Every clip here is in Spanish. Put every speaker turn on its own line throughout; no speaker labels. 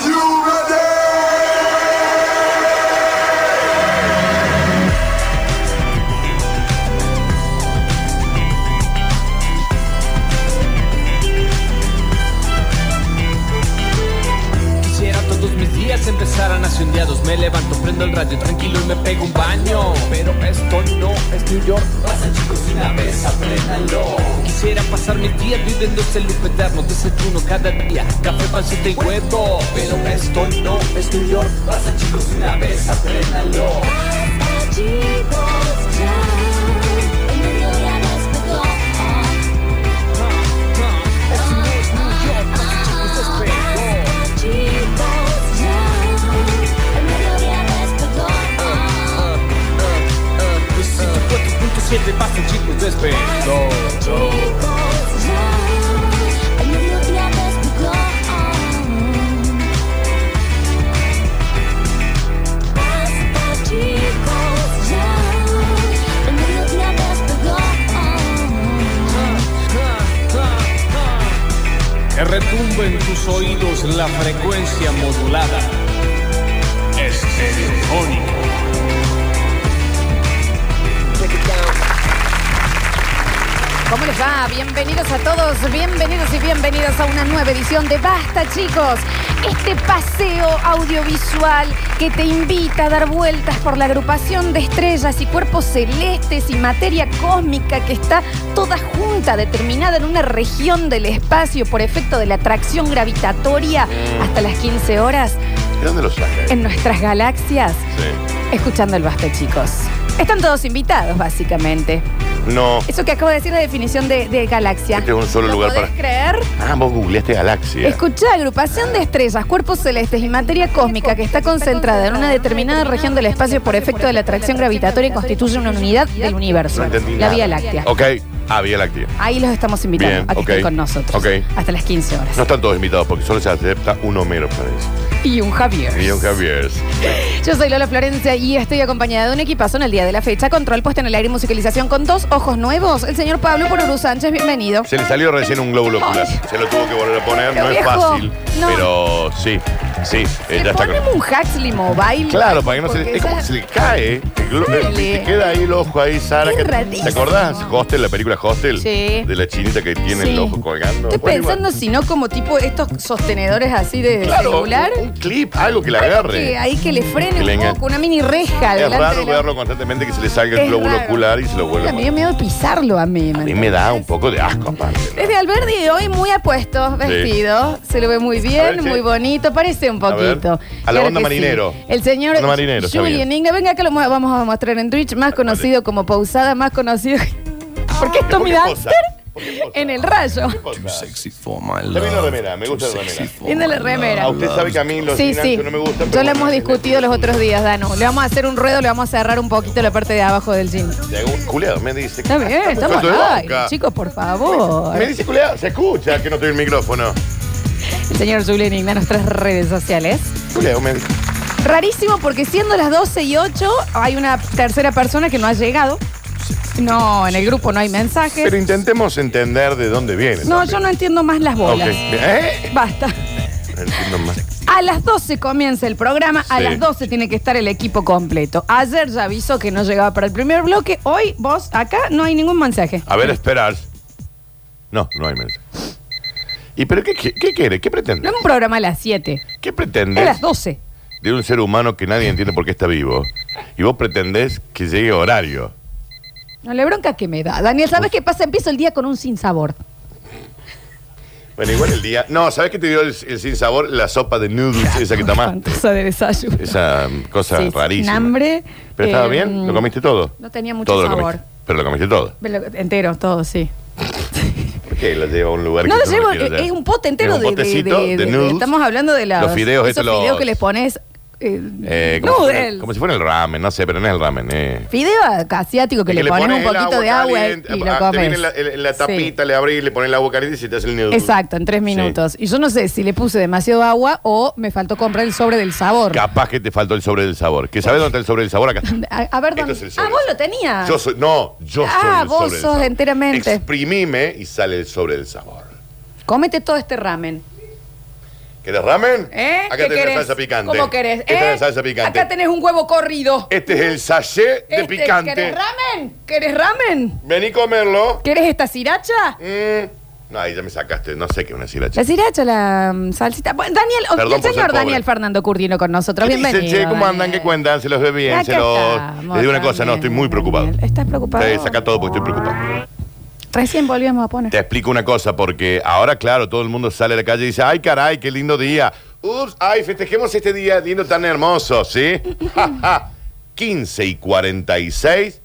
you ready?
Quisiera todos mis días empezaran así un día dos Me levanto, prendo el radio tranquilo y me pego un baño Pero esto no es New York Pasa chicos una vez, apréndalo Quisiera pasar mis días viviendo ese loop eterno Desayuno cada día, café, pancita y huevo Pero esto no es New York Pasa chicos una vez, apréndalo
Basta chicos, ya el mediodía despertó. Basta chicos, ya el mediodía despertó.
siete pasan chicos, despejo
Chicos, ya el mediodía despertó. Basta chicos, ya el mediodía despertó.
Que retumbe en tus oídos la frecuencia modulada Estereofónica
¿Cómo les va? Bienvenidos a todos, bienvenidos y bienvenidas a una nueva edición de Basta, chicos. Este paseo audiovisual que te invita a dar vueltas por la agrupación de estrellas y cuerpos celestes y materia cósmica que está toda junta, determinada en una región del espacio por efecto de la atracción gravitatoria hasta las 15 horas
¿De dónde lo saca?
en nuestras galaxias,
Sí.
escuchando el Basta, chicos. Están todos invitados, básicamente.
No.
Eso que acabo de decir la definición de, de galaxia.
Este es un solo
¿Lo
lugar
podés
para-
creer?
Ah, vos googleaste galaxia.
Escuchá, agrupación de estrellas, cuerpos celestes y materia cósmica que está concentrada en una determinada región del espacio por efecto de la atracción gravitatoria y constituye una unidad del universo,
No entendí
la
nada.
Vía Láctea.
Ok. Ah, Vía Láctea.
Ahí los estamos invitando
Bien,
a que
ok.
estén con nosotros
Ok.
hasta las 15 horas.
No están todos invitados porque solo se acepta un Homero, parece.
Y un Javier.
Y un Javier.
Yo soy Lola Florencia y estoy acompañada de un equipazo en el día de la fecha. Control puesto en el aire y musicalización con dos ojos nuevos. El señor Pablo Poruru Sánchez, bienvenido.
Se le salió recién un glóbulo ocular.
Ay.
Se lo tuvo que volver a poner.
Pero
No es
viejo,
fácil.
no.
Pero sí. Sí. eh,
Le
ya está
ponemos
con.
un Huxley Mobile.
Claro, para que no se
Porque
le. Es como
ya-
que se le cae. el glo-
Dale.
eh, Te queda ahí el ojo ahí, Sara.
Es
que-
rarísimo.
¿Te acordás? Hostel, la película Hostel.
Sí.
De la chinita que tiene el
Sí.
ojo colgando.
Estoy
Bueno,
pensando
igual.
si no como tipo estos sostenedores así de
Claro, un,
celular.
un clip, algo que la agarre.
Que ahí que le frene
Que le
un
engan-
poco, una mini reja.
Es
delante
raro
de la-
verlo constantemente que se le salga el
Es
glóbulo
raro.
ocular y se lo
Mira,
vuelve a
Me dio
poner.
miedo pisarlo a mí. ¿me
A mí me
entendés?
da un poco de asco, aparte.
Desde Alberdi hoy muy apuesto, vestido. Se lo ve muy bien,
ver, che.
muy bonito. Parece un
ver.
poquito.
A la
Claro
onda
que
marinero.
sí. El señor
Onda marinero, está
Julian
bien.
Igna. Venga, acá lo mo- vamos a mostrar en Twitch. Más conocido como Pausada, más conocido. ¿Por qué es Tommy
¿Por qué posa?
Dexter?
¿Por qué posa?
En el rayo.
¿Por qué posa?
Sexy for my love.
También la remera, me gusta la remera.
Tiene la remera.
A Oh, Ah, usted sabe que a mí los
Sí,
finanzas
sí.
no me gustan.
Yo
pero
lo hemos
bueno,
discutido los otros días, Danu. Le vamos a hacer un ruedo, le vamos a cerrar un poquito la parte de abajo del jean.
le hago un Culeado, me dice.
Está bien,
Ah,
estamos
puesto de
al aire,
boca.
chicos, por favor.
Me dice culeado, se escucha que no estoy en el micrófono.
El señor Julián Igna, nuestras redes sociales.
Culeado, me dice.
Rarísimo porque siendo las 12 y 8 hay una tercera persona que no ha llegado. No, en el grupo no hay mensajes.
Pero intentemos entender de dónde viene.
No,
también.
yo no entiendo más las bolas.
Ok. ¿Eh?
Basta.
No entiendo más.
A las 12 comienza el programa, a
Sí.
las 12 tiene que estar el equipo completo. Ayer ya avisó que no llegaba para el primer bloque, hoy vos acá no hay ningún mensaje.
A ver, esperar. No, no hay mensaje. ¿Y pero qué, qué, qué quiere? ¿Qué pretende?
No es un programa a las 7,
¿Qué
es a
pretendes
las 12.
de un ser humano que nadie entiende por qué está vivo? Y vos pretendés que llegue horario.
No le bronca que me da. Daniel, ¿sabes qué pasa? Empiezo el día con un sin sabor.
Bueno, igual el día. No, ¿sabés qué te dio el, el sin sabor? La sopa de noodles, esa que está más.
Espantosa de desayuno.
Esa um, cosa
Sí, sí,
rarísima.
un hambre,
¿Pero estaba
eh,
bien? ¿Lo comiste todo?
no tenía mucho
Todo lo
sabor.
comiste, pero lo comiste todo.
Pero Entero, todo, sí.
¿Por qué lo llevo a un lugar
No
que
lo
yo
llevo,
quiero
eh,
llevar?
es un pote entero
Es un
de- de,
potecito
de- de-
noodles.
Estamos hablando de las-
Los fideos,
esos
estos los-
fideos que les pones eh,
Eh, como, si
noodles.
fuera, como si fuera el ramen, no sé, pero no es el ramen. Eh.
Fideo asiático que, le,
Es
pones un
el
poquito
agua
de agua
caliente,
y
ah,
lo
Te
comes.
viene la, el- la
Sí.
tapita, le abrís, le pones el agua caliente y se te hace el noodle.
Exacto, en tres
Sí.
minutos. Y yo no sé si le puse demasiado agua o me faltó comprar el sobre del sabor.
Capaz que te faltó el sobre del sabor. ¿Que sabes dónde está el sobre del sabor acá? está.
A, a ver,
Esto
¿dónde?
es el sobre
Ah,
del
vos lo
sabor.
tenías.
Yo soy, no, yo soy
Ah,
el
vos
sobre del
sos
sabor.
enteramente.
Exprimime y sale el sobre del sabor.
Cómete todo este ramen.
¿Querés ramen?
¿Eh?
Acá
¿Qué
tenés
querés?
la salsa picante.
¿Cómo querés?
Esta
¿Eh?
es la salsa picante.
Acá tenés un huevo corrido.
Este es el sachet de
Este,
picante.
¿Querés ramen? ¿Querés ramen?
Vení a comerlo.
¿Querés esta sriracha?
Mm. No, ahí ya me sacaste. No sé qué es una sriracha.
La sriracha, la mm, salsita. Bueno, Daniel,
Perdón
el
por ser
señor
pobre.
Daniel Fernando Curtino con nosotros.
¿Qué
Bienvenido.
Dicen, che, ¿cómo andan?
Daniel.
¿Qué cuentan? Se los ve bien,
Acá
se los...
estamos
Les digo una cosa, no,
también,
estoy muy preocupado.
Daniel. ¿Estás preocupado?
Sí, saca todo porque estoy preocupado.
Recién volvíamos a poner.
Te explico una cosa, porque ahora, claro, todo el mundo sale a la calle y dice, ay, caray, qué lindo día. Ups, ay, festejemos este día lindo tan hermoso, ¿sí? Ja, ja. 15 y 46,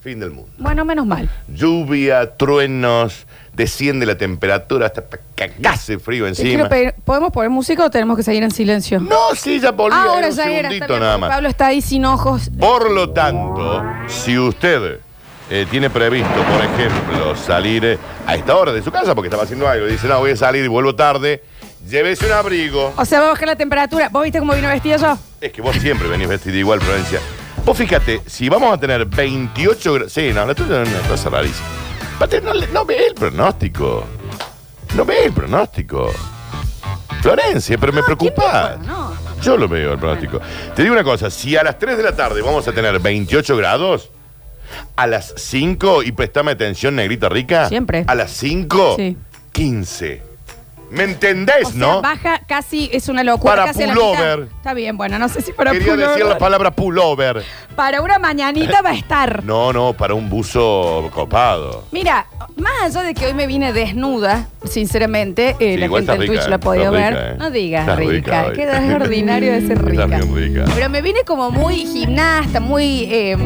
fin del mundo.
Bueno, menos mal.
Lluvia, truenos, desciende la temperatura hasta pa' cagarse frío
Te quiero
encima.
pedir, ¿Podemos poner música o tenemos que seguir en silencio? Ah,
No, sí, ya volví, era
Ahora
un
ya era.
segundito
está bien,
nada
porque
más.
Pablo está ahí sin ojos.
Por lo tanto, si usted eh, tiene previsto, por ejemplo, salir eh, a esta hora de su casa porque estaba haciendo algo, y dice, no, voy a salir y vuelvo tarde, llévese un abrigo.
O sea, va a bajar la temperatura. ¿Vos viste cómo vino vestido yo?
Es que vos siempre venís vestida igual, Florencia. Vos fíjate, si vamos a tener 28 grados... Sí, no, la tuya es una cosa rarísima. Aparte, no, le- no ve el pronóstico. No ve el pronóstico. Florencia, pero me preocupa.
¿quién preocupa?
Yo lo veo el pronóstico. Te digo una cosa, si a las 3 de la tarde vamos a tener 28 grados, a las 5, y prestame atención, negrita rica.
Siempre.
A las 5,
Sí.
15. ¿Me entendés,
O sea,
no?
baja casi, es una locura.
Para
casi a la
pullover.
mitad. Está bien, bueno, no sé si para
Quería decir la
pullover.
palabra pullover.
Para una mañanita va a estar.
No, no, para un buzo copado.
Mira, más allá de que hoy me vine desnuda, sinceramente, eh,
Sí,
la
igual
gente en
estás rica,
Twitch la podía
estás
ver.
rica, eh.
No digas
Estás
rica,
rica hoy.
queda es ordinario de ser rica.
Estás bien rica.
Pero me vine como muy gimnasta, muy eh,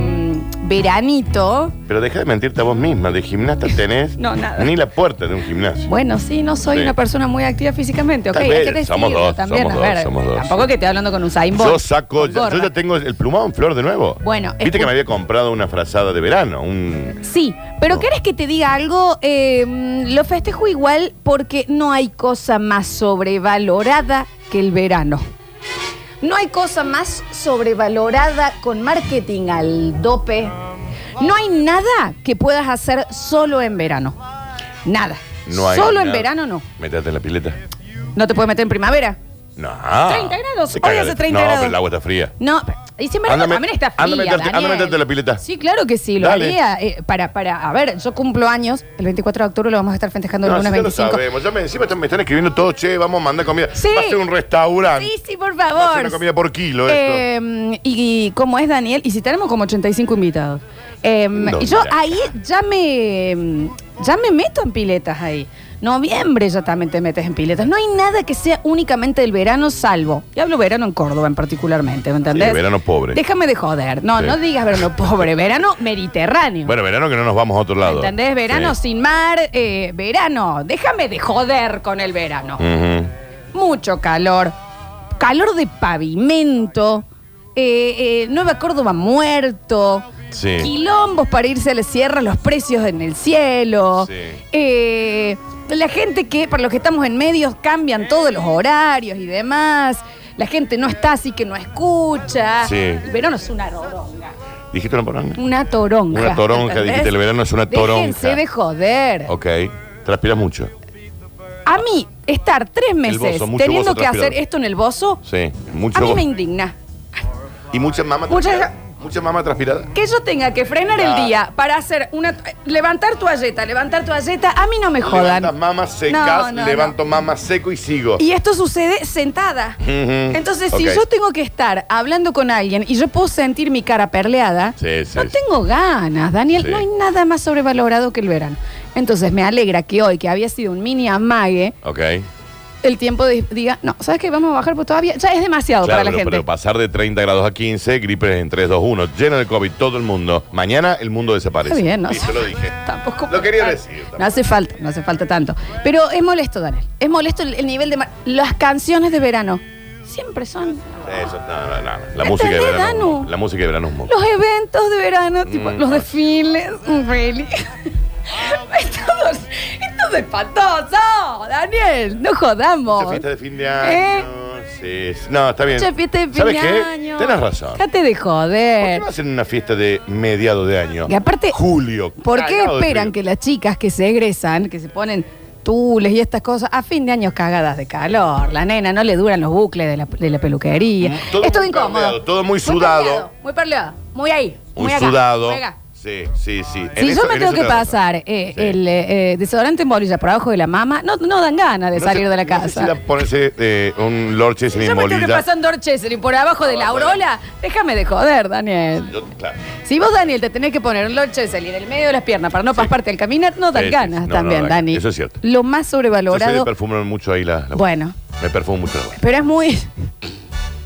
veranito.
Pero deja de mentirte a vos misma, de gimnasta tenés
No, nada.
ni la puerta de un gimnasio.
Bueno, sí, no soy
Sí.
una persona muy activa físicamente, ¿ok?
Tal
Hay
vez,
que
somos
decirlo
dos,
también,
somos
a
dos,
ver,
somos dos.
Tampoco que esté hablando con Usain Bolt.
yo saco,
con
ya- yo
gorra.
ya tengo el plumón flor de nuevo.
Bueno,
Viste que
escu-
me había comprado una frazada de verano, un...
Sí, pero
No.
¿querés que te diga algo? Eh, mm, lo festejo igual porque no hay cosa más sobrevalorada que el verano. No hay cosa más sobrevalorada con marketing al dope. No hay nada que puedas hacer solo en verano. Nada.
No hay
solo en
nada.
verano no.
Métete en la pileta.
No te puedes meter en primavera.
No.
30 grados,
Te
hoy
cagas
hace
de-
30
no,
grados.
pero el agua está fría.
No, y si en verano
Ándame-
también está fría,
anda a meterte- anda a
Daniel.
meterte en la pileta.
Sí, claro que sí, lo
Dale.
haría. eh, para, para, a ver, yo cumplo años, el 24 de octubre lo vamos a estar festejando el
No, sí,
lunes
ya lo
25.
sabemos. Ya me, encima están- me están escribiendo todo, che, vamos a mandar comida.
Sí.
Va a ser un restaurante.
Sí, sí, por
Va a ser
favor.
una comida por kilo esto.
Eh, y, y cómo es, Daniel, y si tenemos como 85 invitados. Eh,
No,
y yo
mira.
ahí ya me, em, ya me meto en piletas ahí. Noviembre ya también te metes en piletas. No hay nada que sea únicamente del verano salvo. Y hablo verano en Córdoba en particularmente, ¿me entendés?
Sí, verano pobre.
Déjame de joder. No,
Sí.
no digas verano pobre, verano mediterráneo.
Bueno, verano que no nos vamos a otro lado.
¿Entendés? Verano
Sí.
sin mar, eh, verano. Déjame de joder con el verano.
Ujú.
Mucho calor, calor de pavimento, eh, eh, Nueva Córdoba muerto,
Sí.
quilombos para irse a la sierra, los precios en el cielo,
Sí.
eh, la gente que, para los que estamos en medios, cambian todos los horarios y demás. La gente no está así que no escucha.
Sí.
El verano es una roronga.
¿Dijiste una palabra?
Una toronja.
Una toronja,
¿entendés?
dijiste, el verano es una toronja.
Déjense de joder.
Ok. Transpiras mucho.
A mí, estar tres meses
bozo, mucho
teniendo
bozo
que hacer
transpirador.
esto en el bozo,
Sí.
a
Mucho.
mí me indigna.
Y mucha mamá
Muchas-
transpirada. Mucha mamá transpirada.
Que yo tenga que frenar
Ah.
el día para hacer una. Levantar toalleta, levantar toalleta, a mí no me jodan.
Levantas mamas
No,
secas,
no,
levanto mamas seco y sigo.
Y esto sucede sentada.
Ujú.
Entonces,
Mm, Ok.
si yo tengo que estar hablando con alguien y yo puedo sentir mi cara perleada,
Sí, sí,
no
sí.
tengo ganas, Daniel.
Sí.
No hay nada más sobrevalorado que el verano. Entonces, me alegra que hoy, que había sido un mini amague,
Ok.
el tiempo de- diga, no, ¿sabes qué? Vamos a bajar, pues todavía ya es demasiado
Claro,
para la
pero,
gente.
pero pasar de 30 grados a 15, gripe en 3, 2, 1, lleno de COVID, todo el mundo. Mañana el mundo desaparece.
Está bien, no
Listo,
sé.
lo dije.
Tampoco.
Lo quería decir.
Pues, Ah, No hace falta, no hace falta tanto. Pero es molesto, Daniel. Es molesto el, el nivel de. mar- Las canciones de verano. Siempre son
Eso, no, no, no. La música de
¿Entendés,
verano. es
Danu?
mo- La música de verano es mo-
los eventos de verano, tipo
Mm.
los desfiles, un rally. Esto es- esto es espantoso, Daniel, no
Mucha
jodamos.
fiesta de fin de año. Sí, sí. No, está bien.
Mucha Eh. fiesta de fin
¿Sabes
de
qué?
año.
Tenés razón. ¿Por
Déjate de
qué
joder.
no hacen una fiesta de mediado de año?
Y aparte,
Julio.
¿Por qué
cagado de
esperan
frío.
que las chicas que se egresan, que se ponen tules y estas cosas, a fin de año cagadas de calor? La nena no le duran los bucles de la, de la peluquería.
Mm, todo
es todo
muy
incómodo.
perleado, todo muy sudado.
perleado, Muy perleado. Muy ahí.
Muy
acá,
sudado.
muy acá.
Sí, sí, sí. En
Si
eso-
yo me
en
tengo
eso
que
tenés razón.
pasar eh,
Sí.
el eh, eh, desodorante en bolilla por abajo de la mama, no, no dan ganas de
No
salir
sé-
de la
no sé
casa.
si la ponerse eh, un Lord Chesney
yo
en
me tengo que
bolilla.
pasar en Dorchester y por abajo de la
Abajo de-
aurola, déjame de joder, Daniel.
Yo- claro.
Si vos, Daniel, te tenés que poner un Lorchesel en el medio de las piernas para no pasarte al caminar, no dan
Sí, sí,
ganas
sí. No,
también,
no dan-
Dani.
eso es cierto.
Lo más
Yo sé de
sobrevalorado.
perfumar mucho ahí la, la-
Bueno,
Me perfumo mucho la bola.
pero es muy.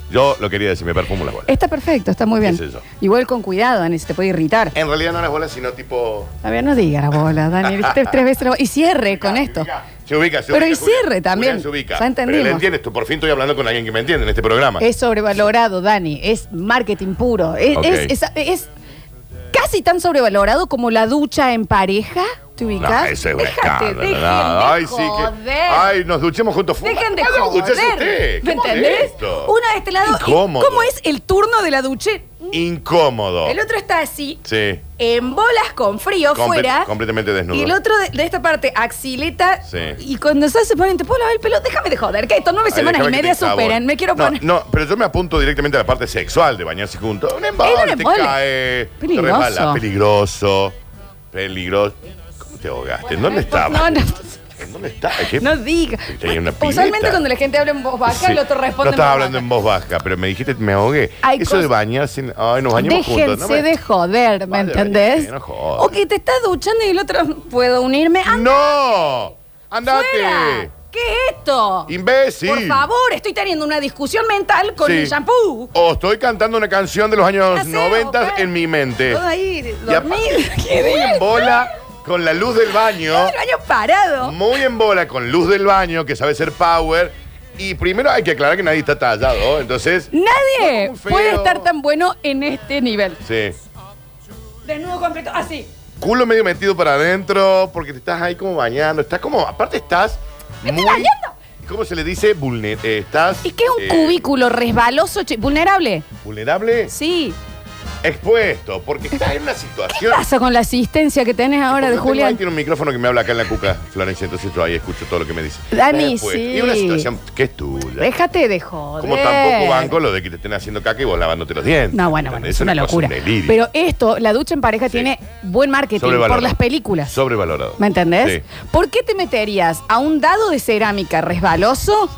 Yo lo quería decir, me perfumo la bola.
Está perfecto, está muy
¿Qué
bien.
es eso?
Igual con cuidado, Dani, se te puede irritar.
En realidad no las bolas, sino tipo...
A ver, no digas la bola, Dani. dijiste tres veces la bola. Y cierre con esto.
Se ubica, se ubica.
Pero y
Julián.
cierre también.
Julián se ubica.
Ya entendimos.
Pero le entiendes, tú por fin estoy hablando con alguien que me entiende en este programa.
Es sobrevalorado, Dani. Es marketing puro. Es,
Ok.
es- es- es casi tan sobrevalorado como la ducha en pareja. ¿Te ubicas?
No, ese es un
Déjate,
escándalo.
dejen de
no. Ay, sí que.
joder.
Ay, nos duchemos juntos. Fuma.
Dejen de
Ay, no,
joder.
duchese usted.
¿Me
¿Qué
entendés?
molesto.
Uno de este lado.
Incómodo. Oh.
¿Cómo es el turno de la duche?
Incómodo.
El otro está así,
Sí.
en bolas con frío
Comple-
fuera.
completamente desnudo.
Y el otro de, de esta parte, axileta.
Sí.
Y cuando se hace ponen, te puedo lavar el pelo. Déjame de joder, que estos nueve
Ay,
semanas
déjame
y
que
media
te enjabone.
superan. Me quiero
no,
poner.
No, pero yo me apunto directamente a la parte sexual de bañarse juntos. Un
Es un
embate, te
embole.
cae. te
Peligroso.
resbala, peligroso. Peligroso. ¿Cómo te ahogaste? ¿En dónde estabas?
No, no.
¿En dónde estabas? ¿Qué-
No diga.
Tenía una pileta.
Usualmente cuando la gente habla en voz baja,
Sí.
el otro responde.
No
voz
estaba hablando
baja.
en voz baja, pero me dijiste, me ahogué.
Hay
Eso de
cosas-
bañarse. en- Ay, nos bañamos
Déjense
juntos. no me-
de joder, ¿me
Vale,
entendés?
vale, no jodas.
o que te estás duchando y el otro puedo unirme. ¡Ah,
¡No! ¡Andate!
fuera! ¿Qué es esto?
¡Imbécil!
Por favor, estoy teniendo una discusión mental con
Sí.
el shampoo.
O estoy cantando una canción de los
¿Qué
años
hacemos,
90
Fer?
en mi mente.
Todo ahí,
Y
dormir.
aparte,
Qué
muy en
bien.
bola con la luz del baño.
Todo el baño parado.
Muy en bola con luz del baño, que sabe ser power. Y primero hay que aclarar que nadie está tallado, entonces.
Nadie
muy feo.
puede estar tan bueno en este nivel.
Sí.
Desnudo completo, así.
Culo medio metido para adentro, porque te estás ahí como bañando. Estás como. Aparte estás. muy,
bañando!
¿Cómo se le dice? Vulne- eh, estás.
Es que es un
eh,
cubículo resbaloso, chi- vulnerable.
Vulnerable,
Sí.
expuesto, porque estás en una
¿Qué
situación.
pasa con la asistencia que tenés ahora
Porque
de
tengo Ahí
Julián?
tiene un micrófono que me habla acá en la cuca, Florencia, entonces yo ahí escucho todo lo que me dice.
Dani,
Después,
sí.
Y una situación que es tuya.
Déjate de joder.
Como tampoco banco lo de que te estén haciendo caca y vos lavándote los dientes.
No, bueno, bueno, es
Eso
una
cosa,
locura.
un delirio.
Pero esto, la ducha en pareja tiene buen marketing
Sobrevalorado.
por las películas.
Sobrevalorado.
¿Me entendés?
Sí.
¿Por qué te meterías a un dado de cerámica resbaloso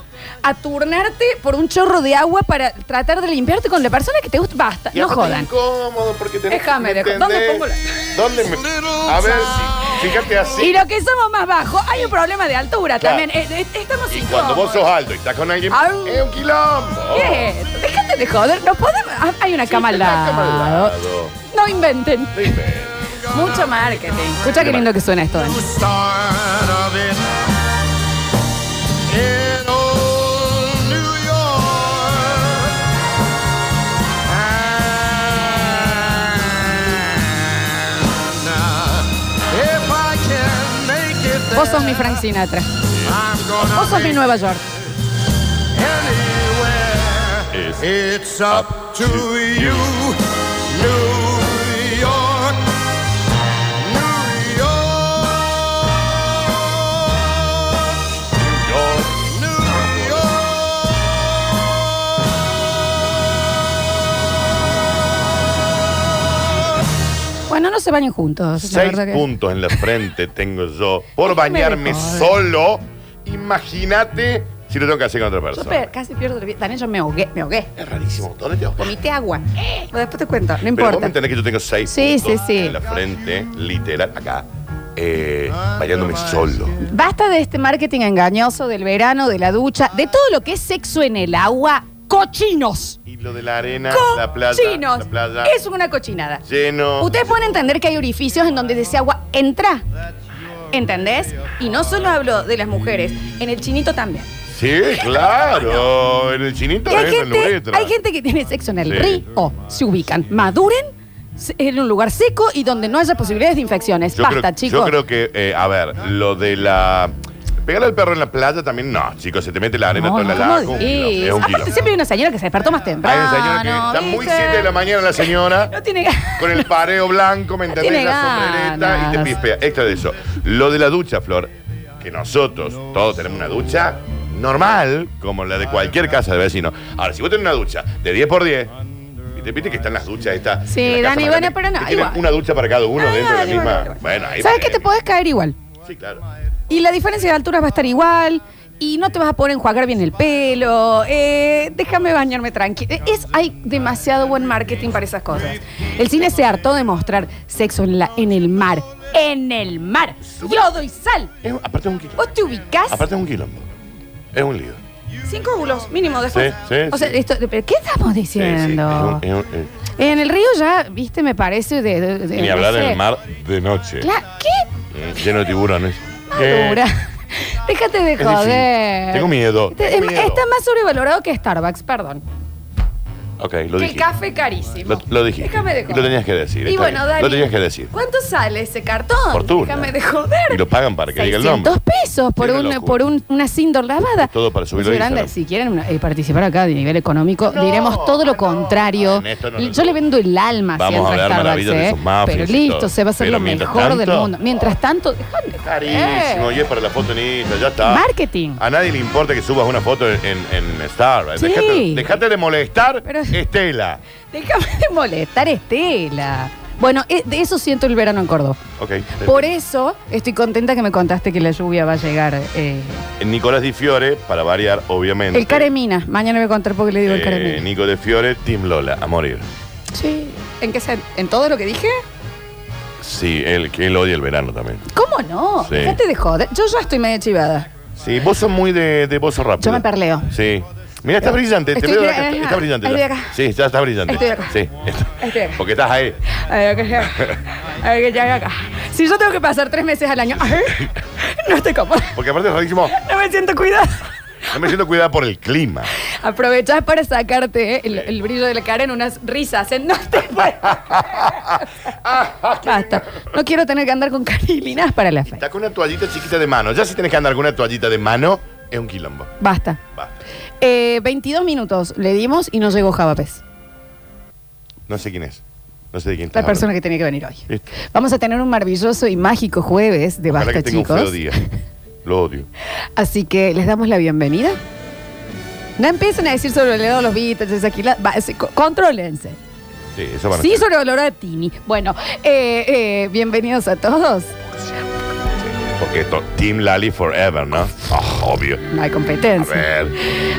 a turnarte por un chorro de agua para tratar de limpiarte con la persona que te gusta? Basta,
Y
no
aparte
jodan.
Es incómodo porque tenés
Déjame,
¿me
dejo-
entendés?
¿dónde pongo la-
¿Dónde me.? A ver, si- fíjate así.
Y lo que somos más bajos, hay un problema de altura
Claro.
también. Eh, eh, estamos
Y cuando vos sos alto y estás con alguien.
Au.
¡Es un quilombo!
¿Qué? es esto? Déjate de joder. No podemos. ah, Hay una cama al
Una cama al
lado.
lado.
No inventen.
Dime.
Mucho marketing. Escucha qué lindo que suena esto, eh. Dani.
Start of it in old New York. And uh, if I can make it there,
Vos sos mi Frank Sinatra.
I'm gonna
Vos sos mi Nueva York.
anywhere. It's up to you, New York, New York, New York.
Bueno, no se bañen juntos. La
Seis
verdad que.
puntos en la frente tengo yo por
Déjame de
bañarme
joder.
solo. Imagínate si lo tengo que hacer con otra
Yo
persona.
pe- casi pierdo el pie. Daniel, yo me ahogué. Me ahogué.
Es rarísimo. ¿Dónde te vas? Pero
Vomité agua. Pero Después te cuento. No
vos me
importa.
entendés que yo tengo seis
Sí,
puntos
sí, sí.
en la frente, literal, acá, eh, bañándome solo.
Basta de este marketing engañoso del verano, de la ducha, de todo lo que es sexo en el agua. ¡Cochinos!
Y lo de la arena, la playa,
¡Cochinos!
la playa,
Es una cochinada.
lleno.
Ustedes pueden entender que hay orificios en donde ese agua entra. ¿Entendés? Y no solo hablo de las mujeres, en el chinito también.
Sí, claro. En el chinito
Y hay,
es en la
gente,
uretra.
hay gente que tiene sexo en el
Sí.
río, se ubican, maduren se- en un lugar seco y donde no haya posibilidades de infecciones.
Yo
Basta,
creo,
chicos.
Yo creo que, eh, a ver, lo de la. Pegar al perro en la playa también no, chicos, se te mete la arena
No,
toda la
no,
laca.
¿cómo
un
decís?
quilombo, es un
Aparte,
quilombo.
siempre hay una señora que se despertó más
Hay
temprano.
una señora que está muy
¿viste?
7 de la mañana la señora.
No tiene ganas.
Con el pareo blanco, ¿me entendés?
tiene
la sombrereta
ganas.
y te pispea. Extra de eso. Lo de la ducha, Flor, que nosotros todos tenemos una ducha normal, como la de cualquier casa de vecino. Ahora, si vos tenés una ducha de 10 por 10 y te viste que están las duchas estas.
Sí,
en la casa
Dani, bueno,
más grande,
pero no,
que tienen
igual.
una ducha para cada uno
Ah,
dentro de la
vale,
misma.
vale, vale.
Bueno, ahí
¿Sabes
ponele.
que te podés caer igual?
Sí, claro.
Y la diferencia de alturas va a estar igual. Y no te vas a poder enjuagar bien el pelo. eh, déjame bañarme tranquilo. Es, hay demasiado buen marketing para esas cosas. El cine se hartó de mostrar sexo en, la, en el mar. En el mar. Yodo y sal.
Es un- aparte es un quilombo.
Vos te ubicás.
Aparte es un quilombo. Es un lío.
Cinco bulos mínimo después.
Sí, sí,
o sea,
sí.
esto, ¿pero ¿qué estamos
Sí, sí, es un-
diciendo?
es un- es-
En el río ya, viste, me parece de. de- de-
Ni
no
hablar
sé.
en el mar de noche.
Cla- ¿Qué?
Mm, Lleno de tiburones.
Madura. Déjate de
Es
joder.
difícil. Tengo miedo,
Te-
tengo
em-
miedo.
Está más sobrevalorado que Starbucks, perdón.
Ok, lo
que
dije.
el café carísimo.
Lo, lo dijiste.
Déjame de
Y
joder.
lo tenías que decir.
Y
está
bueno,
bien.
Dani.
Lo tenías que decir.
¿Cuánto sale ese cartón?
Fortuna.
Déjame de joder.
Y lo pagan para que diga el
600
nombre.
pesos por,
Es una
un,
locura.
por un- una Sindor lavada.
Todo para subirlo a
Señor Anda,
Instagram.
Si quieren una- eh, participar acá de nivel económico, diremos todo lo contrario.
En esto no
Yo
lo-
le vendo el alma
Vamos
siempre
a hablar
Starbucks,
maravillas de
¿eh?
sus mafias
Pero
y
listo,
todo.
se va a hacer
Pero
lo
mientras
mejor del
tanto-
mundo. Mientras tanto, déjame de joder.
Carísimo. Y es para la foto en Instagram. Ya está.
Marketing.
A nadie le importa que subas una foto en, en, en Starbucks.
Sí.
Dejate, dejate de molestar,
Pero-
Estela.
Déjame de molestar, Estela. Bueno, eh, de eso siento el verano en Córdoba.
Ok.
Por eso estoy contenta que me contaste que la lluvia va a llegar. eh,
Nicolás Di Fiore, para variar, obviamente.
el Caremina. Mañana voy a contar porque le digo el
Eh,
Caremina.
Nico de Fiore, Tim Lola, a morir.
Sí. ¿En qué sen- ¿En todo lo que dije?
Sí, él, que él odia el verano también.
¿Cómo no?
Sí.
Déjate de joder. Yo ya estoy medio chivada.
Sí, vos sos muy de, de bozo rápido.
Yo me perleo.
Sí. Mira, está brillante.
Estoy-
te veo
mira,
acá, está,
acá,
está brillante.
ahí
ya.
estoy acá.
Sí, ya está brillante.
Estoy acá.
Sí. está-
Estoy acá.
Porque estás ahí.
Este, A ver, que llega. A ver, que llega acá. Si yo tengo que pasar tres meses al año, no estoy cómoda.
Porque aparte es rarísimo.
No me siento cuidada.
No me siento cuidada por el clima.
Aprovechás para sacarte eh, el, el brillo de la cara en unas risas. en- No te puedo. Basta. No quiero tener que andar con carilinas para la fe.
Está con una toallita chiquita de mano. Ya si tenés que andar con una toallita de mano, es un quilombo.
Basta.
Basta.
Eh, 22 minutos le dimos y no llegó Javapes,
No sé quién es. No sé de quién
la persona que tenía que venir hoy.
Listo.
Vamos a tener un maravilloso y mágico jueves de
Ojalá
Basta,
que tenga un feo
chicos.
día. Lo odio.
Así que les damos la bienvenida. No empiecen a decir sobrevalorado los Beatles, esa quila- va, se- co- Contrólense.
Sí, eso van a
Sí,
ser.
sobrevalorado a Tini. Bueno, eh, eh, bienvenidos a todos.
Porque esto, Team Lali Forever, ¿no? Ah, obvio.
No hay
A
competencia.
ver.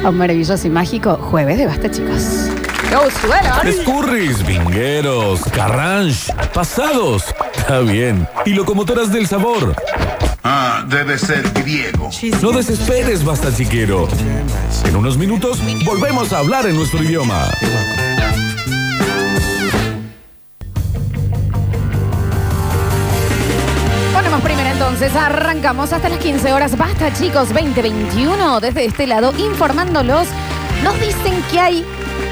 A un maravilloso y mágico jueves de basta, chicos. ¡Go, suelo!
Escurris, vingueros, carranche, pasados. Está bien. Y locomotoras del sabor.
Ah, debe ser griego.
No desesperes, basta chiquero. En unos minutos volvemos a hablar en nuestro idioma.
Ponemos primero entonces, arrancamos hasta las 15 horas. Basta, chicos, 2021. Desde este lado, informándolos, nos dicen que hay.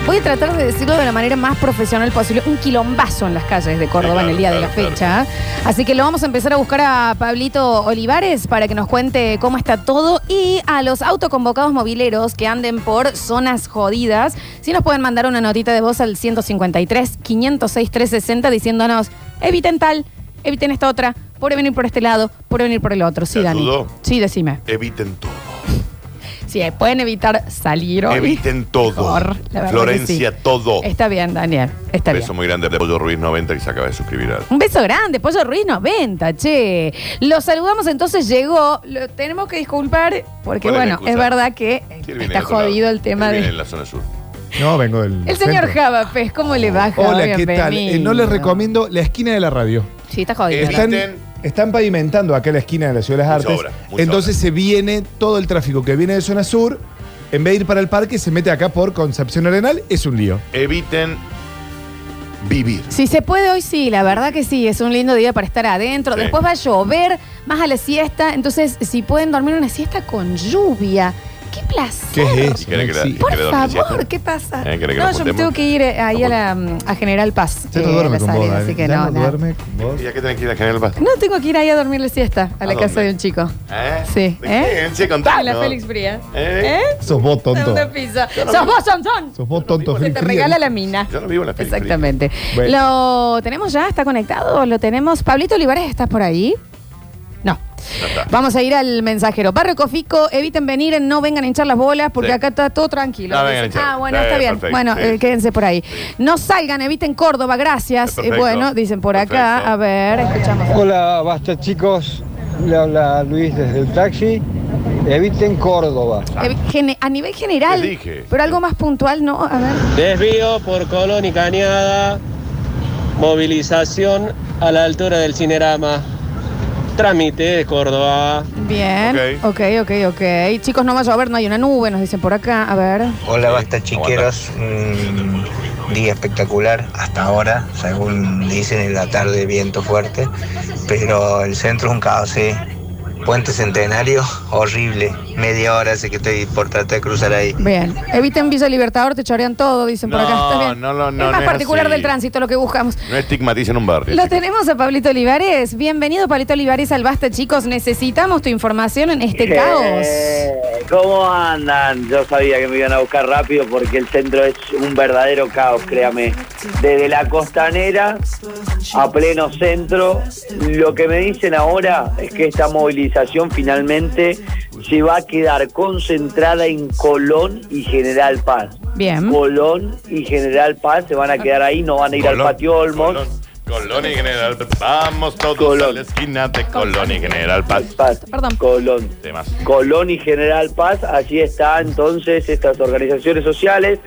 Voy a tratar de decirlo de la manera más profesional posible. Un quilombazo en las calles de Córdoba
Sí, claro,
en el día de
claro,
la fecha.
claro.
Así que lo vamos a empezar a buscar a Pablito Olivares para que nos cuente cómo está todo y a los autoconvocados mobileros que anden por zonas jodidas. Si nos pueden mandar una notita de voz al 153 506 360 diciéndonos, eviten tal, eviten esta otra, por venir por este lado, por venir por el otro. Sí,
¿Te
Dani.
ayudó?
Sí, decime.
Eviten todo.
Sí, eh, pueden evitar salir hoy.
Eviten todo.
Por- la verdad que
Florencia,
sí.
todo.
Está bien, Daniel. Está bien.
Beso muy grande de Pollo Ruiz 90 que se acaba de suscribir a.
Un beso grande, Pollo Ruiz 90, che. Lo saludamos entonces, llegó. Lo tenemos que disculpar porque,
¿Cuál es la
bueno,
excusa?
es verdad que eh,
Sí, él viene
está
del otro lado.
jodido el tema
Él
de...
viene En la zona sur.
No, vengo del.
El señor
centro.
Javapes, ¿cómo le va, Java?
Hola, ¿qué tal? Eh, no les
Bienvenido.
recomiendo la esquina de la radio.
Sí, está jodido.
Está-
Están,
Eviten.
están pavimentando acá la esquina de la Ciudad de las
Mucha
Artes.
obra, mucha
entonces se viene todo el tráfico que viene de zona sur. En vez de ir para el parque, se mete acá por Concepción Arenal. Es un lío.
Eviten vivir.
Si se puede hoy, sí, la verdad que sí, es un lindo día para estar adentro.
Sí.
Después va a llover, más a la siesta, entonces si pueden dormir una siesta con lluvia, ¡Qué placer!
¿Qué es
¿Y
eso?
querés que la-
Sí.
Por
¿Querés dormir
favor,
siesta?
¿qué pasa?
¿Eh? ¿Querés que
no,
nos
yo me
juntemos?
tengo que ir eh, ahí a, la, a General Paz.
Ya no
eh,
duerme
la
con vos,
salida,
Dani.
así que
Ya
no,
no
nada.
duerme con vos.
¿Y a qué tenés que ir a General Paz?
No, tengo que ir ahí a dormirle siesta a la
¿A
casa
dónde?
de un chico.
¿Eh?
Sí,
¿De
¿eh?
quién? Sí,
A
contanos.
la Félix Fría.
¿Eh?
¿Eh?
Sos vos, tonto.
Segunda pizza. ¡Sos vos, Sansón!
Sos vos, tonto.
Se
Feliz
te
frío.
regala la mina.
Yo no vivo en la Félix Fría.
Exactamente.
Bueno.
¿Lo tenemos ya? ¿Está conectado? ¿Lo tenemos? ¿Pablito Olivares estás por ahí? No.
está.
Vamos a ir al mensajero. Barrio Cofico, eviten venir, no vengan a hinchar las bolas porque
Sí.
acá está todo tranquilo.
No vengan a hinchar.
ah, bueno,
Sí,
está bien.
perfecto,
bueno,
sí.
eh, quédense por ahí. No salgan, eviten Córdoba, gracias.
Sí,
Eh,
perfecto.
bueno, dicen por acá.
Perfecto.
A ver, escuchamos.
Hola, basta chicos. Le habla Luis desde el taxi. Eviten Córdoba.
Eh, gene- a nivel general,
Les Ah. dije.
pero algo más puntual, ¿no? A ver.
Desvío por Colón y Cañada. Movilización a la altura del Cinerama. Trámite de Córdoba.
Bien, ok, ok, ok. Chicos, no va a llover, no hay una nube, nos dicen por acá. A ver.
Hola,
Sí,
basta chiqueros. Un día espectacular hasta ahora, según dicen en la tarde, viento fuerte. Pero el centro es un caos, ¿sí? Puente Centenario, horrible. Media hora hace que estoy por tratar de cruzar ahí.
Bien. Eviten Villa Libertador, te chorean todo, dicen por
Eh, No,
acá. Está bien.
no, no, no,
Es más
no es
particular
así.
del tránsito lo que buscamos.
No estigmaticen un barrio.
Lo
chicos.
tenemos a Pablito Olivares. Bienvenido, Pablito Olivares, al Basta, chicos. Necesitamos tu información en
Eh,
este caos.
¿Cómo andan? Yo sabía que me iban a buscar rápido porque el centro es un verdadero caos, créame. Desde la costanera a pleno centro, lo que me dicen ahora es que esta movilización finalmente se va a quedar concentrada en Colón y General Paz.
Bien.
Colón y General Paz se van a quedar ahí, no van a ir al
Colón,
patio Olmos.
Colón, Colón y General Paz. Vamos todos
Colón.
a la esquina de Colón y General Paz.
Paz,
Perdón.
Colón.
Temas.
Colón y General Paz, allí está entonces estas organizaciones sociales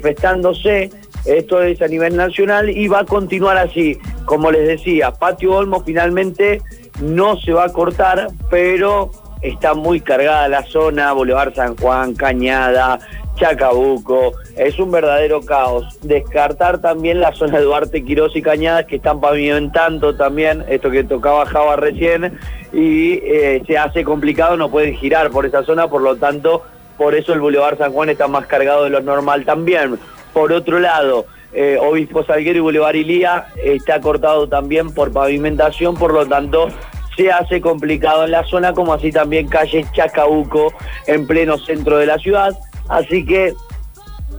manifestándose, esto es a nivel nacional y va a continuar así. Como les decía, Patio Olmo finalmente no se va a cortar, pero está muy cargada la zona, Boulevard San Juan, Cañada, Chacabuco, es un verdadero caos. Descartar también la zona de Duarte, Quirós y Cañadas que están pavimentando también, esto que tocaba Java recién, y eh, se hace complicado, no pueden girar por esa zona, por lo tanto, por eso el Boulevard San Juan está más cargado de lo normal también. Por otro lado, eh, Obispo Salguero y Boulevard Ilía está cortado también por pavimentación, por lo tanto se hace complicado en la zona, como así también calle Chacabuco en pleno centro de la ciudad. Así que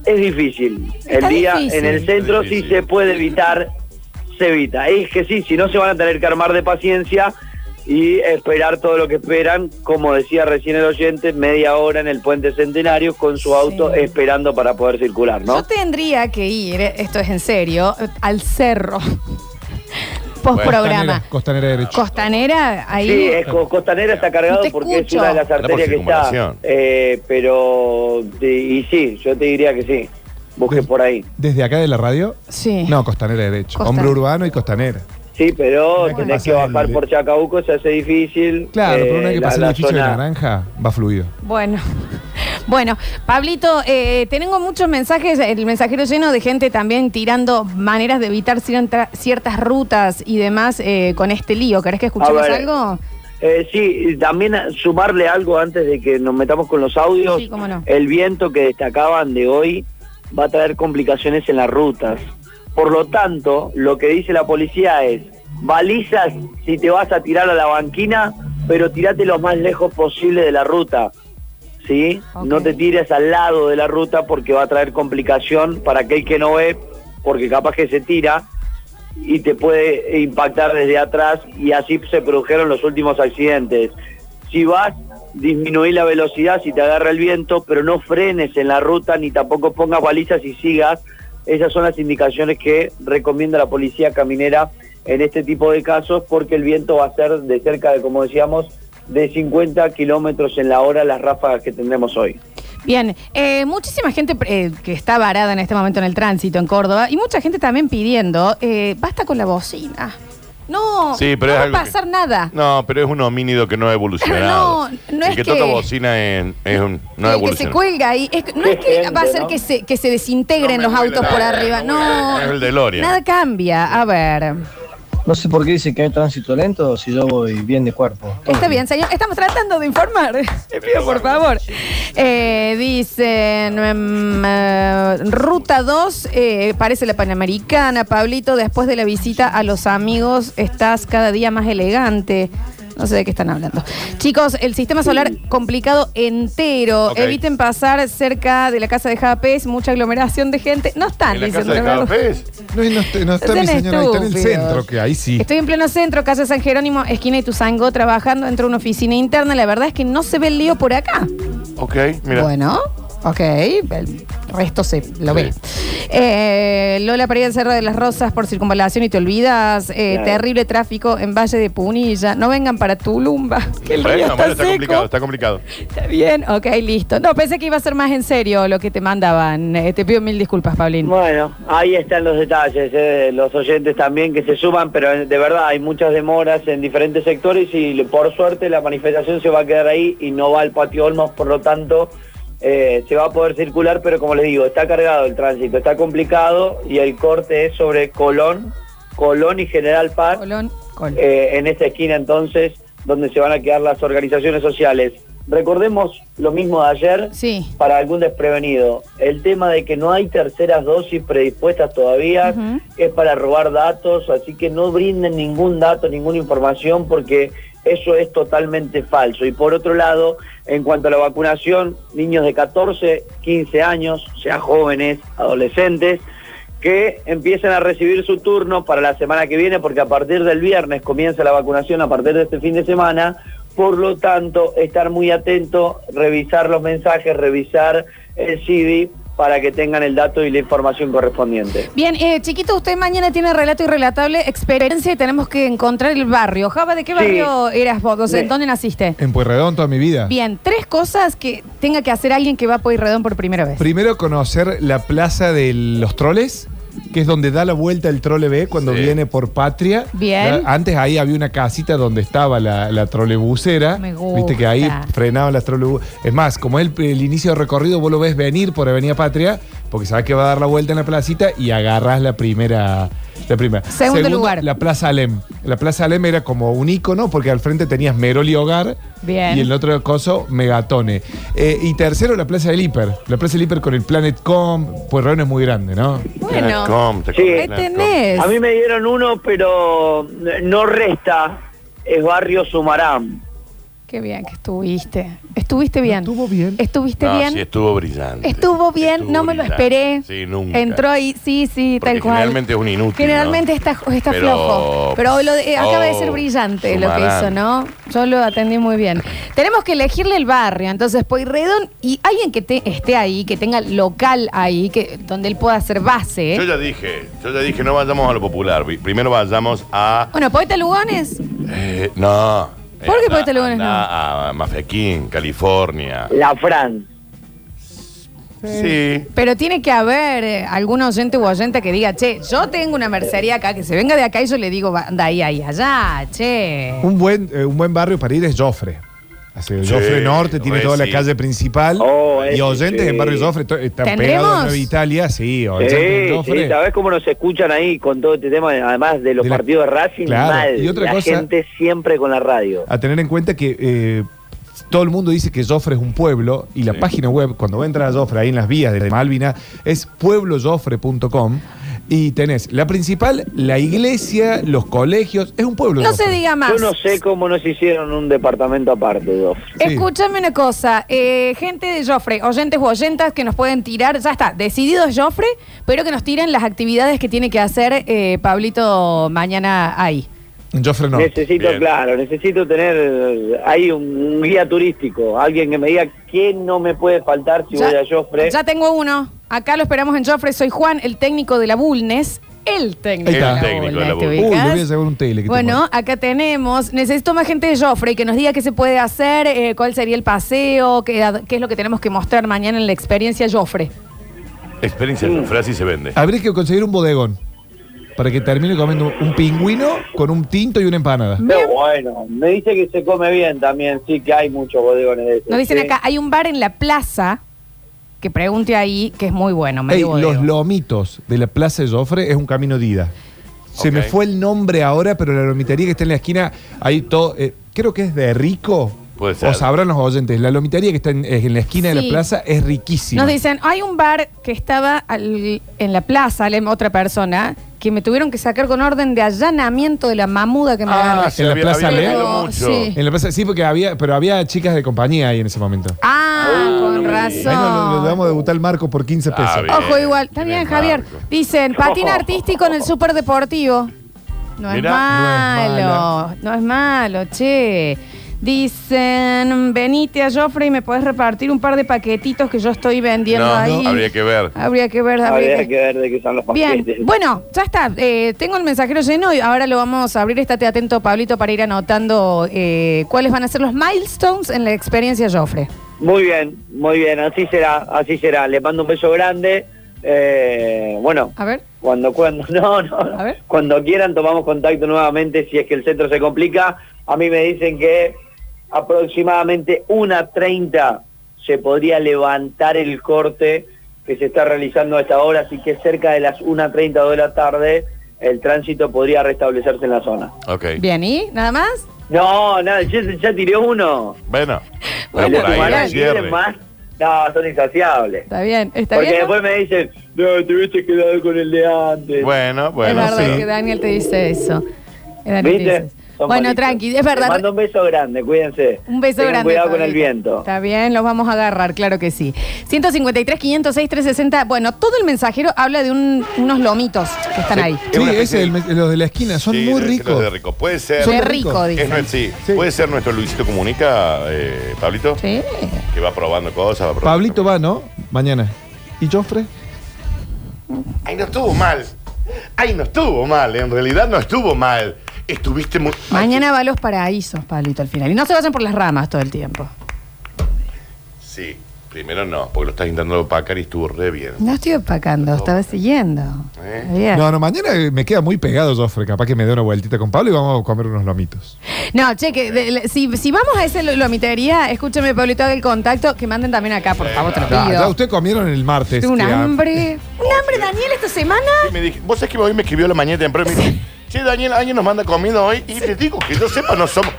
es difícil.
Está
el día
difícil.
en el centro
Está
sí
difícil.
se puede evitar, se evita. Es que sí, si no se van a tener que armar de paciencia y esperar todo lo que esperan, como decía recién el oyente, media hora en el puente Centenario con su auto
Sí.
esperando para poder circular, ¿no?
Yo tendría que ir, esto es en serio, al cerro. Post programa.
Costanera, costanera derecha.
Costanera, ahí.
Sí,
Ah.
es co- Costanera está cargado
No te
porque es
escucho.
una de las
Anda por
arterias que está.
circunvalación.
eh, pero, de- y sí, yo te diría que sí. Busque
Pues-
por ahí.
¿Desde acá de la radio?
Sí.
No, costanera derecho.
Costanera.
Hombre urbano y costanera.
Sí, pero
Una que
tenés
pasa
que bajar
el-
por Chacabuco, se hace difícil.
Claro, pero una
eh,
vez que
la-
pasa el
la
edificio de
zona-
naranja, va fluido.
Bueno, bueno, Pablito, eh, tengo muchos mensajes, el mensajero lleno de gente también tirando maneras de evitar cierta- ciertas rutas y demás eh, con este lío. ¿Querés que escuchemos
A ver.
algo?
Eh, sí, y también eh, sumarle algo antes de que nos metamos con los audios.
Sí, cómo no.
El viento que destacaban de hoy va a traer complicaciones en las rutas. Por lo tanto, lo que dice la policía es, balizas si te vas a tirar a la banquina, pero tirate lo más lejos posible de la ruta. ¿Sí?
Ok.
No te tires al lado de la ruta porque va a traer complicación para aquel que no ve, porque capaz que se tira y te puede impactar desde atrás y así se produjeron los últimos accidentes. Si vas, disminuí la velocidad si te agarra el viento, pero no frenes en la ruta ni tampoco pongas balizas y sigas. Esas son las indicaciones que recomienda la policía caminera en este tipo de casos porque el viento va a ser de cerca de, como decíamos, de 50 kilómetros en la hora las ráfagas que tendremos hoy.
Bien, eh, muchísima gente eh, que está varada en este momento en el tránsito en Córdoba y mucha gente también pidiendo, eh, basta con la bocina. No,
Sí,
no
pero es
va a
algo que-
pasar nada.
No, pero es un homínido que no ha evolucionado.
No, no
el
es
que,
que-
toca bocina en- es un, no ha
el Eh, que se
evolucionado.
cuelga ahí, es que- no es
Qué
que
gente,
va a ser
¿no?
que, se, que se desintegren
No me
los
duele
autos por
nada,
arriba,
no
no.
me duele, es el DeLorean.
Nada cambia, a ver.
No sé por qué dicen que hay tránsito lento si yo voy bien de cuerpo.
Está bien, señor. Estamos tratando de informar. Le pido, por favor. Eh, dicen, em, eh, ruta 2, eh, parece la Panamericana. Pablito, después de la visita a los amigos, estás cada día más elegante. No sé de qué están hablando. Chicos, el sistema solar complicado entero.
Ok.
Eviten pasar cerca de la casa de Japes, mucha aglomeración de gente. Ah, No están
¿En la
diciendo
casa de
la verdad.
cada pez?
No, y no está, no está
Son
mi señora, está en el
estúpidos.
centro, que ahí sí.
Estoy en pleno centro, calle San Jerónimo, esquina Ituzaingó, trabajando dentro de una oficina interna. La verdad es que no se ve el lío por acá.
Ok, mira.
Bueno, ok, el resto se lo
Sí.
ve. Eh, Lola Parida del Cerro de las Rosas por circunvalación y te olvidas. Eh,
Claro.
Terrible tráfico en Valle de Punilla. No vengan para Tulumba. que el río
Bueno,
está,
bueno, está
seco.
complicado, está complicado.
Está bien, ok, listo. No, pensé que iba a ser más en serio lo que te mandaban. Eh, te pido mil disculpas, Paulín.
Bueno, ahí están los detalles, eh, los oyentes también que se suman, pero eh, de verdad hay muchas demoras en diferentes sectores y le- por suerte la manifestación se va a quedar ahí y no va al patio Olmos, por lo tanto eh, se va a poder circular, pero como les digo, está cargado el tránsito, está complicado y el corte es sobre Colón, Colón y General Paz,
Colón, Colón.
eh, en esta esquina entonces, donde se van a quedar las organizaciones sociales. Recordemos lo mismo de ayer,
Sí.
para algún desprevenido. El tema de que no hay terceras dosis predispuestas todavía
Ujú.
es para robar datos, así que no brinden ningún dato, ninguna información, porque eso es totalmente falso. Y por otro lado, en cuanto a la vacunación, niños de 14, 15 años, o sea jóvenes, adolescentes, que empiecen a recibir su turno para la semana que viene, porque a partir del viernes comienza la vacunación, a partir de este fin de semana. Por lo tanto, estar muy atento, revisar los mensajes, revisar el CD para que tengan el dato y la información correspondiente.
Bien, eh, chiquito, usted mañana tiene relato y relatable experiencia y tenemos que encontrar el barrio. Java, ¿de qué
Sí.
barrio eras vos? O sea,
Sí.
¿Dónde naciste?
En Pueyrredón toda mi vida.
Bien, tres cosas que tenga que hacer alguien que va a Pueyrredón por primera vez.
Primero conocer la plaza de los troles, que es donde da la vuelta el trole B cuando
Sí.
viene por Patria.
Bien.
La- antes ahí había una casita donde estaba la, la trolebusera.
Me gusta.
Viste que ahí frenaban las trolebuseras. Es más, como el, el inicio del recorrido vos lo ves venir por Avenida Patria, porque sabes que va a dar la vuelta en la placita y agarrás la primera... La primera.
Segundo lugar.
La Plaza Alem. La Plaza Alem era como un ícono porque al frente tenías Meroli Hogar
Bien.
y el otro coso, Megatone. Eh, y tercero, la Plaza del Hiper. La Plaza del Hiper con el Planet Com. Pues Reón es muy grande, ¿no?
Bueno,
Planetcom,
Sí.
te acordás,
¿qué
Planetcom.
tenés?
A mí me dieron uno, pero no resta, es barrio Sumarán.
Qué bien que estuviste. Estuviste bien.
Estuvo bien.
Estuviste
Ah,
No,
bien.
sí, estuvo brillante.
Estuvo bien, no me lo
brillante.
esperé.
Sí, nunca.
Entró ahí, sí, sí,
Porque
tal cual.
Generalmente es un inútil.
Generalmente
¿no?
está, está
Pero-
flojo. Pero hoy lo de- eh, acaba de ser
Oh,
brillante lo que
Sumarán.
hizo, ¿no? Yo lo atendí muy bien. Tenemos que elegirle el barrio. Entonces, Pueyrredón y alguien que te- esté ahí, que tenga local ahí, que donde él pueda hacer base.
Yo ya dije, yo ya dije, no vayamos a lo popular. vi- Primero vayamos a.
Bueno, Poeta Lugones.
eh, no.
¿Por qué
anda-
Poeta Lugones
anda A Mafequín, California.
La Fran.
Sí.
Pero tiene que haber eh, algún oyente u oyenta que diga, che, yo tengo una mercería acá, que se venga de acá y yo le digo, va, de ahí, ahí, allá, che.
Un buen, eh, un buen barrio para ir es Joffre. Así, el
Sí,
Joffre Norte tiene
re
toda la
sí.
calle principal.
Oh,
y
ese
oyentes
sí.
en barrio Joffre to- están
¿Tendremos?
pegados a Nueva Italia. Sí,
Sí,
oyentes en
sí,
Joffre.
¿sabés cómo nos escuchan ahí con todo este tema, además de los
De la-
partidos de Racing?
Claro,
Mal.
y otra
la
cosa- Ah.
gente siempre con la radio.
a tener en cuenta que eh, todo el mundo dice que Joffre es un pueblo y la página web, cuando va a entrar a Joffre ahí en las vías de Malvina, es pueblojoffre.com y tenés la principal, la iglesia, los colegios, es un pueblo.
No
Joffre.
se diga más.
Yo no sé cómo nos hicieron un departamento aparte, Dof.
Sí.
Escúchame una cosa, eh, gente de Joffre, oyentes u oyentas que nos pueden tirar, ya está, decidido es Joffre, pero que nos tiren las actividades que tiene que hacer eh, Pablito mañana ahí.
En Joffre no.
Necesito,
Bien.
claro, necesito tener eh, ahí un, un guía turístico, alguien que me diga quién no me puede faltar si voy a Joffre.
ya tengo uno, acá lo esperamos en Joffre, soy Juan, el técnico de la Bulnes. El técnico,
Ahí está.
de,
El
la
técnico de
Bulnes,
la
¿te
Bulnes.
Uy, le
ubicas?
voy a llevar un tele. que
Bueno, acá tenemos, necesito más gente de Joffre y que nos diga qué se puede hacer, eh, cuál sería el paseo, qué, a- qué es lo que tenemos que mostrar mañana en la experiencia Joffre.
Experiencia en frase y se vende.
tengo. Habría que conseguir un bodegón para que termine comiendo un pingüino con un tinto y una empanada.
Pero bueno, me dice que se come bien también, sí que hay muchos bodegones de esos.
Nos dicen
sí.
acá, hay un bar en la plaza que pregunte ahí, que es muy bueno.
Ey,
medio
los
bodega.
lomitos de la Plaza de Joffre es un camino de ida. Se
Ok.
me fue el nombre ahora, pero la lomitería que está en la esquina, ahí todo, eh, creo que es de Rico,
ser.
O sabrán los oyentes, la lomitería que está en, en la esquina de
Sí.
la plaza es riquísima.
Nos dicen, hay un bar que estaba al- en la plaza, la- otra persona, que me tuvieron que sacar con orden de allanamiento de la mamuda que me agarra.
en la
Ah, había-
plaza
había
Lea.
caído
mucho. Sí.
En la plaza, sí, porque había, pero había chicas de compañía ahí en ese momento.
Ah, con
Ahí nos- nos- le
razón.
damos a debutar el marco por 15 pesos.
Ah, bien.
Ojo, igual. Está bien, Javier. Dicen, patín artístico en el superdeportivo. No es
Mirá.
malo. No es malo, che. Dicen, venite a Joffrey y me podés repartir un par de paquetitos que yo estoy vendiendo
No,
ahí.
habría que ver.
Habría que ver, habría
Habría
que-
que ver de qué son los
Bien,
paquetes.
bueno, ya está. Eh, tengo el mensajero lleno y ahora lo vamos a abrir. Estate atento, Pablito, para ir anotando eh, cuáles van a ser los milestones en la experiencia Joffre.
Muy bien, muy bien, así será, así será. Le mando un beso grande. Eh, bueno,
A ver,
cuando cuando no, no, no.
A ver.
cuando quieran tomamos contacto nuevamente si es que el centro se complica. A mí me dicen que aproximadamente 1.30 se podría levantar el corte que se está realizando a esta hora, así que cerca de las 1.30 de la tarde el tránsito podría restablecerse en la zona.
Ok.
bien, ¿y nada más?
No, nada, ya, ya tiré uno.
Bueno.
Bueno,
Pero por ahí
Tucumán,
no
¿quieren
cierre.
más? No, son insaciables.
Está bien, está
Porque
bien. ¿no?
después me dicen, no, te hubiese quedado con el de antes.
Bueno,
es
bueno.
verdad
sí.
que Daniel te dice eso. Eh, Daniel te dice
¿Viste?
eso.
Son
Bueno,
malitos.
tranqui, es
Te
verdad.
mando un beso grande, cuídense.
Un beso
Tengan
grande.
Cuidado con el
Pablito.
viento.
Está bien, los vamos a agarrar, claro que sí. 153, 506, 360. Bueno, todo el mensajero habla de un- unos lomitos que están ahí.
Es
Sí,
una
ese
especie
es el mes- los de la esquina, son
Sí,
muy
debe ser los
ricos.
de rico. Puede ser.
Qué
Son
rico,
ricos.
dice.
Es, nue- sí.
Sí.
Puede ser nuestro Luisito Comunica, eh, Pablito,
Sí.
que va probando cosas. Va probando
Pablito va, ¿no? Mañana. ¿Y Jofre?
Ay, no estuvo mal. Ay, no estuvo mal. En realidad no estuvo mal. Estuviste muy. Ay,
Mañana va a los paraísos, Pablito, al final. Y no se vayan por las ramas todo el tiempo.
Sí, primero no, porque lo estás intentando opacar y estuvo re bien.
No estoy opacando, estaba siguiendo.
¿Eh?
Está bien.
No, no, mañana eh, me queda muy pegado Jofre. Capaz que me dé una vueltita con Pablo y vamos a comer unos lomitos.
No, che, que de- le- si, si vamos a esa lo- lomitería, escúchame, Pablito, haga el contacto, que manden también acá, por favor, te lo
Ya, ya
pido.
ustedes comieron el martes.
Tengo un
que, ah,
hambre. ¿Un hambre, Daniel, esta semana?
Y me dije, vos sabés que hoy me escribió la mañana temprano y me dice, che, Daniel, alguien nos manda comida hoy. Y te digo que yo sepa, no somos.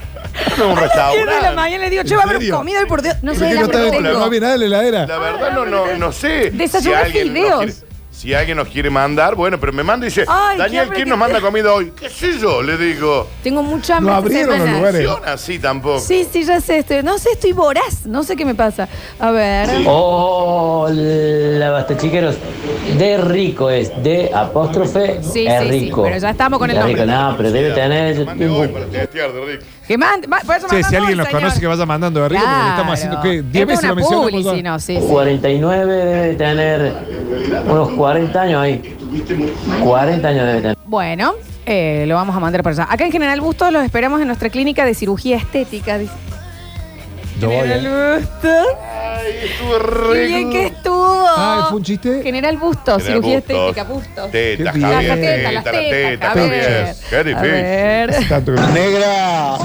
No es
Diez de
un
la
restaurante.
mañana le digo, che,
¿En
va a haber
serio?
comida hoy por Dios. No
¿por
sé
qué
el
no,
hambre
está
que
de- no
tengo.
había nada en la heladera.
La verdad, no, no, no sé.
Desayuné
nos
fideos.
quiere- si alguien nos quiere mandar, bueno, pero me manda y dice,
Ay, qué
Daniel,
hambre
¿quién
que
nos manda
tengo.
comida hoy? ¿Qué sé yo? Le digo.
Tengo mucha hambre
No
esta
abrieron los
semana.
lugares.
Funciona así tampoco.
Sí, sí, ya sé, estoy, no sé, estoy voraz, no sé qué me pasa. A ver.
Hola, basta chiqueros. De rico es, de apóstrofe
Sí,
es
sí, sí,
rico.
pero ya estamos con el
De
nombre.
rico, no, pero debe tener.
Mande hoy para testear de rico.
Que mande, va- vaya
Che,
mandando
si alguien
hoy,
los
señor.
conoce que vaya mandando de rico, porque le estamos haciendo que 10
Esto es
veces lo
una
mencionamos.
publi, si no, sí, sí.
49 debe tener unos 40 años ahí. 40 años debe tener.
Bueno, eh, lo vamos a mandar para allá. Acá en General Bustos los esperamos en nuestra clínica de cirugía estética. dice.
Yo voy,
General
eh.
Bustos.
Ay, estuvo
Qué
re
bien que estuvo.
Ah, ¿fue un chiste?
General Bustos,
General
cirugía
Bustos.
estética, Bustos.
Teta,
Qué
Las
bien.
Javier,
tetas, las
teta, la teta,
tetas,
Javier.
Javier.
Qué
A
difícil.
ver.
Tanto que-
Negra,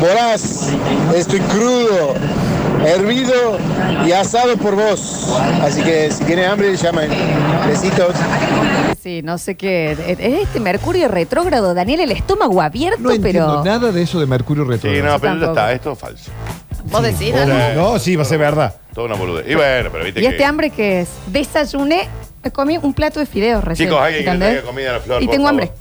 voraz, estoy crudo, hervido y asado por vos. Así que si tiene hambre, llamen. Besitos.
Sí, no sé qué. Es este Mercurio retrógrado, Daniel, el estómago abierto,
No entiendo
pero.
nada de eso de Mercurio retrógrado.
Sí, no, pero ya
tampoco.
está, esto es falso.
Vos decís,
Vos
Dani.
decís.
No, sí, va a ser verdad.
Toda una boludez. Y bueno, pero viste
¿Y
que.
este hambre qué es? Desayuné, me comí un plato de fideos recién.
Chicos, alguien que le
¿entendés?
traiga comida a la flor.
Y
por
tengo
favor.
hambre.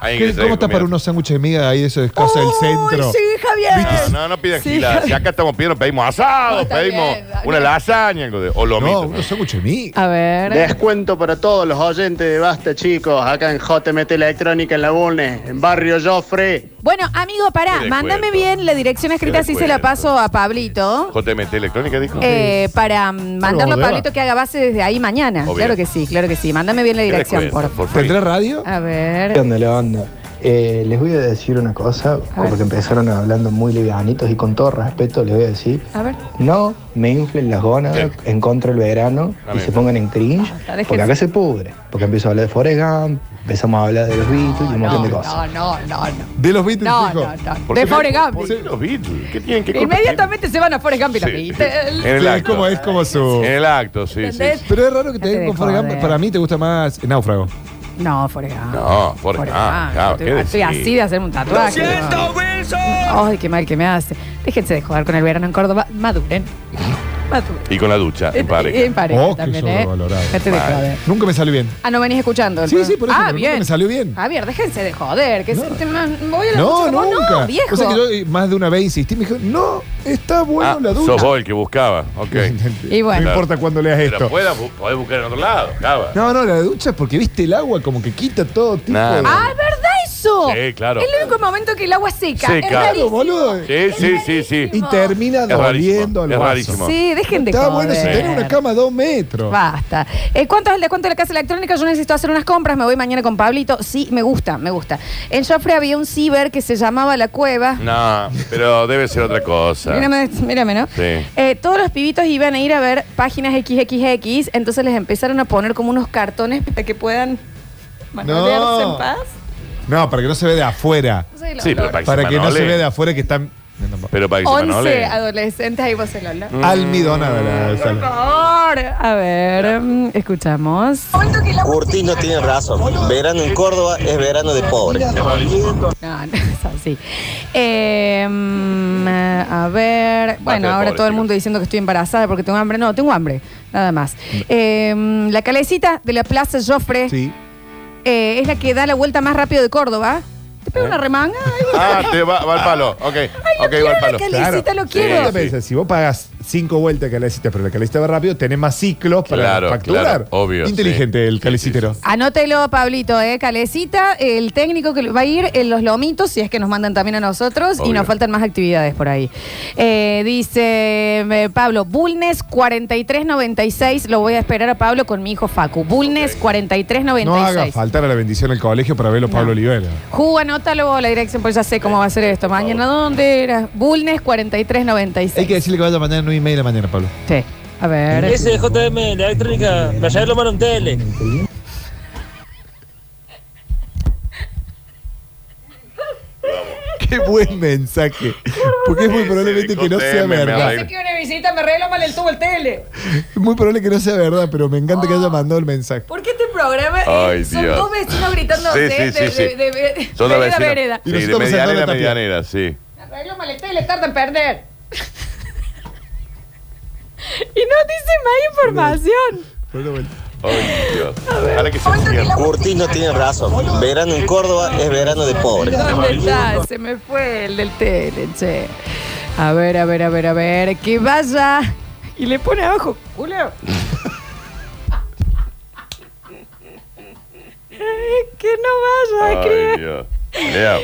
Alguien que
¿Qué-
le traiga
¿Cómo está
comida.
para unos sándwiches de miga ahí de eso de casa del
¡Uy,
centro?
Sí, Javier.
No, no, no pidan
Sí,
giladas. Si
Javier.
acá estamos pidiendo, pedimos asado,
No, está
pedimos
bien, está
una
bien.
lasaña algo de- o lo
No,
mismo.
unos sándwiches de miga.
A ver.
Descuento para todos los oyentes de Basta, chicos. Acá en JMT Electrónica en Lagunes, en Barrio Joffre.
Bueno, amigo, pará,
Qué
mándame
descuento.
bien la dirección escrita,
Qué
así se la
descuento.
paso a Pablito.
JMT Electrónica dijo.
eh, para mm, mandarlo a
Deba.
Pablito que haga base desde ahí mañana.
Obvio.
Claro que sí, claro que sí. Mándame bien la
¿Qué
dirección,
les
por
cuento?
favor.
Por
¿Tendrá
favor.
radio?
A
¿Qué
ver.
onda la onda? Eh, les voy a decir una cosa,
ver.
porque empezaron hablando muy livianitos y con todo respeto les voy a decir,
A ver.
no me inflen las
Bien.
gónadas en contra del verano
Está
y
bien.
se pongan en cringe,
Ah, está, déjense.
porque acá se pudre, porque empiezo a hablar de Forrest Gump, empezamos a hablar de los Beatles y un montón
No,
de
no,
cosas.
no, no, no.
De los Beatles,
No,
dijo.
no, no.
¿Por qué
De
no-
Forrest
por
Gump.
qué los Beatles? ¿Qué tienen? ¿Qué culpa
Inmediatamente se van a Forrest Gump y los
tienen? Sí.
Beatles. ¿eh?
En
Sí,
el
es como,
acto.
es como su...
En el acto, sí, sí.
¿Entendés?
sí.
Pero es raro que te
Déjate
digan con
de
Forrest Gump.
joder.
Para mí te gusta más Náufrago.
No, Forrest Gump.
No, Forrest Gump, claro,
estoy,
¿qué
estoy
decís?
así de hacer un tatuaje.
¡Lo
siento, Wilson! Ay, qué mal que me hace. Déjense de jugar con el verano en Córdoba. Maduren. Maduren.
Y con la ducha, en pareja.
eh, En pareja
Oh, qué
también, ¿eh?
sobrevalorado.
Déjate de joder.
Nunca me salió bien.
Ah, ¿no venís escuchando?
Sí, sí, por eso,
Ah,
pero nunca
bien.
me salió bien.
Javier, déjense de joder. Que se- te- voy a la
No,
ducha con vos.
nunca.
No, viejo.
O sea que yo eh, más de una vez insistí, me dijo, no, está bueno
Ah,
la ducha.
sos vos el que buscaba. Ok.
Y bueno.
No importa cuándo leas
Pero
esto.
pueda bu- podés buscar en otro lado, Cava.
No, no, la ducha es porque viste el agua como que quita todo tipo
Nah,
de...
nah.
Ah, ¿es verdad eso?
Sí, claro.
Es el único momento que el agua seca.
Seca.
Es rarísimo.
boludo.
Sí, sí, sí, sí.
Y termina
Es rarísimo,
doliendo al
es
vaso.
rarísimo.
Sí, dejen de
Está
joder.
bueno si tenés una cama a dos metros.
Basta. Eh, ¿Cuánto es el descuento de la casa electrónica? Yo necesito hacer unas compras, me voy mañana con Pablito. Sí, me gusta, me gusta. En Joffre había un ciber que se llamaba La Cueva.
No, pero debe ser otra cosa.
Mírame, mírame, ¿no?
Sí.
Eh, todos los pibitos iban a ir a ver páginas XXX, entonces les empezaron a poner como unos cartones para que puedan manolearse en paz.
No, para que no se vea de afuera.
No sé, lo
Sí, pero
olor.
para que
Para
se
que no
manolee.
se vea de afuera que están...
Pero para que se
11
manole. Mm.
adolescentes, ahí vos el olor.
Almidonada Mm. la
Por
sala.
favor. A ver, mm, escuchamos.
Curtis no tiene razón. Verano en Córdoba es verano de pobre.
No, no es así. Eh, mm, eh, a ver. Bueno,
de
ahora
pobres,
todo el
chicos.
mundo diciendo que estoy embarazada porque tengo hambre. No, tengo hambre, nada más. Eh, mm, la calecita de la Plaza Joffre
Sí.
eh, es la que da la vuelta más rápido de Córdoba. Te pego una remanga. ay,
Ah, te va, va al palo. Ok, ok, va al palo.
Calecita, lo quiero.
Sí, pensás, Si vos pagas cinco vueltas de calecita, pero la calecita va rápido, tenés más ciclos para
Claro,
facturar.
claro, obvio,
Inteligente el calecitero.
Anótelo, Pablito, eh, Calecita, el técnico que va a ir en los lomitos, si es que nos mandan también a nosotros, y
Obvio.
nos faltan más actividades por ahí. Eh, dice eh, Pablo, Bulnes 4396, lo voy a esperar a Pablo con mi hijo Facu. Bulnes
No haga
4396.
faltar a la bendición al colegio para verlo Pablo Olivera.
Ju, anótalo la dirección, pues ya sé cómo va a ser esto. Mañana, ¿dónde era? Bulnes 4396.
Hay que decirle que vaya mañana a 9 y media de la mañana, Pablo.
Sí. A ver.
Ese JM, la electrónica, me ayer lo mandaron tele.
Qué buen mensaje. Porque es muy probablemente que no sea
me
verdad.
que una visita me arregla mal el tubo el tele.
Es muy probable que no sea verdad, pero me encanta que haya mandado el mensaje.
¿Por qué este programa eh,
Ay,
son
Dios.
dos vecinos gritándose
Sí, sí,
de,
sí, sí.
de- de- de-
Son
vereda a
los vecinos.
vereda?
Sí,
Y nosotros
de medianera a
pensando en la
medianera, sí.
Arreglo maleta y le tarda en perder. y no dice más información.
Ay, Dios. Ojalá que se entienda.
Curtis no tiene razón. Verano en Córdoba es verano de pobre.
¿Dónde está? Ah, Se me fue el del tele, che. A ver, a ver, a ver, a ver. Que vaya. Y le pone abajo, culo. que no vaya,
Ay,
escribe.
Dios. Lea.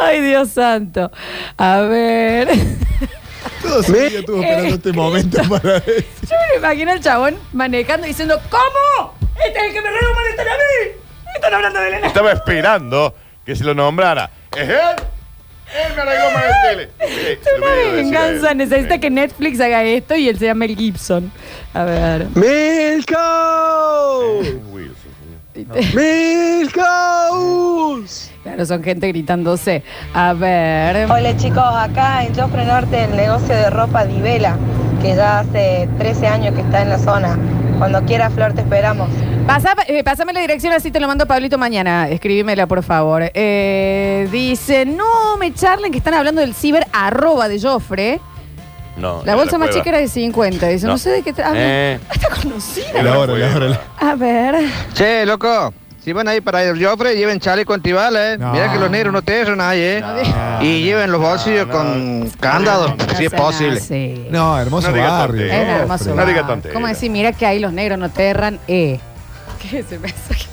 Ay, Dios santo. A ver.
Todo su vida estuvo esperando
Eh,
este momento para decir.
Yo me lo imagino al chabón manejando diciendo, ¿cómo? Este es el que me regó para estar a mí. Me están hablando de Elena.
Estaba esperando que se lo nombrara. ¿Es él? Él me arregló mal el tele. Sí, se lo hubiera ido a
Una
decir a él.
venganza. Necesita que Netflix haga esto y él se llame el Gibson. A ver.
¡Milko!
¡Milcaus! Claro, son gente gritándose. A ver.
Hola chicos, acá en Jofre Norte el negocio de ropa Divela, que ya hace 13 años que está en la zona. Cuando quiera, Flor, te esperamos.
Pasa- eh, pásame la dirección, así te lo mando Pablito mañana. Escribímela, por favor. Eh, dice, no me charlen que están hablando del ciber arroba de Joffre.
No,
La
era
bolsa más
cueva.
chica era de 50. Dice, no,
No.
sé de qué te hablan.
Eh.
Está conocida.
Era
La hora,
cueva.
la hora. la-
A ver.
Che, loco, si van ahí para el Joffre, lleven chaleco antibal, eh. Mirá que los negros no te dejan ahí, eh. y lleven los bolsillos con candados, si es posible.
No, hermoso
No digas
barrio.
tonterías.
Era hermoso.
No diga
bar.
tontería.
¿Cómo decir? Mira que ahí los negros no te erran. Eh. ¿Qué es ese mensaje?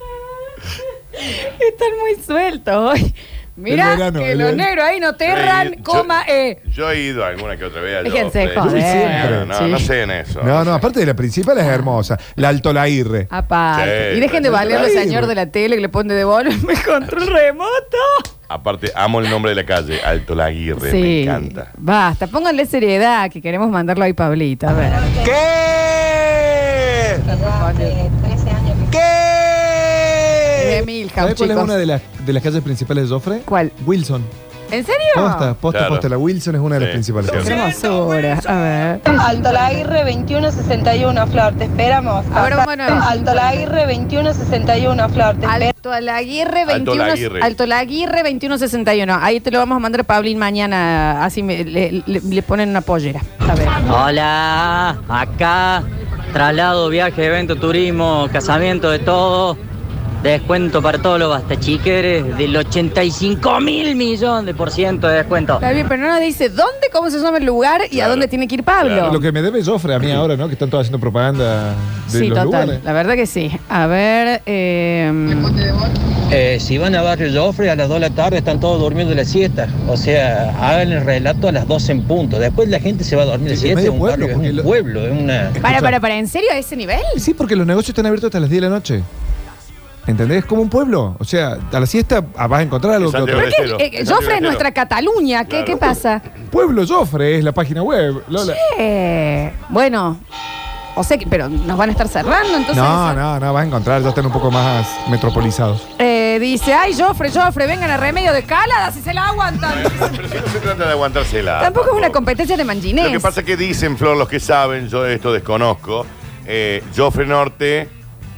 Están muy sueltos hoy. Mira
El verano,
que
el
los
verano.
negros ahí no te
Sí,
erran,
yo-
coma, eh.
Yo he ido alguna que otra vez. a
Déjense
Joffre.
joder. Uy, siempre.
No, no, no sé en eso.
No, no, aparte de la principal es hermosa. La Alto Lairre.
Aparte.
Sí,
y dejen de
está
valer al
bien.
señor de la tele que le pone de volumen el control remoto.
Aparte, amo el nombre de la calle, Alto Laguirre. Me
Sí.
encanta.
Basta, pónganle seriedad que queremos mandarlo ahí, Pablito. A ver.
¿Qué?
¿Qué?
eh,
¡Eh!
¿Sabés cuál es una de las, de las calles principales de Joffre?
¿Cuál?
Wilson.
¿En serio?
Posta, posta, posta. La Wilson es una de las principales.
Qué hermosura. A ver.
Alto Laguirre 2161, Flor, te esperamos.
A ver, bueno.
Alto Laguirre 2161, Flor, te esperamos.
Alto Laguirre
Alto
21
Laguirre.
Alto Laguirre 2161. Ahí te lo vamos a mandar a Pablín mañana, así me- le, le- le ponen una pollera. A ver.
Hola, acá, traslado, viaje, evento, turismo, casamiento, de todo. Descuento para todos los bastachiqueres del 85 mil millones de por ciento de descuento.
Está bien, pero no nos dice dónde, cómo se llama el lugar y a dónde tiene que ir Pablo.
Lo que me debe Jofre a mí ahora, ¿no? Que están todos haciendo propaganda de
Sí,
los
total.
lugares.
La verdad que sí. A ver. Eh,
Eh, si van a Barrio Joffre a las 2 de la tarde están todos durmiendo la siesta. O sea, hagan el relato a las 12 en punto. Después la gente se va a dormir la
Es
siesta. Es
medio
un
pueblo,
barrio, es un pueblo, es una.
para, para, para, ¿en serio a ese nivel?
Sí, porque los negocios están abiertos hasta las 10 de la noche. ¿Entendés? Es como un pueblo. O sea, a la siesta ah, vas a encontrar algo que otro.
¿Pero qué? Eh, Jofre es nuestra Cataluña. ¿Qué, ¿Qué pasa?
Pueblo Jofre es la página web. Lola.
Che, Bueno, o sea, que- pero nos van a estar cerrando, entonces.
No, no, no, vas a encontrar. Ya están un poco más metropolizados.
Eh, dice, ay, Jofre, Jofre, vengan a remedio de calada si se la aguantan.
Pero si no se trata de aguantársela.
Tampoco es una competencia de manginés.
Lo que pasa es que dicen, Flor, los que saben, yo esto desconozco. Eh, Joffre Norte,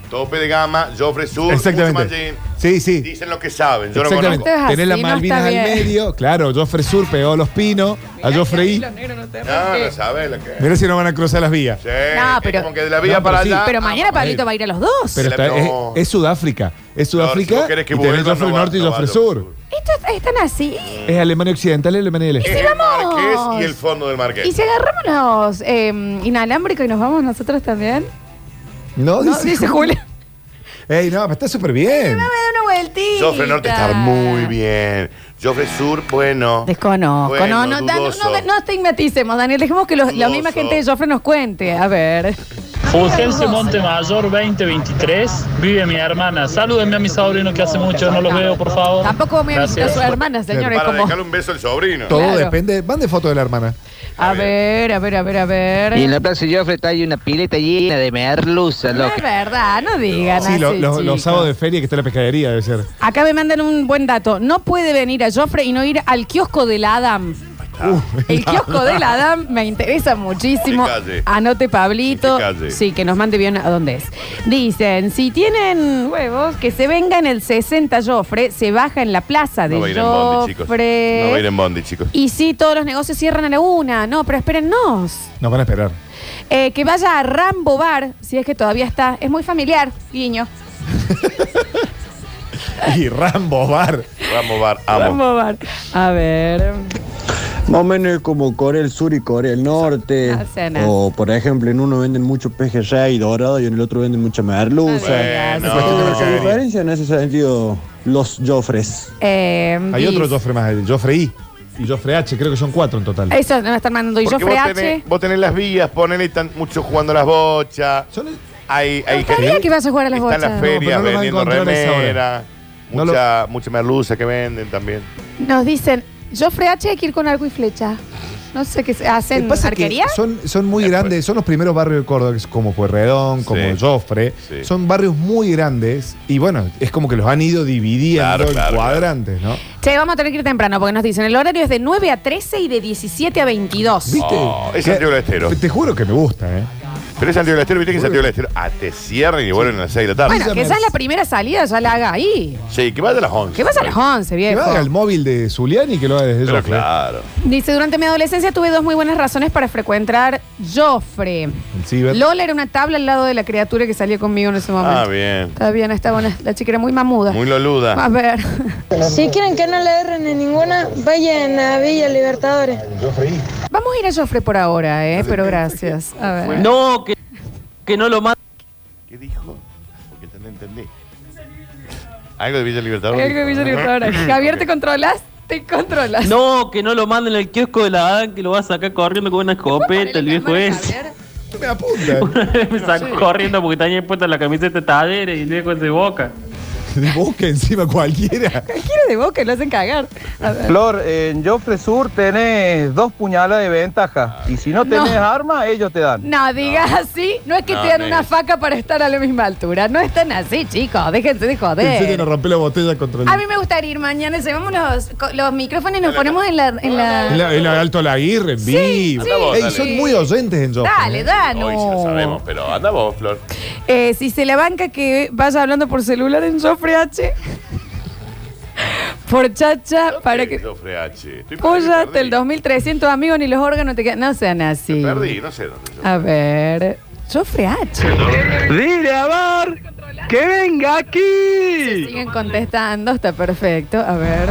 tope de gama, Joffre Sur,
Exactamente.
mucho mallín.
Sí, sí.
Dicen los que saben, yo no
Exactamente.
conozco.
Tenés la
así, no
Malvinas
está
al
bien.
medio. Claro, Jofre Sur pegó a los pinos. A Jofre I.
No, no sabes lo que es.
Mirá si no van a cruzar las vías.
Sí,
No,
es
pero-
como que de la vía
No, pero
para
sí.
allá.
Pero
ah,
mañana Pablito va a ir a los dos.
Pero está- es,
No.
es Sudáfrica. Es
si vos
Sudáfrica.
querés que
y tenés
vuelva,
Jofre
no va-
Norte y
no va
Jofre
Joffre
Sur.
Estos están así.
Es Alemania Occidental y Alemania del
¿Y
Este.
si vamos?
Marqués y el fondo del Marqués.
¿Y si agarramos los eh, inalámbricos y nos vamos nosotros también?
No,
No, dice Julio.
Ey, no, pero está súper bien.
Me da una vueltita.
Joffre Norte está muy bien. Joffre Sur, bueno.
Desconozco. no,
Bueno,
no, Dan- no,
dudoso.
no, no estigmaticemos, Daniel. Dejemos que los- la misma gente de Joffre nos cuente. A ver.
Fulgencio Montemayor 2023. Vive mi hermana. Salúdenme a mi sobrino que hace mucho no los veo, por favor.
Tampoco voy a visitar a su
Gracias.
hermana, señores.
Para
Como...
dejarle un beso al sobrino.
Todo
Claro.
depende. Van de foto de la hermana.
A ver, a ver, a ver, a ver.
Y en la Plaza Joffre está ahí una pileta llena de merluza,
No es
loco.
verdad, no digan
Sí, lo-
así,
lo-
chicos.
los sábados de feria que está en la pescadería, debe ser.
Acá me mandan un buen dato. No puede venir a Joffre y no ir al kiosco del Adam. Ah. El kiosco del Adam me interesa muchísimo.
¿En qué calle?
Anote Pablito.
¿En qué calle?
Sí, que nos mande bien a dónde es. Dicen, si tienen huevos, que se venga en el 60 Joffre, se baja en la plaza de
No va a ir en bondi, chicos.
Joffre.
No va a ir en bondi, chicos.
Eh, y sí, todos los negocios cierran a la una. No, pero espérennos.
Nos van a esperar.
Eh, que vaya a Rambo Bar, si es que todavía está. Es muy familiar, guiño.
Y Rambo Bar.
Rambo Bar,
Rambo Bar. A ver.
Más o menos es como Corea del Sur y Corea del Norte.
Ah, No sé nada.
O, por ejemplo, en uno venden mucho pejerrey y dorado y en el otro venden mucha merluza.
Bueno.
Es cuestión de marcar diferencia en ese sentido, los Joffres.
Eh,
Hay otro
dice-
Joffre más, el Joffre I y Joffre H, creo que son cuatro en total.
Eso nos están mandando. Y
Porque
Joffre
vos
H.
tenés, vos tenés las vías, ponele, están muchos jugando a las bochas. Hay, hay
Está bien que vayas a jugar a las
Están
bochas.
las ferias
No, pero no lo vas a
vendiendo
encontrar a esa hora.
remera, mucha, mucha merluza que venden también.
Nos dicen, Joffre H hay que ir con arco y flecha. No sé qué se- hacen.
Lo que pasa es que
¿Arquería?
son, son muy grandes, son los primeros barrios de Córdoba, que es como Puerredón, como Jofre. Son barrios muy grandes y bueno, es como que los han ido dividiendo
Claro,
en
claro, claro.
cuadrantes, ¿no?
Che, vamos a tener que ir temprano porque nos dicen, el horario es de 9 a 13 y de 17 a 22.
¿Viste?
Oh, es
Que-
Santiago del Estero.
Te juro que me gusta, ¿eh?
Pero es Santiago del Estero, viste que en Santiago del Estero ah, te cierran y vuelven a las 6 de la tarde.
Bueno, que esa es la primera salida, ya la haga ahí.
Sí, que vaya a las 11.
Que vas a las 11,
Que
viejo.
vaya al móvil de Zuliani y que lo haga desde ¿eh?
Pero
Jofre.
claro.
Dice, durante mi adolescencia tuve dos muy buenas razones para frecuentar Joffre.
El ciber.
Lola era una tabla al lado de la criatura que salía conmigo en ese momento.
Ah, bien.
Está bien, está buena. La chica era muy mamuda.
Muy
A
loluda.
ver.
Si quieren que no le erren en ninguna, vayan a Villa Libertadores.
Vamos a ir a Joffre por ahora, ¿eh? Pero gracias. A ver.
No, que, que no lo maten.
¿Qué dijo? Porque te no entendí. Algo de Villa Libertador.
Algo de Villa Libertadora. Javier, ¿te controlas? Te controlas.
No, que no lo manden al kiosco de la Adam, que lo va a sacar corriendo con una escopeta, el viejo ese.
Me apunta.
Una vez me sacó corriendo porque tenía puesta la camiseta de Tadera y el viejo es de boca.
de boca encima cualquiera.
Cualquiera de boca lo hacen cagar. A ver.
Flor, en Joffre Sur tenés dos puñalas de ventaja. Y si no tenés
No.
arma, ellos te dan.
No, digas así. No es que
No,
te dan
nene.
una faca para estar a la misma altura. No están así, chicos. Déjense de
En serio,
joder.
nos rompe la botella contra el.
A mí me gustaría ir mañana. Llevamos los, co- los micrófonos y nos ponemos en la. En la...
El, el Alto Laguirre, en vivo.
sí, Anda vos,
Ey,
dale.
son muy oyentes en Joffre. ¿eh?
Dale, Danu.
Hoy sí lo sabemos, pero anda vos, Flor.
Eh, si se la banca que vaya hablando por celular en Sofre H. por chacha, para que.
Joffre H. Estoy
Cuya, hasta el 2300 amigos ni los órganos te quedan. No sean así.
perdí, no sé dónde.
A ver. Sofre H.
Dile a Bar que venga aquí.
Siguen contestando, está perfecto. A ver.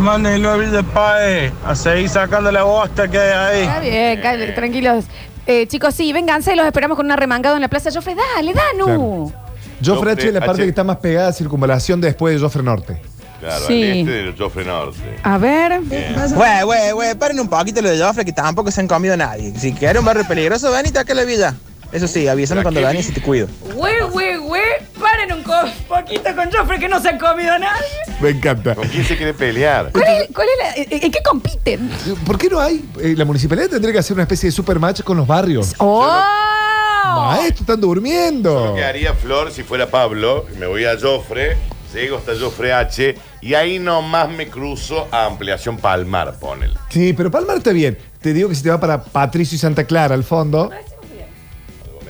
Mándenlo a Villa Pae a seguir sacando la bosta que hay ahí.
Está bien, cal- tranquilos. Eh, chicos, sí, vénganse, los esperamos con una remangada en la plaza. Joffre, dale, Danu.
Joffre
Joffre
H es la parte
H.
que está más pegada a circunvalación de después de Joffre Norte.
Claro,
Sí.
el este del Joffre Norte.
A ver.
Güey, güey, güey, paren un poquito lo de Joffre que tampoco se han comido a nadie. Si quieres un barrio peligroso, ven y taca la villa. Eso sí, avísame cuando vengas y te cuido.
Güey, güey, güey, paren un co- poquito con Joffre que no se han comido a nadie.
Me encanta. ¿Con
quién se quiere pelear?
¿Cuál es, cuál es la- eh, ¿En qué compiten?
¿Por qué no hay? Eh, la municipalidad tendría que hacer una especie de supermatch con los barrios.
¡Oh!
Maestro, están durmiendo.
¿Qué haría Flor si fuera Pablo? Me voy a Joffre, llego hasta Joffre H y ahí nomás me cruzo a Ampliación Palmar, ponele.
Sí, pero Palmar está bien. Te digo que si te va para Patricio y Santa Clara al fondo.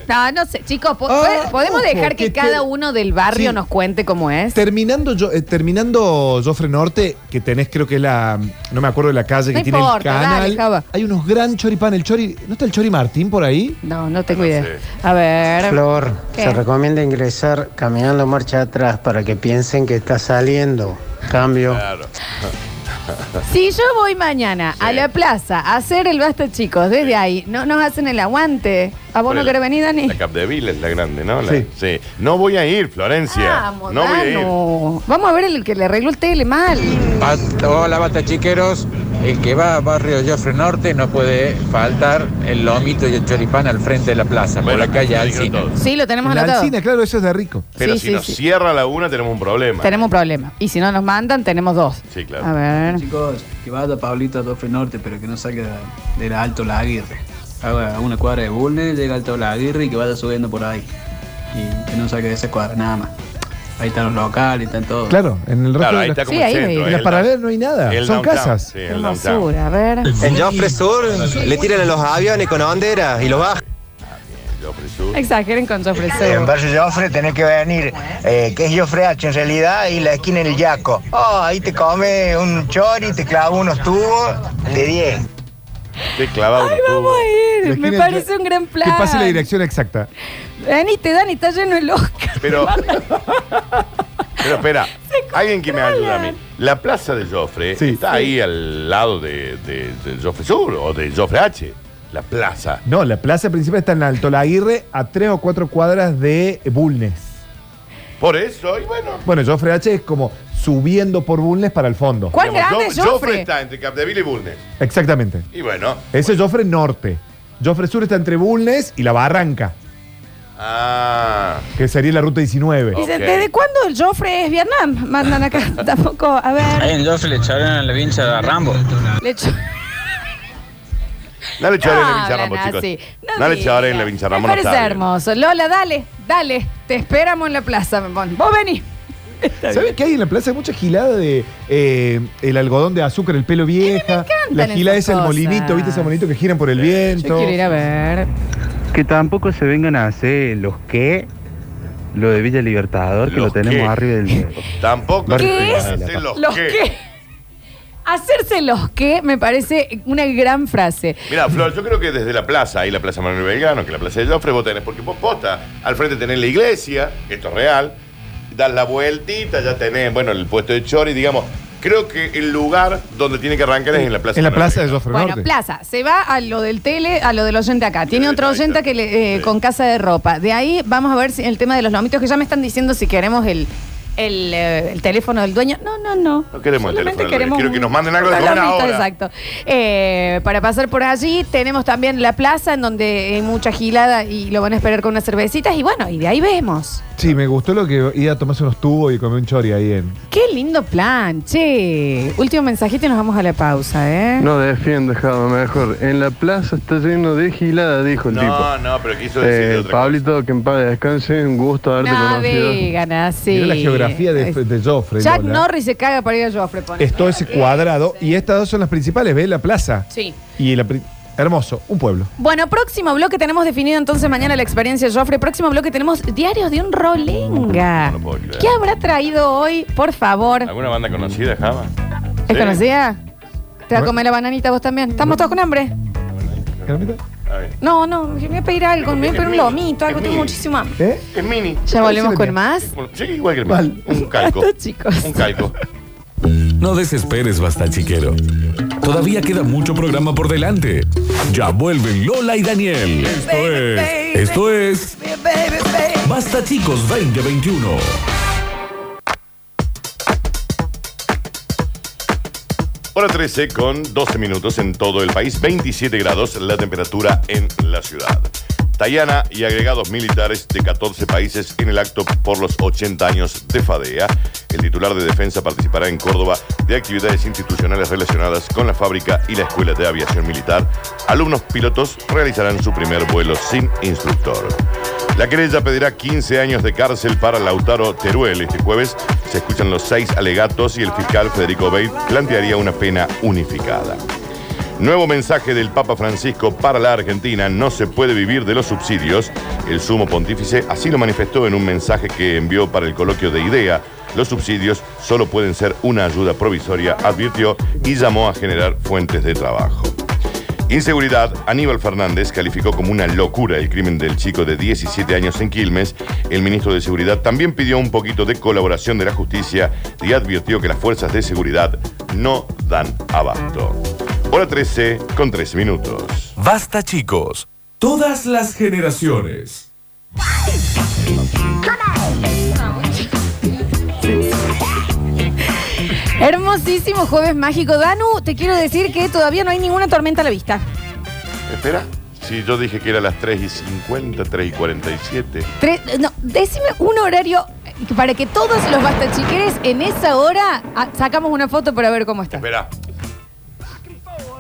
No, no sé. Chicos, po-
Ah,
¿podemos
ojo,
dejar que,
que te-
cada uno del barrio
Sí.
nos cuente cómo es?
Terminando, yo, eh, terminando Joffre Norte, que tenés creo que la. No me acuerdo de la calle
No
que tiene
importa,
el canal.
dale, Java.
Hay unos gran choripán. El chori, ¿No está el chori Martín por ahí?
No, no tengo idea. A ver.
Flor,
¿Qué?
se recomienda ingresar caminando marcha atrás para que piensen que está saliendo. Cambio.
Si yo voy mañana a la plaza a hacer el basta, chicos, desde ahí, ¿no nos hacen el aguante? ¿A vos no
Ponele.
querés venir, Dani?
La Capdeville es la grande, ¿no? La-
Sí.
sí. No voy a ir, Florencia.
Vamos,
no voy a ir.
Danu. Vamos a ver el que le arregló el tele mal.
Basta- Hola, basta chiqueros. El que va a barrio Joffre Norte no puede faltar el lomito y el choripán al frente de la plaza, por la calle Alcina.
Sí, lo tenemos
La
anotado.
Alcina, claro, eso es de rico.
Pero
Sí,
si
sí,
nos
sí.
cierra la una, tenemos un problema.
Tenemos un problema. Y si no nos mandan, tenemos dos.
Sí,
A
claro.
ver.
Chicos, que vaya Pablito a Dofre Norte, pero que no saque de- de la Alto La Aguirre. Haga una cuadra de Bulnes, llega a Alto La Aguirre y que vaya subiendo por ahí. Y que no saque de esa cuadra, nada más. Ahí están los locales, están todos.
Claro, en el resto
Claro,
de
ahí
la-
está como
Sí, el ahí centro,
En
ahí
la
el
paralela no hay nada.
el
Son
downtown,
casas.
sí,
el
Basura, a ver.
En Joffre Sur le tiran a los aviones con
Ah,
honderas y los bajan.
Exageren con su ofrecer.
En Barrio Joffre tenés que venir, eh, que es Joffre H en realidad, y la esquina en el Yaco. Oh, ahí te come un chori, te clava unos tubos de 10.
Te clavado
Ay, vamos a ir. Me parece un gran
Que
plan.
pase la dirección exacta.
Venite, Dani, está lleno el Oscar.
Pero. Pero espera, alguien que me ayude a mí. La plaza de Joffre está ahí al lado de, de- de Joffre Sur o de Joffre H. La plaza.
No, la plaza principal está en Alto La Aguirre, a tres o cuatro cuadras de Bulnes.
Por eso, y bueno.
Bueno, Joffre H es como subiendo por Bulnes para el fondo.
¿Cuál
grande es Joffre?
está entre Capdeville y Bulnes.
Exactamente.
Y bueno.
Ese es Joffre Norte. Joffre Sur está entre Bulnes y la Barranca,
Ah.
que sería la ruta 19.
Dice, ¿desde cuándo el Joffre es Vietnam? Mandan acá, tampoco. A ver.
Ahí en Joffre le echaron a la vincha a Rambo.
Le echo-
No le echaron
No,
la vincha
hablan
Ramón, chicos.
así. No
No le
digan.
echaron la vincha
Me
Ramón. no
parece
está bien.
hermoso. Lola, dale, dale. Te esperamos en la plaza, me pon. Vos venís.
¿Sabes qué hay en la plaza? Hay mucha gilada de eh, el algodón de azúcar, el pelo vieja. La gila es
esas
el
cosas.
molinito, ¿viste ese molinito que giran por el viento?
Yo quiero ir a ver. Ah.
Que tampoco se vengan a hacer los que, lo de Villa Libertador, que lo tenemos arriba del.
Tampoco
Barrio
¿Qué
Rivadavia,
es?
la paz.
Los que. Hacerse los que me parece una gran frase.
Mira, Flor, yo creo que desde la plaza, ahí la Plaza Manuel Belgrano, que la Plaza de Joffre, vos tenés, porque vos posta, al frente tenés la iglesia, esto es real, das la vueltita, ya tenés, bueno, el puesto de Chori, digamos, creo que el lugar donde tiene que arrancar es en la Plaza
En la
Manuel
plaza de
Belgrano.
Joffre
Bueno,
Norte.
plaza. Se va a lo del tele, a lo del oyente acá. Tiene otro oyente que le- eh, con casa de ropa. De ahí vamos a ver si el tema de los lomitos, que ya me están diciendo si queremos el, el, eh, el teléfono del dueño. No, no, no.
No queremos el
Solamente
teléfono. del dueño. Quiero que nos manden algo de
Una
una
lomita,
hora.
Exacto. Eh, para pasar por allí tenemos también la plaza en donde hay mucha gilada y lo van a esperar con unas cervecitas y bueno, y de ahí vemos.
Sí, me gustó lo que iba a tomarse unos tubos y comer un chori ahí en.
Qué lindo plan, che. Último mensajito y nos vamos a la pausa, ¿eh?
No defiendo, Java, mejor. En la plaza está lleno de gilada, dijo el
No,
tipo. Eh,
no, pero quiso decirle otra cosa.
Pablito, que en paz descanse, un gusto haberte
No
conocido.
digan así.
Mirá la geografía de, de Joffre.
Jack
Lola.
Norris se caga para ir a Joffre. pone.
Es todo ese cuadrado. Y estas dos son las principales. ¿Ves la plaza?
Sí.
Y la pri- hermoso, un pueblo.
Bueno, próximo bloque tenemos definido entonces mañana la experiencia Joffre. Próximo bloque tenemos diarios de un rolenga. ¿Qué habrá traído hoy? Por favor.
¿Alguna banda conocida, Java?
¿Es conocida? ¿Te va a comer la bananita vos también? ¿Estamos todos con hambre? No, no, me voy a pedir algo, me voy a pedir un lomito, algo, tengo muchísimo hambre.
¿Eh?
Es mini.
Ya volvemos con más.
Sí, igual que el mío. Un calco. Un calco.
No desesperes, basta chiquero. Todavía queda mucho programa por delante. Ya vuelven Lola y Daniel. Esto es. Esto es. Basta chicos 2021.
Hora 13 con 12 minutos en todo el país, 27 grados la temperatura en la ciudad. Tayana y agregados militares de 14 países en el acto por los 80 años de FADEA. El titular de defensa participará en Córdoba de actividades institucionales relacionadas con la fábrica y la escuela de aviación militar. Alumnos pilotos realizarán su primer vuelo sin instructor. La querella pedirá 15 años de cárcel para Lautaro Teruel. Este jueves se escuchan los seis alegatos y el fiscal Federico Beit plantearía una pena unificada. Nuevo mensaje del Papa Francisco para la Argentina. No se puede vivir de los subsidios. El sumo pontífice así lo manifestó en un mensaje que envió para el coloquio de IDEA. Los subsidios solo pueden ser una ayuda provisoria, advirtió y llamó a generar fuentes de trabajo. Inseguridad, Aníbal Fernández calificó como una locura el crimen del chico de 17 años en Quilmes. El ministro de Seguridad también pidió un poquito de colaboración de la justicia y advirtió que las fuerzas de seguridad no dan abasto. Hora 13 con 13 minutos.
Basta chicos. Todas las generaciones.
Hermosísimo jueves mágico. Danu, te quiero decir que todavía no hay ninguna tormenta a la vista.
Espera, si yo dije que era las 3 y 50, 3 y 47.
Tres- no, decime un horario para que todos los bastachiqueres en esa hora ah, sacamos una foto para ver cómo está.
Espera.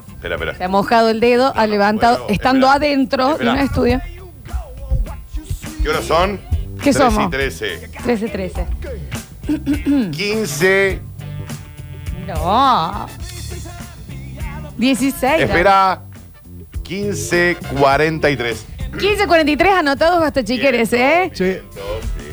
Espera,
Se
espera.
ha mojado el dedo, ha levantado, estando adentro
espera.
de un estudio.
¿Qué horas son?
¿Qué
13
somos?
y 13.
13-13.
15.
No. 16.
Espera. 15, 43.
15.43 anotados bastachiqueres, ¿eh?
Che,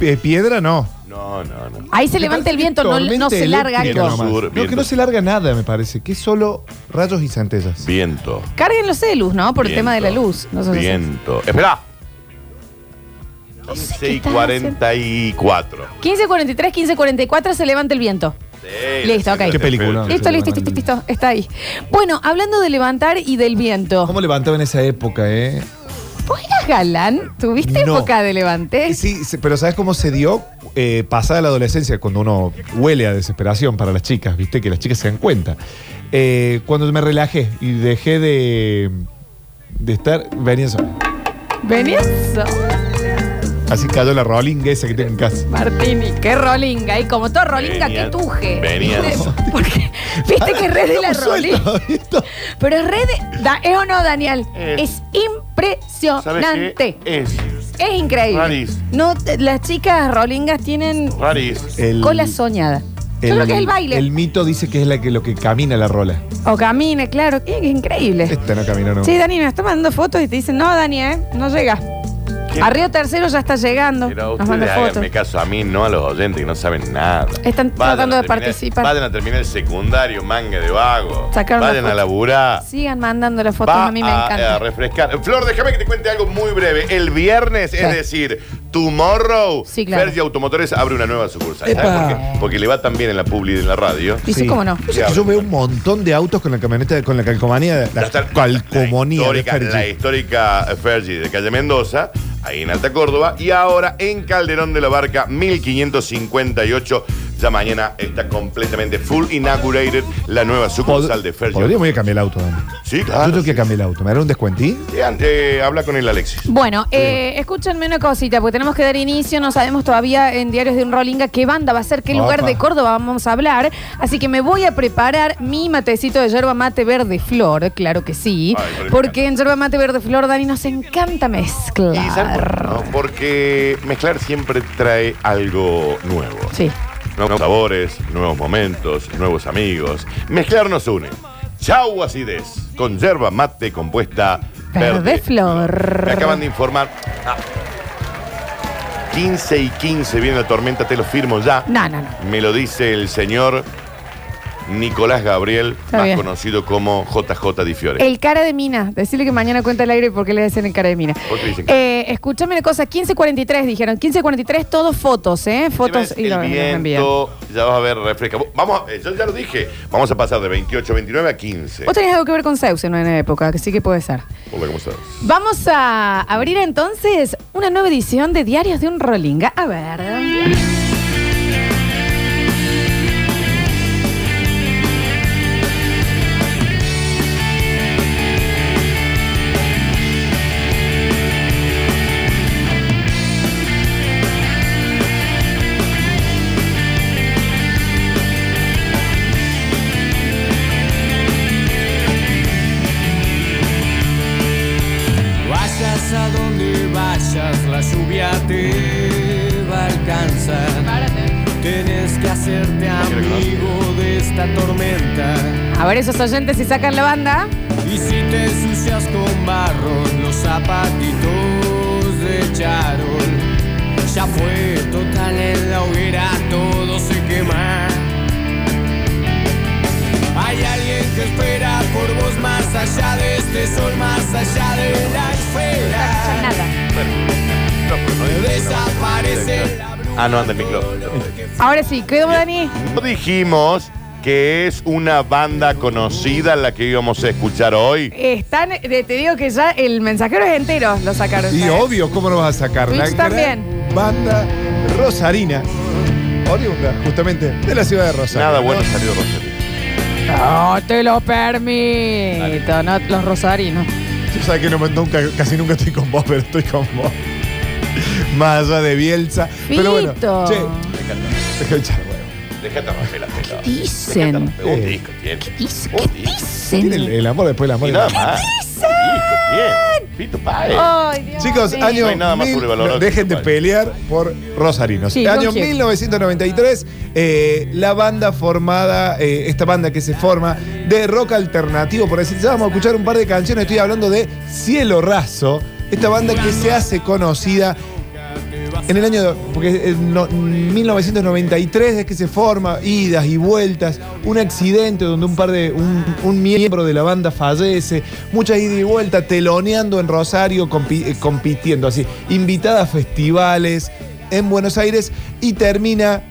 eh, piedra no.
No, no, no.
Ahí se levanta el viento, no, no se larga
Viento
algo.
nomás.
Sur,
No, que
viento.
no se larga nada, me parece. Que es solo rayos y centellas.
Viento.
Carguen los celus, ¿no? Por el tema de la luz. No sé si-
Viento. Espera.
sé
15
qué
y
estás
44.
15.43, 15.44 se levanta el viento. Listo, ok.
Qué película.
Listo, listo, listo, listo, está ahí. Bueno, hablando de levantar y del viento.
¿Cómo levantaba en esa época, eh?
¿Vos eras galán? ¿Tuviste
No.
época de levante?
Sí, se- pero ¿sabes cómo se dio? Eh, pasada la adolescencia, cuando uno huele a desesperación para las chicas, viste, que las chicas se dan cuenta. Eh, cuando me relajé y dejé de, de estar, venía sola.
¿Venías?
Así cayó la rolling esa que tengo en casa.
Martini, qué rolinga. Y como todo rolinga,
Venía-
que tuje.
venía.
¿Viste? Porque, viste que es re de la
Estamos sueltos,
rolinga. Pero es re de. da- ¿Es o no, Daniel?
Eh.
Es, impresionante.
Es
Es increíble.
Raris.
No, te- las chicas rolingas tienen
raris.
cola soñada. Yo creo que es el baile.
El mito dice que es la que, lo que camina la rola.
O camina, claro. Es increíble.
Esta no camina, no.
Sí, Dani, nos está mandando fotos y te dicen, no, Dani, ¿eh? no llega. A Río Tercero ya está llegando.
Pero
Nos manda
ustedes
fotos.
háganme caso a mí, no a los oyentes que no saben nada.
Están tratando
a
de
terminar-
participar.
Vayan a terminar el secundario, manga de vago.
Sacaron la
vayan a
foto.
laburar.
Sigan mandando las fotos,
Va
a mí me
a, eh,
encanta.
a refrescar. Flor, déjame que te cuente algo muy breve. El viernes,
Sí.
es decir, tomorrow,
Sí, claro.
Fergie Automotores abre una nueva sucursal.
Epa.
¿Sabes por qué? Porque le va tan bien en la publi y en la radio.
O sea, que yo veo un montón de autos con la camioneta, con la calcomanía, de- la, calcomanía de
histórica,
Fergie.
la histórica Fergie de calle Mendoza ahí en Alta Córdoba, y ahora en Calderón de la Barca 1558. Ya mañana está completamente full inaugurated la nueva sucursal de Fergie.
Podríamos ir a cambiar el auto, Dani.
Sí, claro.
Yo tengo que cambiar el auto. ¿Me hará un descuentín?
Eh, an- eh, habla con el Alexis.
Bueno, eh, escúchenme una cosita, porque tenemos que dar inicio, no sabemos todavía en Diarios de un Rolinga qué banda va a ser, qué lugar
Opa.
de Córdoba vamos a hablar, así que me voy a preparar mi matecito de yerba mate verde flor, claro que sí,
Ay, pero me
porque en yerba mate verde flor, Dani, nos encanta
¿Y saben
mezclar.
por qué no? Porque mezclar siempre trae algo nuevo.
Sí.
Nuevos sabores, nuevos momentos, nuevos amigos. Mezclar nos une. Chau acidez, con yerba mate compuesta verde.
Verde flor.
Me acaban de informar. Ah. 15 y 15 viene la tormenta, te lo firmo ya.
No, no, no.
Me lo dice el señor Nicolás Gabriel,
Está
más
bien.
conocido como JJ Di Fiore.
El cara de mina. Decirle que mañana cuenta el aire porque le dicen el cara de mina.
¿Por qué dicen
Eh, escúchame una cosa, 1543 dijeron. 1543, todos fotos, ¿eh? Fotos y
el
lo lo envían.
viento, ya vas a ver, refresca. Vamos, eh, yo ya lo dije, vamos a pasar de 28, 29 a 15.
Vos tenías algo que ver con Zeus en una época, que sí que puede ser.
Hola, ¿cómo estás?
Vamos a abrir entonces una nueva edición de Diarios de un Rolinga. A ver.
Vayas a donde vayas, la lluvia te va a alcanzar. Tienes que hacerte amigo de esta tormenta.
A ver esos oyentes si sacan la banda.
Y si te ensucias con barro, los zapatitos de charol. Ya fue total en la hoguera, todo se quema. Hay alguien que espera por vos más allá de este sol, más allá de la esfera.
pues
Desaparece
Ah, no, anda el micrófono.
Ahora sí, ¿quedó Dani?
No dijimos que es una banda conocida la que íbamos a escuchar hoy.
Están, eh, te digo que ya el mensajero es entero, lo sacaron.
Y
¿sabes?
obvio, ¿cómo lo vas a sacar?
Twitch
La gran
también.
Banda Rosarina. Oriunda, justamente, de la ciudad de Rosario.
Nada bueno salió Rosario.
No te lo permito, no, los rosarinos.
Yo sabes que no, me- nunca, casi nunca estoy con vos, pero estoy con vos. Más allá de Bielsa. Pero bueno.
Fito.
Che,
Déjate
escucha,
Déjate romper la pelota.
dicen?
Déjate romper. Un disco tiene.
Oh,
¿Qué dicen?
Eh, tiene el, el amor después del amor.
Y nada más. Un disco tiene. Pito Páez.
Ay, Dios
Chicos,
mío.
año.
No hay nada más
mil-
sobrevalorado que
dejen de
Tupac.
pelear por Rosarinos.
Sí,
año
¿con quién?
1993, eh, la banda formada, eh, esta banda que se forma de rock alternativo, por decir, ya vamos a escuchar un par de canciones. Estoy hablando de Cielo Raso, esta banda que se hace conocida. En el año, porque en no- 1993 es que se forma, idas y vueltas, un accidente donde un par de, un, un miembro de la banda fallece, muchas idas y vueltas, teloneando en Rosario, compi- eh, compitiendo así, invitada a festivales en Buenos Aires y termina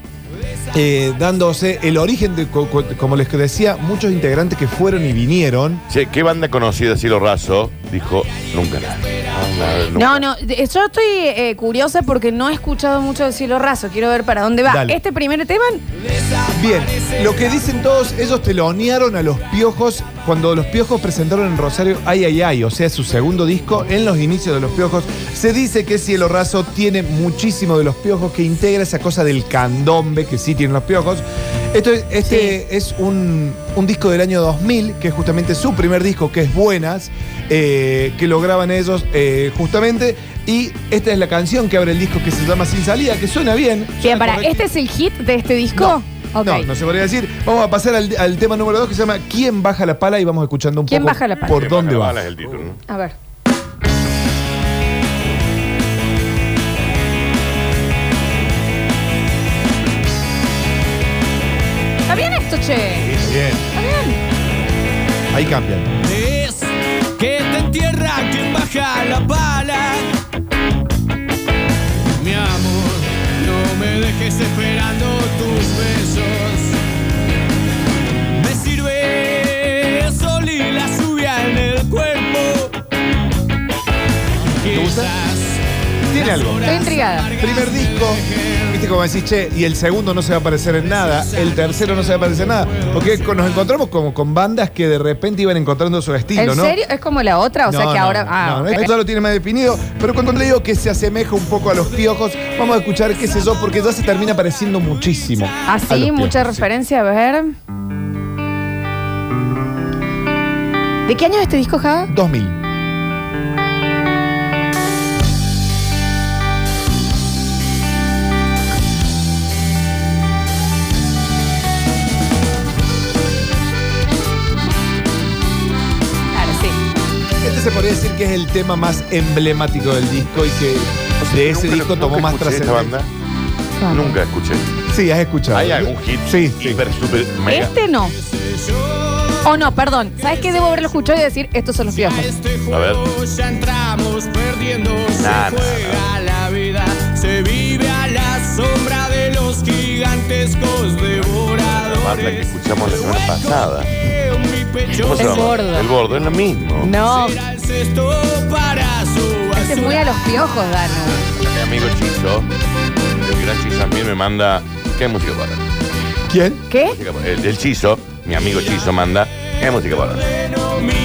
eh, dándose el origen de, co- co- como les decía, muchos integrantes que fueron y vinieron.
Che, ¿qué banda conocida, Cielo Raso? Dijo, nunca nadie. Nada, nunca.
No, no, de- yo estoy eh, curiosa porque no he escuchado mucho de Cielo Raso. Quiero ver para dónde va.
Dale.
Este primer tema,
Bien, lo que dicen todos, ellos telonearon a los piojos cuando los piojos presentaron en Rosario Ay Ay Ay, o sea, su segundo disco en los inicios de los piojos. Se dice que Cielo Raso tiene muchísimo de los piojos, que integra esa cosa del candombe que sí tienen los piojos. Esto es- este es un, un disco del año 2000, que es justamente su primer disco, que es Buenas, eh, que lo graban ellos eh, justamente. Y esta es la canción que abre el disco, que se llama Sin Salida, que suena bien.
bien,
suena
para,
correcto.
¿este es el hit de este disco? Ok.
No, no se podría decir. Vamos a pasar al, al tema número 2 que se llama ¿Quién baja la pala? Y vamos escuchando un
¿Quién
poco
baja la pala?
por
¿Quién
dónde
baja la pala
va.
es el título, ¿no?
A ver. ¿Está bien esto, che?
Bien,
¿Está bien?
ahí cambian.
es que te entierra quien baja la pala. Mi amor, no me dejes esperando tus besos. Me sirve el sol y la lluvia en el cuerpo. Quizás
tiene algo.
Estoy intrigada.
Primer disco, viste como decís, che, y el segundo no se va a parecer en nada, el tercero no se va a parecer en nada. Porque con- nos encontramos como con bandas que de repente iban encontrando su estilo,
¿En
¿no?
serio? ¿Es como la otra? O sea
No,
que
no,
ahora. ah,
no,
ok.
esto ya lo tiene más definido, pero cuando le digo que se asemeja un poco a los piojos, vamos a escuchar qué sé yo, porque ya se termina pareciendo muchísimo.
Ah,
a
sí,
los
mucha
Piojos, sí.
referencia, a ver. ¿De qué año es este disco, Java?
2000.
Claro, sí.
Este se podría decir que es el tema más emblemático del disco y que de ese
Nunca lo-
disco
nunca
tomó más
escuché esta
trascendencia.
banda. Nunca escuché.
Sí, has escuchado.
¿Hay algún hit?
Sí,
Hiper, super, mega.
Este no. Oh, no, perdón. ¿Sabes qué? Debo haberlo escuchado y decir, estos son los piojos.
A ver.
Ya entramos perdiendo,
Nah, nah,
se juega la vida, se vive a la sombra de los gigantescos devoradores.
Banda que escuchamos la semana pasada. ¿Cómo se
El
llama?
Bordo.
El bordo, es lo mismo.
No.
Será el cesto para su
Este es muy a los piojos, Danu.
Mi amigo Chicho, el gran Chizo también me manda. ¿Qué música para?
¿Quién?
¿Qué?
El, el Chizo, mi amigo Chizo manda. ¿Qué música para?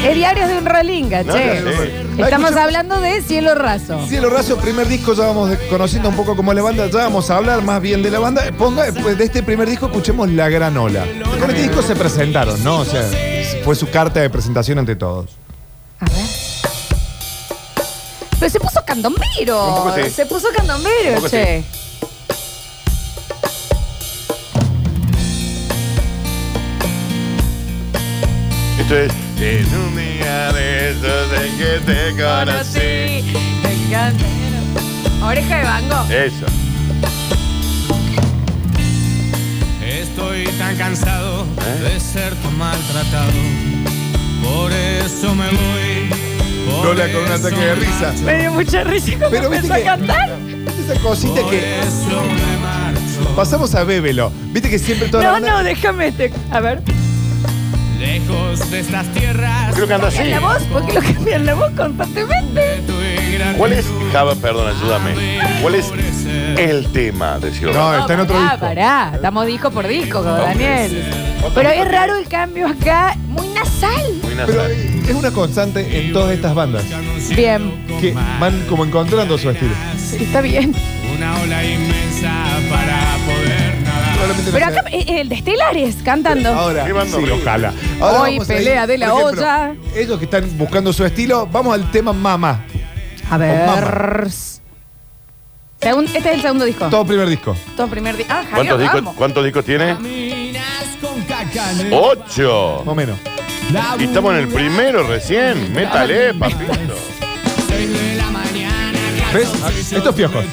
Es diarios de un rolinga,
No,
che.
no Ah, sé.
Estamos hablando de cielo raso.
Cielo Raso, primer disco, ya vamos de- conociendo un poco cómo es la banda, ya vamos a hablar más bien de la banda. Ponga, pues, de este primer disco escuchemos La Gran Ola. Con este disco se presentaron, ¿no? O sea, fue su carta de presentación ante todos.
Pero se puso candombero.
Un poco sí.
Se puso
Un
candombero,
poco
che.
Esto es. En un día de esos en que te conocí.
Oreja de bango.
Eso.
Estoy tan cansado de ser tan maltratado. Por eso me voy. por
Lola con un
eso
ataque de risa.
Me dio mucha risa cuando
Pero viste
empezó a
que-
cantar.
Esa cosita que. Pasamos a Bébelo. Viste que siempre toda la
No,
banda-
no, déjame este. A ver.
Lejos de estas tierras.
Creo que anda así.
Cambian la voz, porque lo cambian la voz constantemente.
¿Cuál es, Java, perdón, ayúdame? ¿Cuál es el tema de Cielo Raso?
está en otro
pará,
disco.
Pará, estamos disco por disco, Daniel. Pero es raro el cambio acá, muy nasal.
Muy
Pero es una constante en todas estas bandas.
Bien,
Que van como encontrando su estilo.
está bien.
Una ola inmensa para poder nadar.
Pero acá eh, el de Estelares cantando.
Ahora, sí, ojalá. Ahora
Hoy
vamos a ir,
pelea de la
por ejemplo,
olla.
Ellos que están buscando su estilo, vamos al tema mamá.
A ver. Segun- este es el segundo disco.
Todo primer disco.
Todo primer disco. Ah, Javier,
¿Cuántos discos,
vamos.
¿Cuántos discos tiene?
Cacanes.
¡Ocho!
Más o menos.
Y estamos en el primero recién. Métale, papito.
¿Ves? Ah, Estos piojos.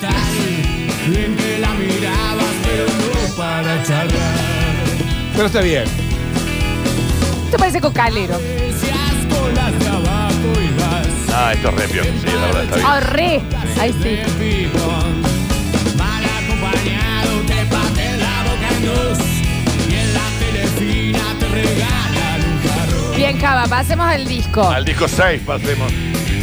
Bien que la mirabas, pero no para charlar.
Pero está bien.
Esto parece cocalero.
Seas con las de abajo y vas
Ah, esto es re piojo, sí, la verdad está bien.
Ah, re. Ahí sí.
pibón.
Ah,
Mal acompañado te parte la boca en dos. Y en la telefina te regalan un jarro.
Bien, Java, pasemos al disco.
Al disco 6 pasemos.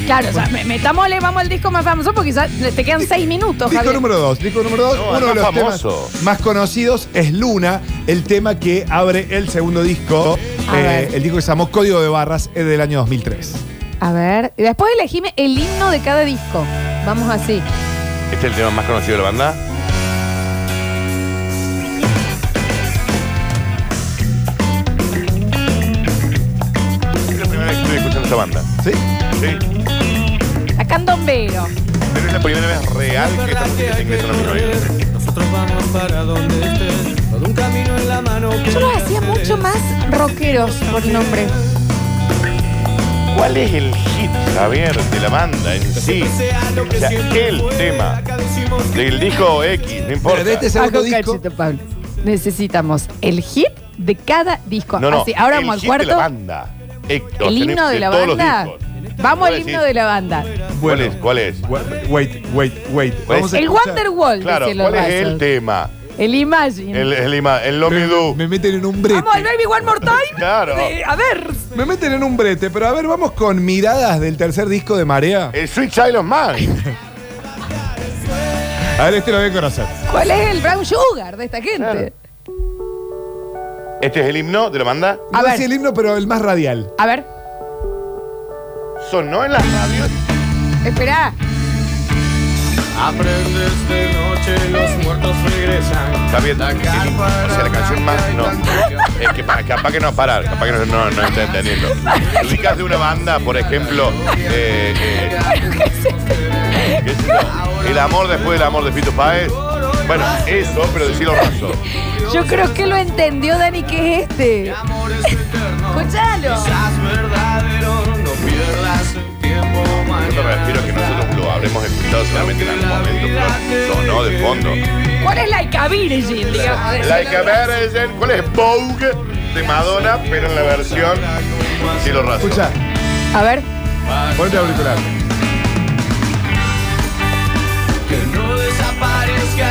Claro, o sea, me- metámosle, vamos al disco más famoso porque quizás te quedan seis minutos,
Disco
Javier.
número 2. Disco número 2.
No,
uno de
es
los
más famoso.
temas más conocidos es Luna, el tema que abre el segundo disco.
A
Eh,
ver.
el disco que se llamó Código de Barras es del año 2003.
A ver, y después elegime el himno de cada disco. Vamos así.
Este es el tema más conocido de la banda. Es la primera vez que estoy escuchando esta banda.
¿Sí?
Sí.
Acá Dombero.
Pero es la primera vez real que esta música se ingresa a mi oído.
Nosotros vamos para donde estés. Todo un camino en la mano.
Yo los hacía mucho más rockeros por nombre.
¿Cuál es el hit, Javier, de la banda en sí? O sea, el tema del disco X, no importa.
Pero de este segundo
Algo
disco.
calcito, Pablo. Necesitamos el hit de cada disco.
No, no,
Así, ahora
el
vamos al
hit de la
cuarto.
banda. Héctor,
El himno de la
todos los
banda.
discos.
Vamos
Voy a
al himno
decir-
de la banda.
¿Cuál
Bueno.
es? ¿Cuál es?
Wait, wait, wait. Vamos a
El
escuchar-
Wonderwall,
Claro,
dicen los
¿cuál es el
vasos.
tema?
El Imagine.
El, el, ima- el Lomidú.
Me meten en un brete.
Vamos al Baby One More Time.
Claro.
Sí, a ver.
Me meten en un brete, pero a ver, vamos con miradas del tercer disco de Marea.
El Sweet Child of Mine.
A ver, este lo voy a conocer.
¿Cuál es el brown sugar de esta gente?
Este es el himno de la banda.
No sé si el himno, pero el más radial.
A ver,
Sonó en las radios.
espera.
Aprendes de noche, los muertos regresan.
Está bien. el himno, O sea, la canción más. No. Es que para, capaz que no parar, capaz que no, no, no está entendiendo. Ubicas de una banda, por ejemplo, eh, eh, qué sé yo, El amor después del amor de Fito Páez. Bueno, eso, pero decirlo raso.
Yo creo que lo entendió Dani que es este. Escuchalo.
No pierdas el tiempo
Yo me refiero a que nosotros lo habremos escuchado solamente en algún momento, pero sonó de fondo.
¿Cuál es la Virgin, digamos?
Like a Virgin, ¿cuál es Vogue de Madonna, pero en la versión Cielo Raso?
Escucha,
A ver.
ponete auricular.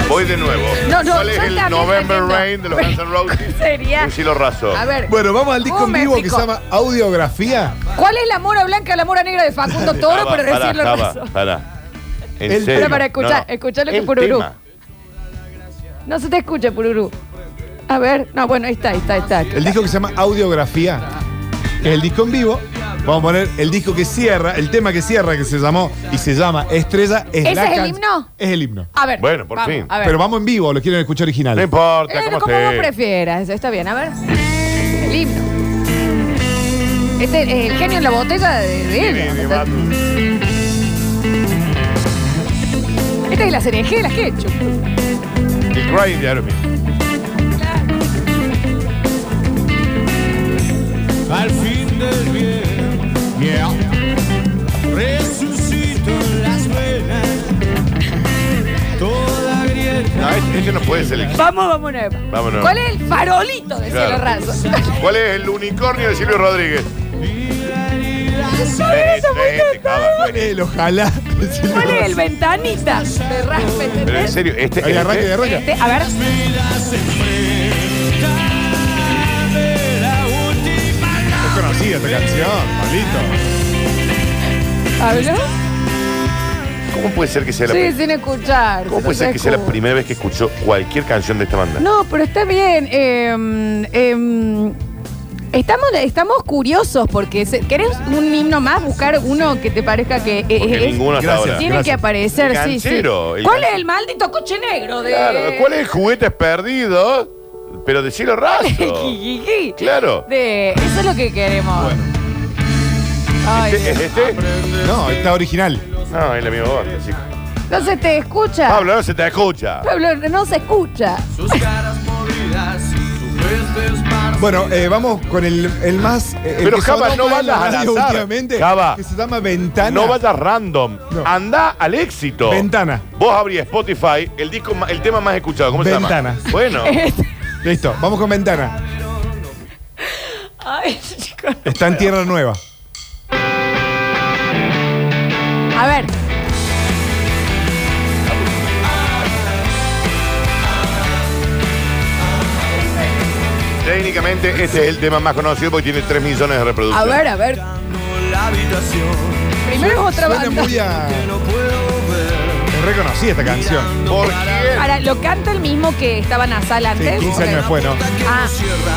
Voy de nuevo.
No, no,
¿Cuál es
yo
el
también
November
entiendo.
Rain de los Guns N' Roses?
Sería.
Un cielo raso.
A ver.
Bueno, vamos al disco
Un
en vivo que
México.
se llama Audiografía.
¿Cuál es la mora blanca, la mora negra de Facundo Toro? Para decirlo en
Para,
raso.
para. En
El
serio.
Pero para escuchar, escuchar lo que
El
Pururú.
tema.
No se te escucha, Pururú. A ver, no, bueno, ahí está, ahí está, ahí está.
El disco que se llama Audiografía, que es el disco en vivo. Vamos a poner el disco que cierra, el tema que cierra, que se llamó y se llama Estrella. Es
¿Ese
la
es el
can-
himno?
Es el himno.
A ver.
Bueno, por
vamos,
fin.
A ver.
Pero vamos en vivo, o lo quieren escuchar original.
No importa,
Eh,
¿cómo
como
te-
vos prefieras, está bien, a ver. El himno. Este es el genio en la botella de, de él.
Sí,
¿no? Esta Este es la cereje de la ketchup.
El Crying de Aerosmith.
Al fin del bien, resucito en las venas. Toda grieta.
No, este, este no puede ser el
Vamos, vamos, nueva.
Vámonos.
¿Cuál es el farolito de
Claro.
cielo raso?
¿Cuál es el unicornio de Silvio Rodríguez?
¿Cuál es,
Este, Java,
Bueno, el ojalá.
¿Cuál es el ventanita de raspe?
Pero en
¿entendés?
serio, este
Ahí arranca, ahí
este-
arranca.
Este, a ver.
Es conocida esta canción, Pablito.
¿Habló?
¿Cómo puede ser que sea la
Sí,
pri-
sin escuchar.
¿Cómo
se
puede
nos
ser que sea la
escucha.
primera vez que escuchó cualquier canción de esta banda?
No, pero está bien. eh, eh, estamos, estamos curiosos porque se- ¿querés un himno más? Buscar uno que te parezca que eh,
Porque
es-
ninguno hasta
gracias,
ahora.
tiene que aparecer,
El
sí, sí.
ganchero, el
¿Cuál
gan-
es el maldito coche negro de...?
Claro, ¿cuál es juguetes perdidos? Pero de cielo raso.
Jijiji.
claro.
De, eso es lo que queremos. Ay,
¿Este, ¿Es este?
No, está original.
No, es la misma voz. sí.
no se te escucha.
Pablo, no se te escucha.
Pablo, no se escucha.
Sus caras moridas, su vez esparcida.
Bueno, eh, vamos con el, el más. eh, el
Pero
que
Java,
sonó
no
más en la
vayas al
radio
azar.
últimamente,
Java.
Que se llama Ventana.
No vayas random.
No.
Anda al éxito.
Ventana.
Vos abrí Spotify, el disco, ma- el tema más escuchado. ¿Cómo
Ventana.
se llama? Bueno.
Listo, vamos con Ventana.
Ay, chicos.
Está en Tierra Nueva.
A ver.
Técnicamente este es el tema más conocido porque tiene 3 millones de
A
reproducciones.
ver, a ver.
La habitación
Primero es otra
Suena
banda.
muy a.
que no puedo ver.
Es reconocida esta canción.
¿Por qué?
Ahora, ¿lo canta el mismo que estaba Nasal
Sí,
antes?
15
Ok.
años después, ¿no?
Ah,
Cierra.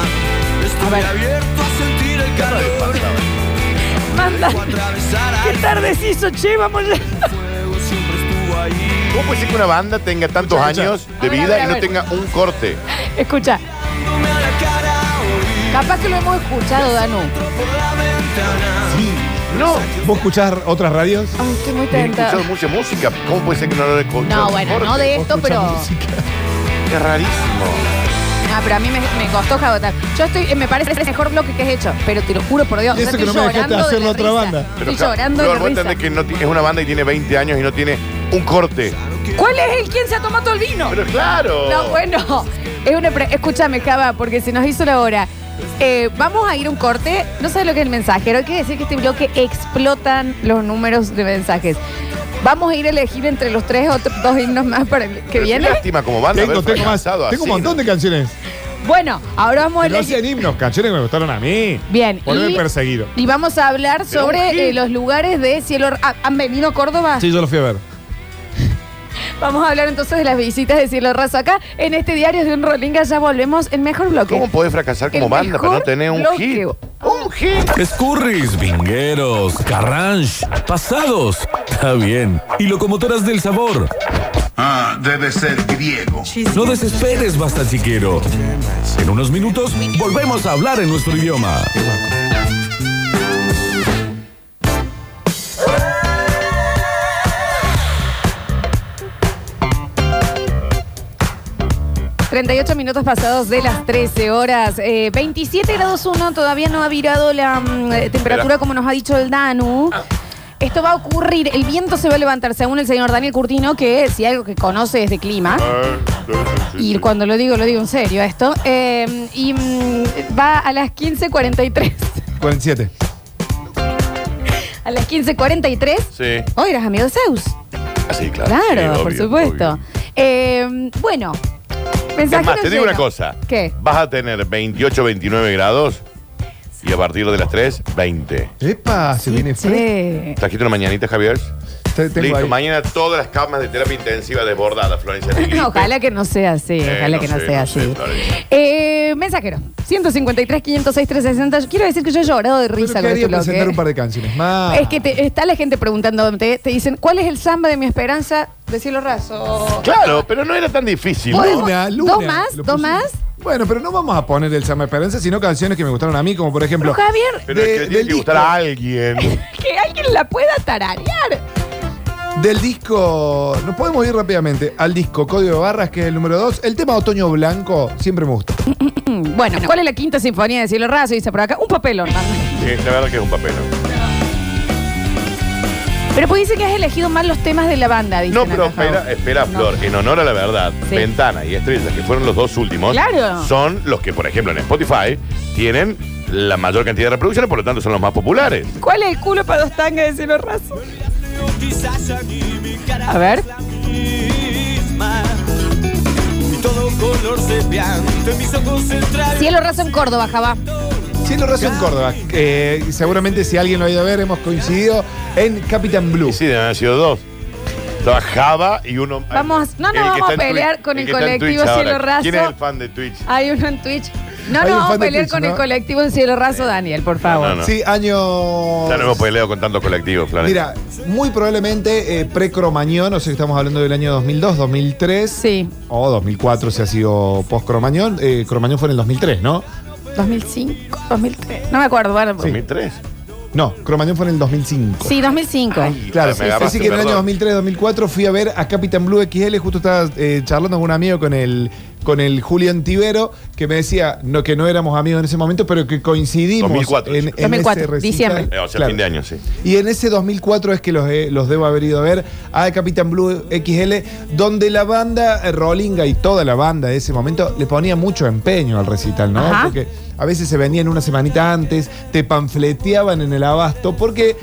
a
Estoy
ver,
abierto a sentir el calor.
manda.
Atravesar
Qué tarde se hizo, che, vamos ya.
fuego siempre estuvo ahí.
¿Cómo puede ser que una banda tenga tantos
Escucha, escucha.
años de
A ver, a
vida
ver, a
y no
ver.
tenga un corte?
Escucha. Capaz que lo hemos escuchado, Danu.
Sí. No. ¿Vos escuchás otras radios?
Ay, estoy muy
He escuchado
tentada.
mucha música. ¿Cómo puede ser que no lo escuchado?
No, bueno, no de esto,
¿Vos
pero.
escuchás música?
Es rarísimo.
Ah, pero a mí me, me costó jabotar. Yo estoy, eh, me parece el mejor bloque que has hecho, pero te lo juro por Dios.
Y
yo
eso
estoy
que no me dejaste
llorando de
hacer
la
otra
risa.
banda.
Estoy llorando
Flor,
de
vos
risa.
entendés que no ti- es una banda que tiene 20 años y no tiene un corte.
¿Cuál es el quién se ha tomado todo el vino?
Pero claro.
No, bueno, es una pre- escúchame, Java, porque se nos hizo la hora. Eh, vamos a ir a un corte. No sabes lo que es el mensajero. Hay que decir que este bloque explotan los números de mensajes. Vamos a ir a elegir entre los tres otros dos himnos más para el que
Pero qué
viene.
Lástima como banda.
Tengo, tengo más. Tengo un montón de canciones.
Bueno, ahora vamos a
Que no
elegir.
hacían himnos, canciones que me gustaron a mí.
Bien.
Ponerme
y-
perseguido.
Y vamos a hablar
Pero un
sobre
hit.
eh, los lugares de cielo. Ah, ¿Han venido a Córdoba?
Sí, yo lo fui a ver.
Vamos a hablar entonces de las visitas de Cielo Raso acá. En este diario de un Rolinga ya volvemos. El mejor bloque.
¿Cómo podés fracasar como
El
banda para no
mejor
tener un
bloque.
hit?
Un
hit.
Escurris, vingueros, carranche, pasados. Está bien. Y locomotoras del sabor. Ah, debe ser griego. No desesperes, basta chiquero. En unos minutos volvemos a hablar en nuestro idioma.
Ay. 38 minutos pasados de las 13 horas. Eh, 27 grados 1, todavía no ha virado la mm, eh, temperatura
Espera. Ah.
como nos ha dicho el Danu. Esto va a ocurrir, el viento se va a levantar, según el señor Daniel Curtino, que si algo que conoce es de clima. Y cuando lo digo, lo digo en serio esto. Eh, y mm, va a las 15.43.
47.
A las 15.43.
Sí.
Hoy eras amigo de Zeus.
Ah, sí, claro.
Claro,
Sí,
por
obvio,
supuesto.
obvio.
Eh, bueno,
Es
mensaje.
más, te digo una cosa.
¿Qué?
Vas a tener 28, 29 grados y a partir de las 3, 20.
Epa, se viene fresco.
Sí.
¿Trajiste una mañanita, Javier?
Te- tengo
Listo,
ahí.
mañana todas las camas de terapia intensiva desbordadas, Florencia. Tigri.
ojalá que no sea así,
Eh,
ojalá que no
sé,
sea
sé,
así.
Florencia.
Eh, mensajero, 153, 506, 360. Yo quiero decir que yo he llorado de risa con este
Quería
bloque.
presentar un par de canciones más.
Es que te- está la gente preguntándote, te dicen, ¿cuál es el samba de mi esperanza? Decirlo raso.
Claro, pero no era tan difícil.
¿Podemos?
Luna, Luna.
¿Dos más?
Lo
¿Dos
puse-
más?
Bueno, pero no vamos a poner el Sama Esperanza, sino canciones que me gustaron a mí, como por ejemplo.
Pero, Javier.
Pero es que tiene que gustar a alguien.
Que alguien la pueda tararear.
Del disco, nos podemos ir rápidamente al disco Código de Barras, que es el número 2. El tema Otoño Blanco siempre me gusta.
Mm, Bueno, ¿cuál es la quinta sinfonía de Cielo Raso? Dice por acá, un papelón. ¿no?
Sí, la verdad que es un papel.
Pero pues dice que has elegido mal los temas de la banda, dice.
No, pero espera, espera, Flor, en honor a la verdad,
Sí.
Ventana y Estrella, que fueron los dos últimos,
Claro.
son los que, por ejemplo, en Spotify tienen la mayor cantidad de reproducciones, por lo tanto son los más populares.
¿Cuál es el culo para dos tangas de Cielo Raso? A ver.
Y todo color sepia de mis ojos centrales.
Cielo Raso en Córdoba, Jabá.
Cielo Raso en Córdoba. que seguramente si alguien lo ha ido a ver, hemos coincidido en Capitán Blue.
Sí, deben haber sido dos. Estaba Java y uno.
Vamos, no nos
el que
vamos
está
a
en
pelear
Twitch-
con el
que está en
colectivo
Twitch
Cielo
ahora.
Raso.
¿Quién es el fan de Twitch?
Hay uno en Twitch. No nos
Hay un
vamos a
fan de
pelear
Twitch,
con
¿no?
el colectivo en Cielo Raso, Daniel, por favor.
No, no.
Ah, Sí, año.
Ya no hemos peleado con tantos colectivos, Florencia.
Mira, muy probablemente eh, pre-Cromañón, o sea, estamos hablando del año 2002, 2003.
Sí.
O 2004 si ha sido post-Cromañón. Eh, Cromañón fue en el 2003, ¿no?
2005, 2003. No me acuerdo. Bueno, sí.
¿2003?
No, Cromañón fue en el 2005.
2005.
Claro,
me agarraste,
así que en el año
perdón.
2003-2004 fui a ver a Capitán Blue XL, justo estaba eh, charlando con un amigo, con el, con el Julián Tibero, que me decía no, que no éramos amigos en ese momento, pero que coincidimos
2004,
en,
yo
en
creo.
2004,
ese recital.
diciembre.
Eh, o sea,
Claro.
fin de año, sí.
Y en ese 2004 es que los, eh, los debo haber ido a ver a Capitán Blue XL, donde la banda eh, Rolinga y toda la banda de ese momento le ponía mucho empeño al recital, ¿no?
Ajá.
Porque a veces se vendían una semanita antes, te panfleteaban en el abasto, porque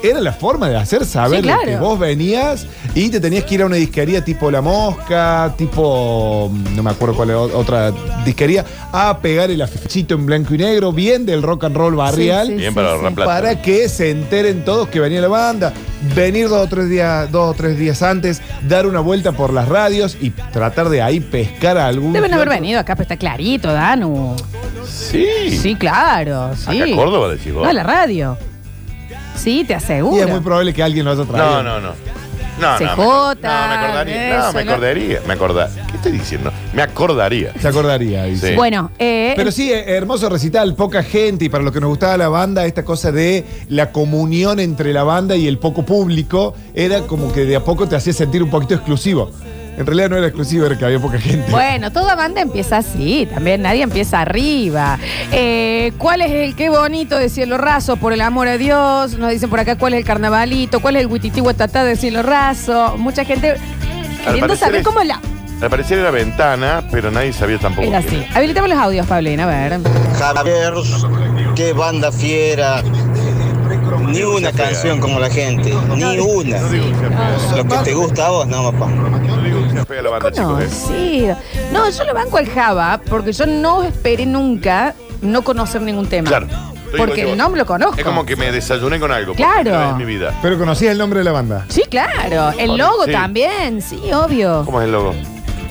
era la forma de hacer saber
Sí,
lo
claro.
que vos venías y te tenías que ir a una disquería tipo La Mosca, tipo, mm, no me acuerdo cuál era o- otra disquería, a pegar el afichito en blanco y negro, bien del rock and roll barrial
Bien para ahorrar plata.
para que se enteren todos que venía la banda, venir dos o tres días, dos o tres días antes, dar una vuelta por las radios y tratar de ahí pescar a algún.
Deben
que
haber
otro.
venido acá, pero está clarito, Danu.
Sí.
Sí, claro, sí.
Acá en Córdoba, decís vos.
No, a la radio. Sí, te
Y es
aseguro.
muy probable que alguien lo haya
No,
traído.
no, no.
Eh,
Ah, No,
CJ,
no, me, no, me acordaría.
eso,
no, me
¿no?
acordaría. Me acordaría. ¿Qué estoy diciendo? Me acordaría.
Se acordaría. dice.
Sí.
Bueno, eh,
Pero sí, eh, hermoso recital, poca gente y para lo que nos gustaba la banda, esta cosa de la comunión entre la banda y el poco público, era como que de a poco te hacía sentir un poquito exclusivo. En realidad no era exclusivo, era que había poca gente.
Bueno, toda banda empieza así, también nadie empieza arriba. Eh, ¿Cuál es el qué bonito de Cielo Raso? Por el amor a Dios, nos dicen por acá cuál es el carnavalito, cuál es el huititihuatatá de Cielo Raso. Mucha gente queriendo
parecer
saber
es-
cómo la...
Al parecer era ventana, pero nadie sabía tampoco.
Era
quién
así. Habilitamos los audios, Paulina, a ver.
Javier, qué banda fiera. Ni una
eh.
canción como la gente, ni una.
Ah.
Lo que te gusta a vos, no, papá.
era. Pega la banda, chicos. eh.
Conocido. No, yo lo banco al Java porque yo no esperé nunca no conocer ningún tema.
Claro. Estoy igual
Porque
que
el
vos.
nombre lo conozco.
Es como que me desayuné con algo. por
Claro.
primera vez En mi vida.
Pero conocías el nombre de la banda.
Sí, claro. El logo
Sí.
también, sí, obvio.
¿Cómo es el logo?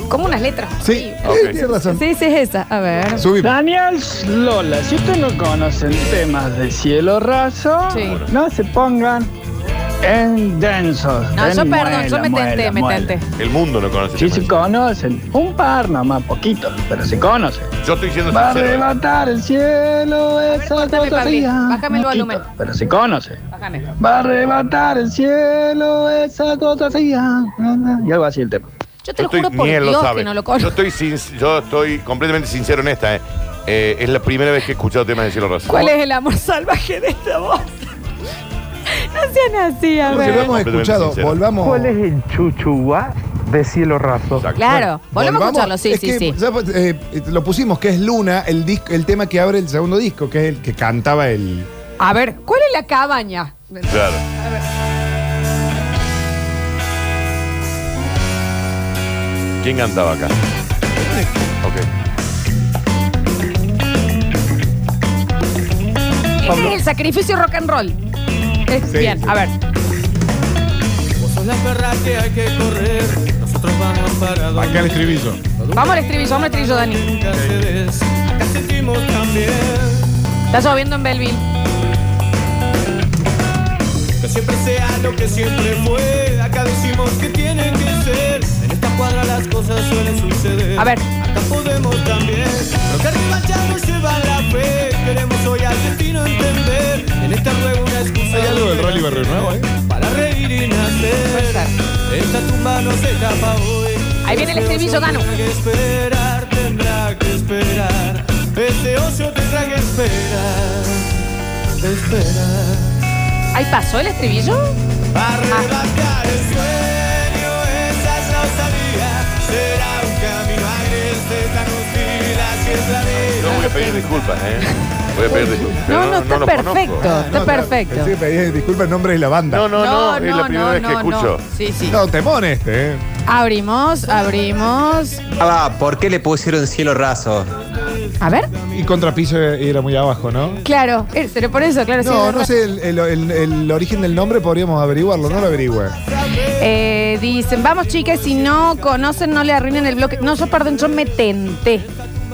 Como unas letras.
Sí,
Ok.
sí, tienes razón.
Sí, sí, es esa. A ver.
Daniel Lola, si ustedes no conocen temas de cielo raso, no se pongan en densos.
No,
en
yo perdón,
muela,
yo me
muela,
tenté, me
muela.
tenté.
El mundo no conoce.
Sí
ese
se conocen, un par nomás, poquitos, pero se conocen.
man. Yo estoy siendo
Va a
sincero. ¿eh?
arrebatar el cielo esa cosa
Pablo,
fría.
bájame el
Poquito,
volumen.
Pero se conoce.
Bájame.
Va a arrebatar el cielo esa cosa ah, fría. Y algo así el tema.
Yo te
Yo
lo juro
estoy-
por
ni él
Dios
lo
que
sabe.
no lo
yo,
conozco.
estoy sin- yo estoy completamente sincero en esta. ¿eh? Eh, es la primera vez que he escuchado temas de cielo raso.
¿Cuál es el amor salvaje de esta voz? No sean así, a
Porque lo
ver.
hemos escuchado,
sincero.
volvamos.
¿Cuál es el chuchuá de cielo raso?
Claro, volvemos a escucharlo, sí,
es
sí,
que,
sí.
ya, eh, eh, lo pusimos, que es Luna, el, disco, el tema que abre el segundo disco, que es el que cantaba el.
A ver, ¿cuál es la cabaña?
Claro. ¿Quién cantaba acá? Ok.
Ese es el sacrificio rock and roll. Es- bien, a ver.
Vos sos la perra que hay que correr. Nosotros vamos para donde
Acá el estribillo.
Vamos al estribillo, vamos al estribillo, Dani.
nunca se des. Acá sentimos también
Está lloviendo en Belleville.
que siempre sea lo que siempre fue. Acá decimos que tienen que ser. En esta cuadra las cosas suelen suceder.
A ver.
Acá podemos también. Lo que arriba ya nos lleva la fe. Queremos hoy al destino entender. En esta ruego una excusa.
Hay algo del
de
Rolly Barrio Nuevo, ¿eh?
Para reír y nacer. Esta tumba no se tapa hoy.
Ahí viene el estribillo, Danu.
Tendrá que esperar, tendrá que esperar. Este ocio tendrá que esperar. Esperar.
¿Ahí pasó el estribillo?
Arrebatar el sueño, esa es la osadía. Será un camino agreste, tan hostil, así es la vida.
No voy a pedir disculpas, ¿eh? Voy a pedir disculpas. Pero
No, no, está
los
perfecto.
conozco.
Está perfecto.
Eh, Sí, pedí disculpa el nombre de la banda.
No, no, no, es la
no,
primera
no,
vez que
no,
escucho.
no. Sí, sí.
No, temón este, ¿eh?
Abrimos, abrimos.
Ah, ¿por qué le pusieron cielo raso?
A ver.
Y contrapiso era muy abajo, ¿no?
Claro, eh, pero por eso, claro. sí,
No,
es
no
verdad.
sé el, el- el- el origen del nombre, podríamos averiguarlo, no lo averigüe.
Eh, dicen, vamos chicas, si no conocen, no le arruinen el bloque. No, yo perdón, yo me tenté.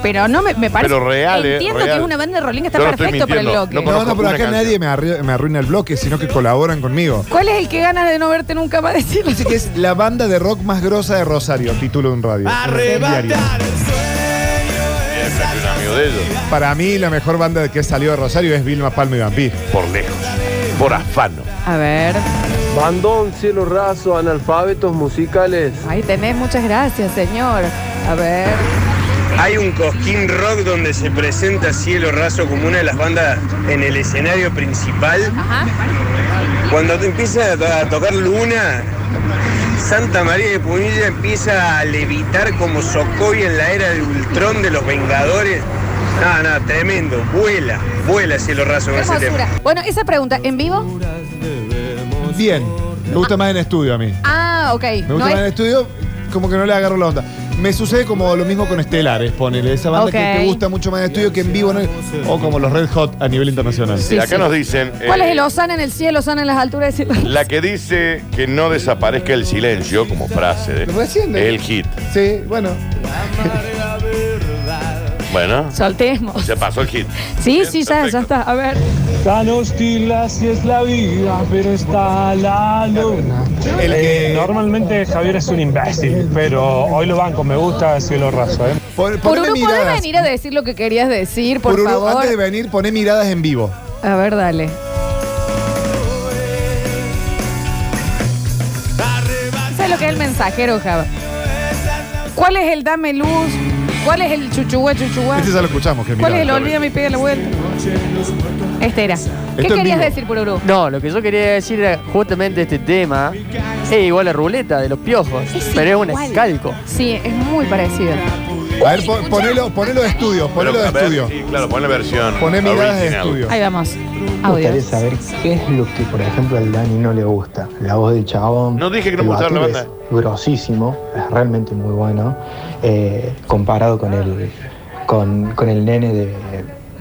Pero no me, me parece.
Pero real, eh,
Entiendo que
real.
es una banda de Rolling que está
Yo no estoy
perfecto para el
mintiendo,
bloque.
no
No,
conozco
no, pero
una
acá
canción.
nadie me, arru- me arruina el bloque, sino que colaboran conmigo.
¿Cuál es el que gana de no verte nunca más decir
Dice que es la banda de rock más grosa de Rosario, título de un radio. Diario.
Arrebatar el
Siempre fui un amigo de ellos.
Para mí, la mejor banda que salió de Rosario es Vilma Palma y Vampir.
Por lejos. Por afano.
A ver.
Bandón, cielo raso, analfabetos musicales.
Ahí tenés, muchas gracias, señor. A ver.
Hay un cosquín rock donde se presenta Cielo Raso como una de las bandas en el escenario principal. Cuando te empieza a to- a tocar Luna, Santa María de Punilla empieza a levitar como Sokovia en la era del Ultrón de los Vengadores. Nada, nada, tremendo. Vuela, vuela Cielo Raso con
Qué
ese tema.
hermosura. Bueno, esa pregunta, ¿en vivo?
Bien. Me gusta más en estudio a mí.
Ah, ok.
Me gusta
No
más
es-
en estudio, como que no le agarro la onda. Me sucede como lo mismo con Estelares, ponele. Esa banda
Ok.
que te gusta mucho más en estudio que en vivo, ¿no? o como los Red Hot a nivel internacional.
Sí, acá nos dicen.
¿Cuál es
eh,
el Osana en el cielo, Osana en las alturas del cielo?
La que dice que no desaparezca el silencio como frase de
Recién de-
el hit.
Sí, bueno.
Bueno,
Soltemos.
ya pasó el hit.
Sí, sí, ya, ya está. A ver.
Tan hostil así es la vida, pero está la luna.
Eh,
normalmente Javier es un imbécil, pero hoy lo banco, me gusta cielo raso, ¿eh?
Pon- ponle
Pururu, ¿podés
miradas.
venir a decir lo que querías decir, por
Pururu,
favor?
antes de venir, poné miradas en vivo.
A ver, dale. ¿Sabes lo que es el mensajero, Java? ¿Cuál es el dame luz? ¿Cuál es el chuchuá, chuchuá?
Este ya lo escuchamos. Que
¿Cuál es el
mirada.
olvídame y pega la vuelta? Este era. ¿Qué
Esto en
querías
vivo.
decir, Pururu?
No, lo que yo quería decir era justamente este tema. Es igual a ruleta de los piojos, pero es
igual.
un calco.
Sí, es muy parecido.
A ver, pon- ponelo, ponelo de estudio,
Pero,
ponelo de
a ver,
estudio.
sí, claro, ponle versión.
Poné miradas de
original.
estudio.
Ahí vamos.
Me
Audio.
gustaría saber qué es lo que, por ejemplo, al Dani no le gusta. La voz del chabón.
No dije que no
el
me gustaba la
batido
banda.
Es grosísimo, es realmente muy bueno. eh, comparado con el, con, con el nene de.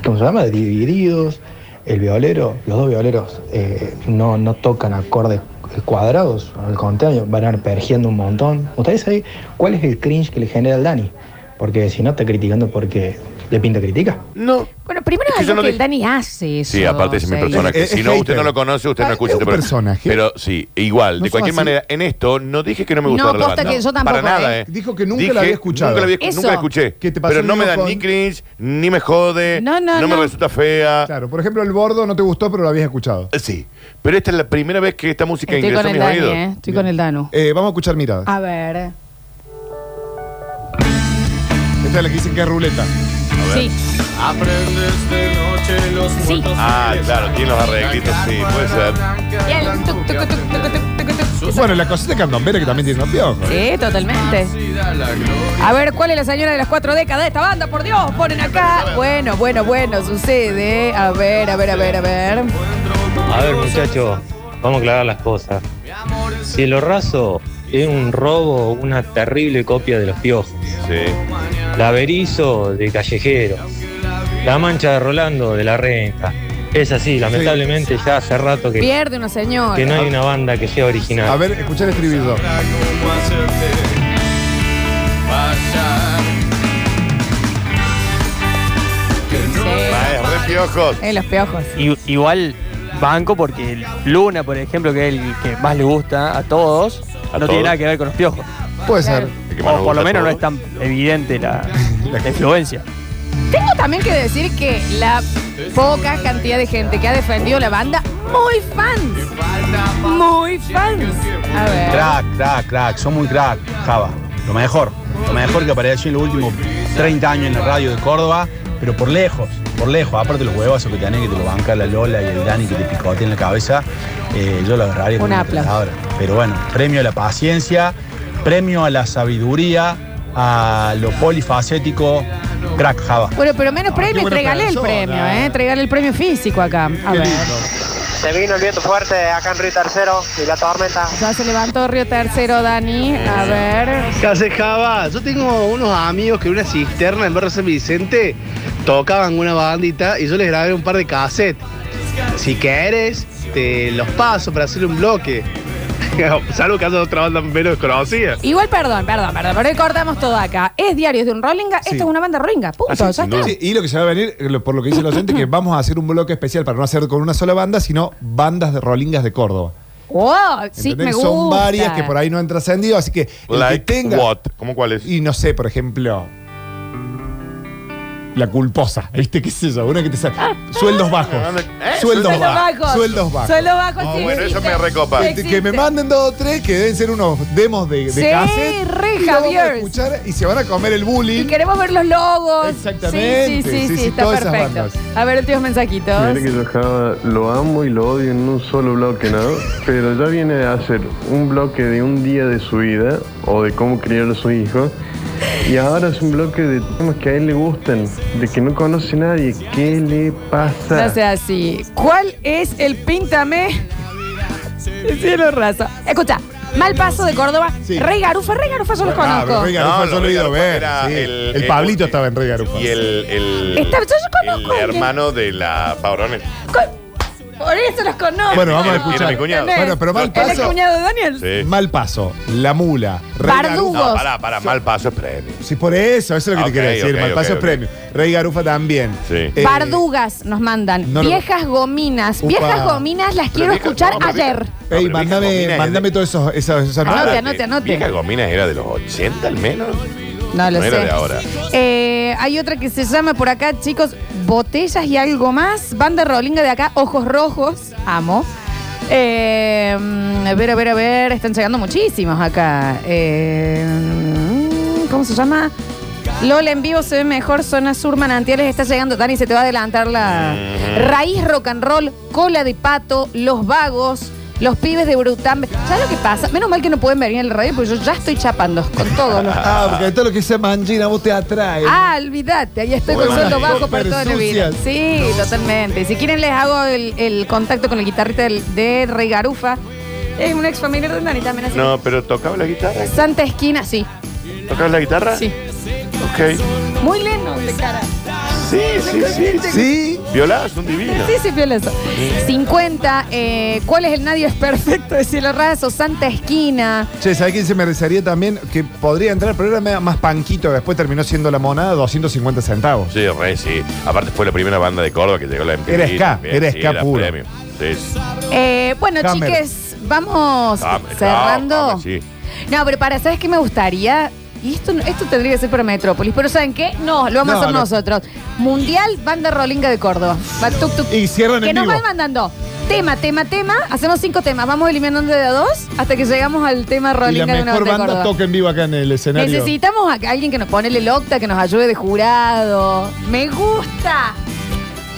¿Cómo se llama? De Divididos. el violero, los dos violeros eh, no, no tocan acordes cuadrados, al contrario, van arpegiando un montón. ¿Ustedes saben cuál es el cringe que le genera al Dani? Porque si no, está criticando porque le pinta crítica.
No.
Bueno, primero es
Que yo
algo
no
que
le-
el Dani hace eso.
Sí, aparte es mi
o sea,
persona.
y-
Que si no, usted no lo conoce, usted no escucha este programa.
personaje.
Pero sí, igual. de
No
cualquier
son así.
manera, en esto no dije que no me
No,
gustaba la
posta
banda.
que yo tampoco,
Para nada,
¿eh?
¿eh?
Dijo que nunca
Dije,
la había escuchado.
Nunca la, había-
Eso.
nunca la escuché.
Que te pasó
pero
lo
no me
mismo
da
con-
ni cringe, ni me jode.
No,
No,
no,
me
no.
resulta fea. Eh,
Claro, por ejemplo, el bordo no te gustó, pero lo habías escuchado.
Sí. Pero esta es la primera vez que esta música
Estoy con
ingresó a
el
mis
Dani,
oídos.
¿eh? Ah. Estoy con el Danu.
Eh, vamos a escuchar miradas.
A ver.
Esta es la que dicen que es ruleta.
Sí.
Aprendes de noche los muertos
Ah, claro, tiene los arreglitos, sí, puede ser.
Y el tuc, tuc, tuc, tuc, tuc, tuc, tuc.
Bueno, la cosita candombera que también tiene los piojos.
Sí, totalmente. A ver, ¿cuál es la señora de las cuatro décadas de esta banda? Por Dios, ponen acá. Bueno, bueno, bueno, sucede. A ver, a ver, a ver, a ver.
A ver, muchachos, vamos a aclarar las cosas. Cielo Raso es un robo, una terrible copia de los piojos. La Berizo de Callejero. La mancha de Rolando de la Renta. Es así, lamentablemente ya hace rato que,
Pierde una señora.
que no hay una banda que sea original.
A ver, escucha el estribillo.
cómo hacerte pasar.
Ah, es re piojos.
Eh, los piojos.
I- igual banco porque el Luna, por ejemplo, que es el que más le gusta a todos, no
todos?
tiene nada que ver con los piojos.
Puede ser.
El que más
O por
nos gusta
lo
a
menos no
todos.
es tan evidente la, la influencia.
Tengo también que decir que la poca cantidad de gente que ha defendido la banda, muy fans. Muy fans. A ver.
Crack, crack, crack. Son muy crack, Java. Lo mejor. Lo mejor que apareció en los últimos 30 años en la radio de Córdoba, pero por lejos, por lejos. Aparte los huevazos que tenés, que te lo banca la Lola y el Dani que te picote en la cabeza, eh, yo lo agarraría
Un
con una
aplauso.
ametralladora. Pero bueno, premio a la paciencia, premio a la sabiduría, a lo polifacético. Crack, Java.
Bueno, pero menos
Ah,
premio,
buena
entregale el
persona.
premio, ¿eh? Entregale el premio físico acá. A ver.
Se vino el viento fuerte acá en Río Tercero y la tormenta.
Ya se levantó Río Tercero, Dani. A
Eh.
ver.
¿Qué haces, Java? Yo tengo unos amigos que en una cisterna en Barrio San Vicente tocaban una bandita y yo les grabé un par de cassettes. Si querés, te los paso para hacer un bloque. Salvo que haces otra banda menos conocida.
Igual, perdón, perdón, perdón, pero hoy cortamos todo acá. Es Diarios de un Rollinga,
Sí.
esta es una banda Rollinga, punto,
Así,
ya
sin
está.
duda. Sí, y lo que se va a venir, eh, lo- por lo que dice el docente, que vamos a hacer un bloque especial para no hacer con una sola banda, sino bandas de rolingas de Córdoba.
Wow, sí,
¿Entendés?
me gusta.
Son varias que por ahí no han trascendido, así que el
Like
que tenga
what? ¿Cómo cuál es?
y no sé, por ejemplo, la culposa, ¿viste qué es eso? Una que te sale sueldos bajos. Eh, sueldos
eh, Sueldos
bajos.
bajos.
Sueldos bajos.
Sueldos bajos,
Ah,
sí
bueno,
existe.
eso me recopa.
Sí
Que- Que me
existe.
manden dos o tres que deben ser unos demos de, de
Sí,
cassette,
re,
y lo vamos a
Javier.
escuchar y se van a comer el
Y
bullying.
queremos ver los logos.
Exactamente,
Sí, sí, sí,
sí,
sí,
sí,
está
todas esas
perfecto.
bandas.
A ver, últimos mensajitos.
Mira que yo Java lo amo y lo odio en un solo bloque, ¿no? Pero ya viene a hacer un bloque de un día de su vida o de cómo criar a su hijo. Y ahora es un bloque de temas que a él le gustan, de que no conoce nadie. ¿Qué le pasa?
No sea así. ¿Cuál es el píntame? El cielo raso. Escucha, mal paso de Córdoba. Rey Garufa, Rey Garufa, yo los
Ah, pero
conozco.
Rey Garufa
No,
solo
Rey
he ido a
Garufa
ver,
era
sí.
el-
El
el-
Pablito estaba en Rey Garufa.
Y el, el,
Está- yo- yo
el
conozco a alguien.
hermano de la Pavrones.
Por eso los conozco.
Bueno, vamos a
Era mi
escuchar.
cuñado.
Bueno, pero mal
Él es
paso.
cuñado de Daniel.
Mal paso. La mula. Rey
Bardugos.
Garufa.
No, pará, pará, mal paso es premio.
Sí, por eso, eso es lo que
Ah,
te quiero
ok,
decir.
ok,
mal
ok,
paso
ok.
es premio. Rey Garufa también.
Sí.
Eh,
Bardugas nos mandan.
no lo-
viejas gominas.
Upa.
Viejas gominas las quiero escuchar ayer.
Ey, mándame, mándame todos esos, esos, esos
Anote,
nombres.
anote, anote.
Vieja Gomina era de los 80 al menos.
No lo
no
sé.
era de ahora.
Eh, hay otra que se llama por acá, chicos, Botellas y algo más. Banda Rolinga de acá, Ojos Rojos. Amo. Eh, a ver, a ver, a ver. Están llegando muchísimos acá. Eh, ¿Cómo se llama? Lola en vivo se ve mejor, zona sur, manantiales está llegando. Dani, se te va a adelantar la. Raíz rock and roll, cola de pato, los vagos, los pibes de Brutambe. ¿Sabes lo que pasa? Menos mal que no pueden venir al radio porque yo ya estoy chapando con todos los
Ah, porque todo lo que sea mangina vos te atrae.
Ah, olvídate, ahí estoy con
Bueno,
sueldo
bueno.
bajo para toda la vida.
Sucias.
Sí, totalmente. Si quieren les hago el, el contacto con el guitarrista del- de Rey Garufa. Es un ex familiar de Dani también así.
No, pero tocaba la guitarra.
Santa Esquina, sí.
¿Tocaba la guitarra?
Sí.
Ok.
Muy lento de cara.
Sí, sí, sí.
Sí.
Violadas son divinas.
Sí, sí, piola eso. 50. eh, ¿Cuál es el nadie es perfecto de cielo raso? Santa esquina.
Che, ¿sabés quién se merecería también? Que podría entrar, pero era medio más panquito. Después terminó siendo la monada 250 centavos.
Sí, re, sí. Aparte fue la primera banda de Córdoba que llegó a la MTV.
Era ska,
también.
era
Sí,
ska puro.
premium. Sí, sí.
Eh, bueno,
Hammer.
chiques, vamos
Hammer, no,
cerrando.
Hammer, sí.
No, pero para, ¿sabes qué me gustaría? Y esto, esto tendría que ser para Metrópolis, pero ¿saben qué? No, lo vamos a
No,
hacer
no.
nosotros. Mundial Banda Rolinga de Córdoba. Va, tuc, tuc.
Y cierran
que
en
nos
vivo.
van mandando tema, tema, tema. Hacemos cinco temas. Vamos eliminando de a dos hasta que llegamos al tema
y la
Rolinga de una
mejor
banda de
banda
Córdoba.
toca en vivo acá en el escenario.
Necesitamos a alguien que nos pone el octa, que nos ayude de jurado. Me gusta.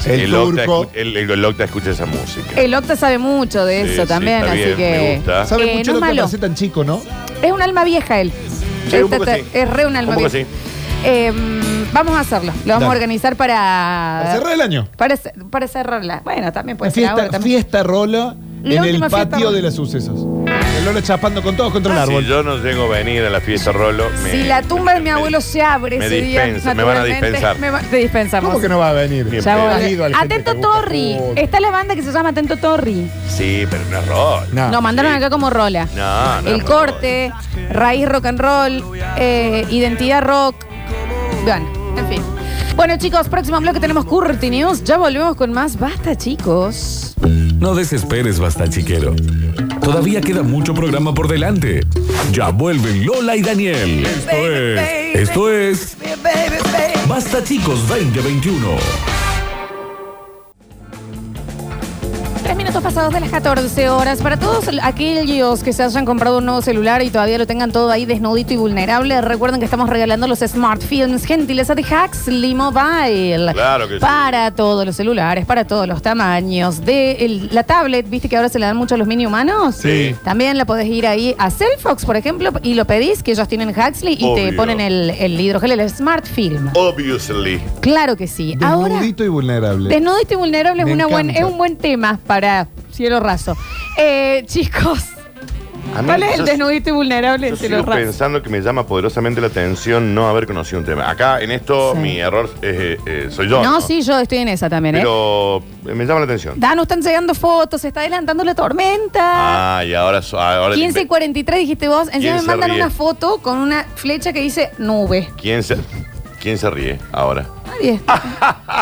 El,
El
Octa
turco.
escu- el- el- el Octa escucha esa música.
El octa sabe mucho de
Sí,
eso
sí,
también,
está
así
bien,
que.
me gusta.
Sabe
Eh,
mucho
no es
lo que
malo.
parece tan chico, ¿no?
Es un alma vieja él.
Sí, un
Esta-
poco
esta-
sí.
Es re un alma
Un poco
vieja. Eh, vamos a hacerlo. Lo vamos
Dale.
a organizar para.
Para cerrar el año.
Para, ce- para cerrarla. Bueno, también puede
Una
ser ahora
fiesta,
también.
fiesta rola
La
en el
última fiesta
patio
rola.
de los sucesos. El Lola chapando con todos contra el árbol.
Si Ah, yo no llego a venir a la fiesta Rolo, me,
Si la tumba de mi abuelo se abre
me
ese
dispensa,
día,
me van a
naturalmente,
dispensar.
me va- te dispensamos.
¿Cómo que no va a venir?
Bien
Ya voy.
pedo.
Atento Torri. Está la banda que se llama Atento Torri.
Sí, pero no es rol.
Nos Ah. mandaron
Sí.
acá como rola.
No, no.
El
no.
corte, raíz rock and roll, eh, identidad rock. Bueno, en fin. Bueno, chicos, próximo bloque tenemos Curti News. Ya volvemos con más. Basta, chicos.
No desesperes, basta chiquero. Todavía queda mucho programa por delante. Ya vuelven Lola y Daniel. Esto es. Esto es. Basta chicos 2021.
Tres minutos pasados de las 14 horas. Para todos aquellos que se hayan comprado un nuevo celular y todavía lo tengan todo ahí desnudito y vulnerable, recuerden que estamos regalando los Smart Films, gentileza de Huxley Mobile.
Claro que sí.
Para todos los celulares, para todos los tamaños. De el- la tablet, ¿viste que ahora se le dan mucho a los mini humanos?
Sí.
También la podés ir ahí a Cellfox, por ejemplo, y lo pedís, que ellos tienen Huxley y te
Obvio.
ponen el, el hidrogel, el Smart Film.
Obviously.
Claro que sí. Ahora.
Desnudito y vulnerable.
Desnudito y vulnerable es,
Me
una buen-
encanta.
es un buen tema para cielo raso. Eh, chicos,
A mí,
¿cuál es el
yo-
desnudito y vulnerable de
Yo
cielo
sigo
raso?
pensando que me llama poderosamente la atención no haber conocido un tema. Acá en esto mi error es, eh, eh, soy yo.
no, sí, yo estoy en esa también, ¿eh?
Pero eh, me llama la atención.
Danu, están llegando fotos, se está adelantando la tormenta.
Ah, y ahora. so- ahora
15 y 43 dijiste vos, encima me
15
mandan
ríe.
una foto con una flecha que dice nube.
¿Quién se, ¿Quién se ríe ahora?
Nadie.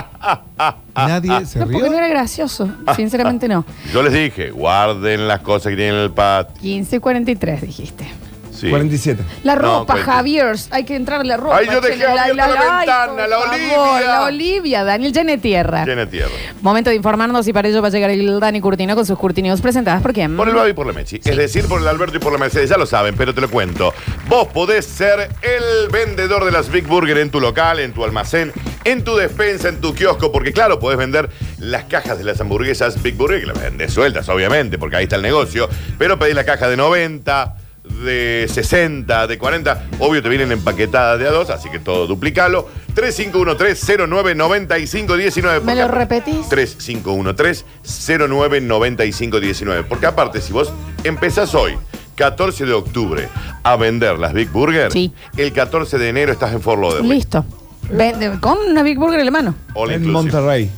Nadie se
No, porque
rió.
no era gracioso,
Ah,
sinceramente no.
Yo les dije, guarden las cosas que tienen en el patio.
15 y 43 dijiste.
Sí.
47.
La
No,
ropa,
cuenta.
Javier. Hay que entrar en la ropa.
Ay, yo dejé
che,
abierta la
ay,
ventana,
por
la
favor,
Olivia.
La Olivia, Daniel llene tierra.
Tiene tierra.
Momento de informarnos y para ello va a llegar el Dani Curtino con sus Curtinews presentadas por quién.
Por el Babi y por la Mechi. Es decir, por el Alberto y por la Mercedes. Ya lo saben, pero te lo cuento. Vos podés ser el vendedor de las Big Burger en tu local, en tu almacén, en tu despensa, en tu kiosco. Porque, claro, podés vender las cajas de las hamburguesas Big Burger, que las vendes sueltas, obviamente, porque ahí está el negocio. Pero pedís la caja de 90, de 60, de 40. Obvio, te vienen empaquetadas de a dos, así que todo duplicalo. 3513099519.
¿Me lo repetís?
3513-099519. Porque aparte, si vos empezás hoy, 14 de octubre, a vender las Big Burger, el 14 de enero estás en Fort Lauderdale.
Listo. Vende- con una Big Burger en la mano.
All
En
inclusive.
Monterrey.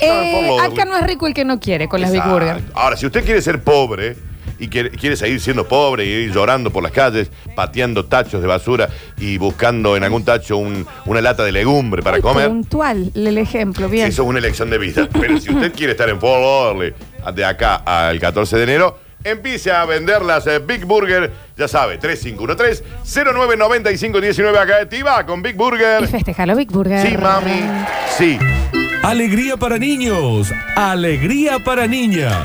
Eh,
por favor.
acá no es rico el que no quiere con las Big
Exacto.
Burger.
Ahora, si usted quiere ser pobre y quiere, quiere seguir siendo pobre y ir llorando por las calles, pateando tachos de basura y buscando en algún tacho un- una lata de legumbre para
Muy
comer,
Puntual el ejemplo, bien.
Eso es una elección de vida. Pero si usted quiere estar en Fort Lauderdale de acá al 14 de enero, empiece a vender las eh, Big Burger, ya sabe, 3513-099519 acá de Tiva con Big
Y
Burger.
festejalo, Big Burger.
Sí, mami. Sí.
Alegría para niños, alegría para niñas.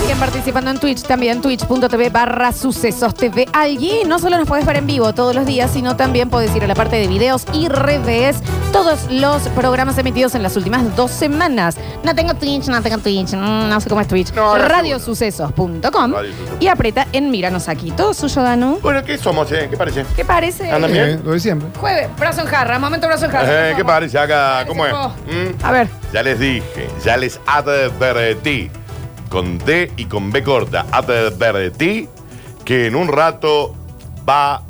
Siguen participando en Twitch, también twitch.tv barra sucesos TV. Allí no solo nos podés ver en vivo todos los días, sino también podés ir a la parte de videos y revés todos los programas emitidos en las últimas dos semanas. No tengo Twitch, no tengo Twitch, mm, no sé cómo es Twitch.
ahora
Radiosucesos.com y aprieta en Míranos aquí. Todo suyo, Danu.
Bueno, ¿qué somos, eh? ¿Qué parece?
¿Qué parece?
¿Andan bien?
Lo de siempre.
Jueves, brazo en jarra, momento brazo en jarra.
Eh, ¿Qué parece acá? ¿Cómo es? Mm.
A ver.
Ya les dije, ya les advertí, con D y con B corta, advertí que en un rato va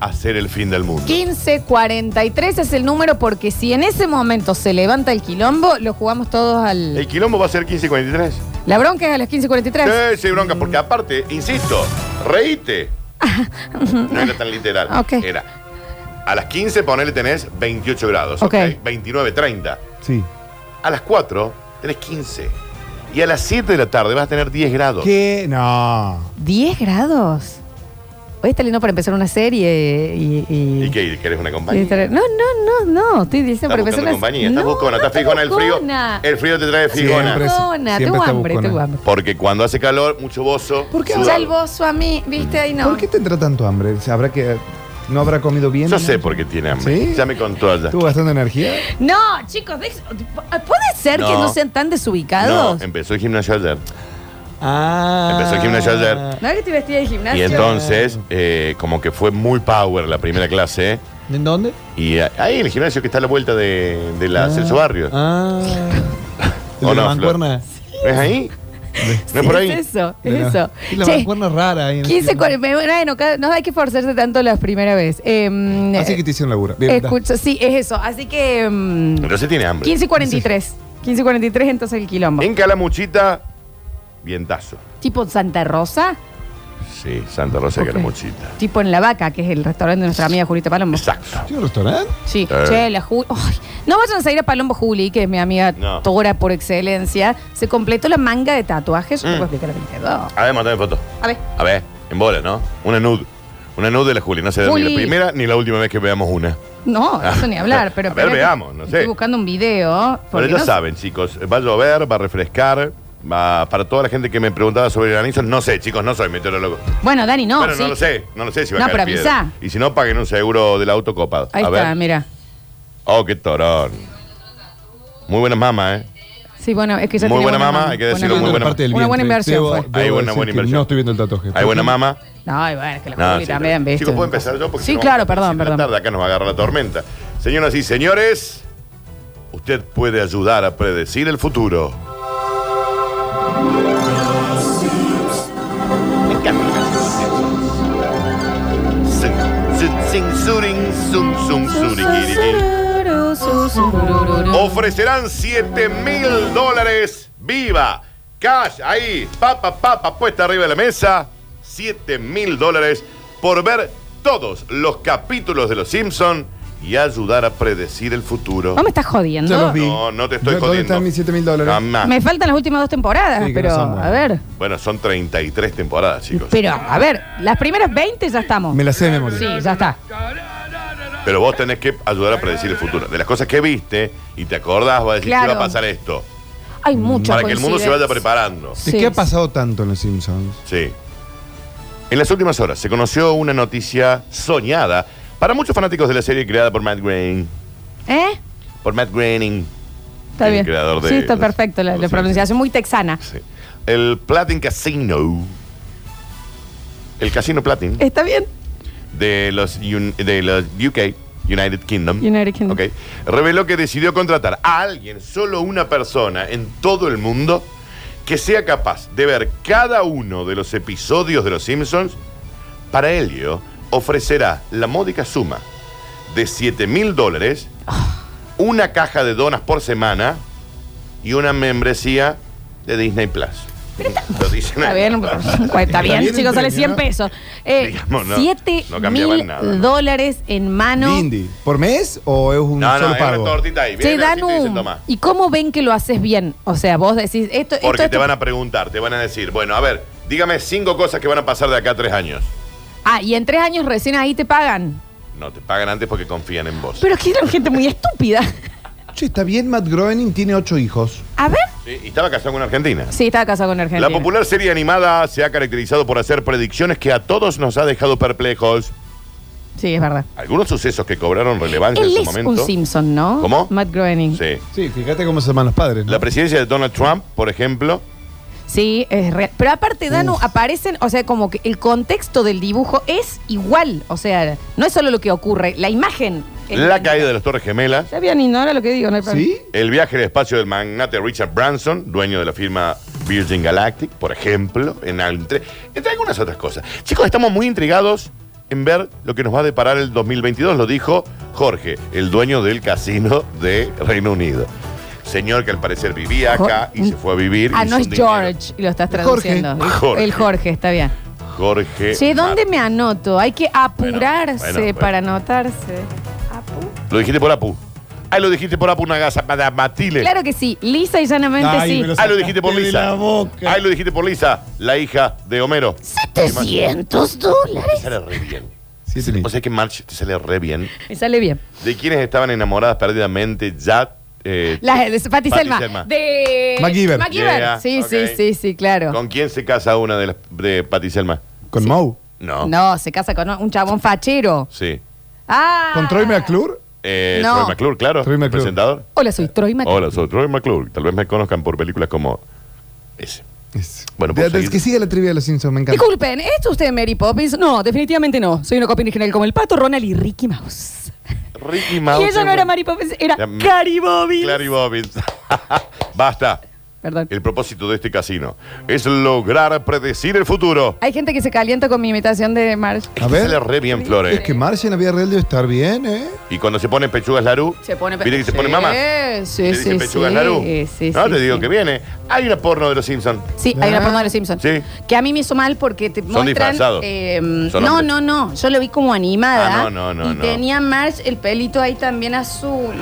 a ser el fin del mundo.
1543 es el número porque si en ese momento se levanta el quilombo, lo jugamos todos al...
¿El quilombo va a ser 1543?
La bronca es a las 1543.
Sí, sí, bronca, porque aparte, insisto, reíte. No era tan literal.
Ah, Ok.
Era. A las 15 ponele tenés 28 grados.
Ok.
Ok. 29, 30.
Sí.
A las 4 tenés 15. Y a las 7 de la tarde vas a tener 10 grados.
¿Qué? No.
10 grados. Hoy está lindo para empezar una serie y... y-
¿Y qué? ¿Querés una
y
compañía?
estar- no, no, no, no. Estoy diciendo
Estás
para
buscando
empezar una
compañía. Estás
No,
buscona, estás
no
fijona el frío.
buscona.
El frío te trae fijona.
Siempre, Fijona, siempre tengo está hambre, buscona. tengo hambre.
Porque cuando hace calor, mucho bozo.
¿Por qué
sudor.
ya el bozo a mí? ¿Viste? Ahí no.
¿Por qué tendrá tanto hambre? ¿Habrá que, ¿No habrá comido bien?
Yo sé por qué tiene hambre.
¿Sí?
Ya me contó allá.
¿Tuvo gastando energía?
No, chicos, de- ¿puede ser que
No.
no sean tan
No,
desubicados?
empezó el gimnasio ayer.
Ah.
Empezó el gimnasio ayer.
No, es que te vestía de gimnasio.
Y entonces, eh, como que fue muy power la primera clase.
¿En dónde?
Y a- ahí en el gimnasio que está a la vuelta de, de la Celso Barrio.
Ah.
¿O
¿De la
no,
mancuerna?
¿No es ahí? ¿No es por ahí?
Es eso,
De la-
es eso.
y la
Che,
mancuerna rara. ahí en el
15, cuare-
gimnasio.
me- bueno, cada- no hay que forzarse tanto la primera vez. Em,
Así que te hicieron labura. Bien, da.
escucha, sí, es eso. Así que em,
Pero se tiene hambre.
1543. 1543 entonces el quilombo.
En Calamuchita, vientazo.
Tipo Santa Rosa,
Sí, Santa Rosa de Calamuchita.
tipo en La Vaca, que es el restaurante de nuestra amiga Julita Palombo.
Exacto.
¿Tiene un restaurante?
Sí,
Eh.
che, la Juli. Ay, No vayan a ir a Palombo Juli, que es mi amiga
No.
Tora por excelencia. Se completó la manga de tatuajes. Yo te
Mm.
puedo explicar la que me quedó.
A ver, mandame foto.
A ver.
A ver, en bola, ¿no? Una nude. Una nude de la Juli. No será ni la
Juli.
primera ni la última vez que veamos una.
No, eso ni hablar, pero.
A ver,
espera que
veamos, no sé.
Estoy buscando un video.
Pero
porque
ya
no-
saben, chicos, va a llover, va a refrescar. va- para toda la gente que me preguntaba sobre el granizo, no sé, chicos, no soy meteorólogo.
Bueno, Dani, no.
Pero
sí.
no lo sé, no lo sé si va
No,
a caer
pero
piedra.
avisá.
Y si no, paguen un seguro del auto copado.
Ahí
a
está,
ver.
mira.
Oh, qué torón. Muy buenas mamas, ¿eh?
Sí, bueno, es que ya
Muy
tenía
buena mama, hay que decirlo, muy buena.
Parte del
Una buena
vientre.
inversión
Debo-
fue.
Hay
debo
buena,
decir
buena
que
inversión.
No estoy viendo el tatuaje.
Hay buena mama.
No, y bueno, es que la
No,
Juli
sí,
también,
pero-
¿viste?
Chicos, ¿puedo empezar yo? Porque
Sí,
si no
claro,
vamos a
perdón,
empezar
perdón.
la tarde, acá nos agarra la tormenta. Señoras y señores, usted puede ayudar a predecir el futuro. Me encanta. Sin, sin, sin, surin, sun, sun, surikiriri. Ofrecerán 7 mil dólares. ¡Viva! Cash ahí. Papa, papa, puesta arriba de la mesa. 7 mil dólares por ver todos los capítulos de Los Simpson y ayudar a predecir el futuro.
No me estás jodiendo.
Yo los vi.
No, no te estoy
¿Dó- ¿Dónde
jodiendo.
están mis 7 mil dólares?
Jamás.
Me faltan las últimas dos temporadas,
Ah. Sí, que
pero
no son buenas.
a ver.
Bueno, son 33 temporadas, chicos.
Pero, a ver, las primeras 20 ya estamos.
Me la sé de memoria.
Sí, ya está.
Pero vos tenés que ayudar a predecir el futuro. De las cosas que viste y te acordás, vas a decir
Claro.
que va a pasar esto.
Hay mucho
para que el mundo se vaya preparando.
¿De qué ha pasado tanto en Los Simpsons?
Sí. En las últimas horas se conoció una noticia soñada para muchos fanáticos de la serie creada por Matt Groening.
¿Eh?
Por Matt Groening.
Está
El
bien.
creador de-
sí, está perfecto. La, la pronunciación muy texana.
El Platin Casino. El Casino Platin
Está bien.
de los, un- de los UK, United Kingdom.
United Kingdom.
Ok. Reveló que decidió contratar a alguien, solo una persona en todo el mundo, que sea capaz de ver cada uno de los episodios de Los Simpsons. Para ello, ofrecerá la módica suma de 7 mil dólares, una caja de donas por semana y una membresía de Disney Plus.
Eh,
Lo dicen
Está
ahí.
bien, pues, está bien,
bien el
chicos, sale
premio,
100
¿no?
pesos. Eh,
Digamos, no,
7
no cambiaban
mil
nada, ¿no?
dólares en mano.
Lindy. ¿Por mes o es un
No,
solo
no, es una
pago?
tortita ahí.
Che,
Viene así y te dice,
Danu,
"Toma".
¿y cómo ven que lo haces bien? O sea, vos decís, esto, esto,
Porque te
esto-
van a preguntar, te van a decir, bueno, a ver, dígame cinco cosas que van a pasar de acá a tres años.
Ah, y en tres años recién ahí te pagan.
No, te pagan antes porque confían en vos.
Pero es que eran gente muy estúpida.
Che, está bien, Matt Groening tiene ocho hijos.
A ver.
Sí, y estaba casado con una argentina.
Sí, estaba casado con Argentina.
La popular serie animada se ha caracterizado por hacer predicciones que a todos nos ha dejado perplejos.
Sí, es verdad.
Algunos sucesos que cobraron relevancia en
Él
su
es
momento.
un Simpson, ¿no?
¿Cómo?
Matt Groening. Sí.
Sí, fíjate cómo se llaman los padres. La presidencia de Donald Trump, por ejemplo,
es real. Pero aparte, Danu, aparecen, o sea, como que el contexto del dibujo es igual. O sea, no es solo lo que ocurre, la imagen.
la caída de las Torres Gemelas,
Está bien, ignora lo que digo, no hay problema.
el viaje al espacio del magnate Richard Branson, dueño de la firma Virgin Galactic, por ejemplo, en al- entre, entre algunas otras cosas. Chicos, estamos muy intrigados en ver lo que nos va a deparar el 2022, lo dijo Jorge, el dueño del casino de Reino Unido. Señor que al parecer vivía acá y se fue a vivir.
Ah,
hizo
no
un
es
dinero.
George, y lo estás
Jorge.
traduciendo.
Jorge.
El Jorge, está bien.
Jorge.
Che, ¿dónde me anoto? Hay que apurarse
Bueno, bueno,
para anotarse.
Lo dijiste por Apu. Ahí lo dijiste por Apu Nagasa, para Matile.
Claro que sí, lisa y llanamente sí.
Ahí Ah, lo dijiste por Lisa. Ahí lo dijiste por Lisa, la hija de Homero.
700 dólares.
Te sale re bien. o sea que March te sale re bien.
Me sale bien.
De quienes estaban enamoradas perdidamente ya. eh,
La de Pati Selma.
Selma.
De
MacGyver. Yeah,
Sí,
ok.
sí, sí, sí, claro.
¿Con quién se casa una de, las, de Pati Selma? ¿Con Mau? No.
No, se casa con un chabón fachero.
Sí.
Ah.
¿Con Troy McClure? Eh,
No.
Troy McClure, claro. Presentador.
Hola, soy Troy Mac.
Hola, soy Troy McClure. Tal vez me conozcan por películas como ese. Bueno, ¿puedo
Es
seguir?
que sigue la trivia de los Simpsons, me encanta.
Disculpen, ¿es usted Mary Poppins? No, definitivamente no. Soy una copia original como el pato Ronald y Ricky Mouse.
pues, Ricky Mouse.
y ella no era
es buena.
Mary Poppins, pues, era
La-
Cari Bobby.
Clary Bobbins. Basta.
Perdón.
El propósito de este casino es lograr predecir el futuro.
Hay gente que se calienta con mi imitación de Marge.
A ver. Sale re bien, Flores.
Es que Marcia en la vida real debe estar bien, ¿eh?
Y cuando se ponen pechugas Larú.
Se pone
Mire que se pone mamá.
Sí,
le
sí,
dice
sí.
pechugas Larú.
Sí, sí,
no,
sí,
te digo
sí.
que viene. Hay una porno de los Simpsons.
Sí, hay
Ah.
una porno de los Simpsons.
Sí.
Que a mí me hizo mal porque te muestran.
disfrazados.
eh,
Son
no,
hombres.
no, no. Yo lo vi como animada.
Ah, no, no, no,
Y
no.
tenía Marge el pelito ahí también azul.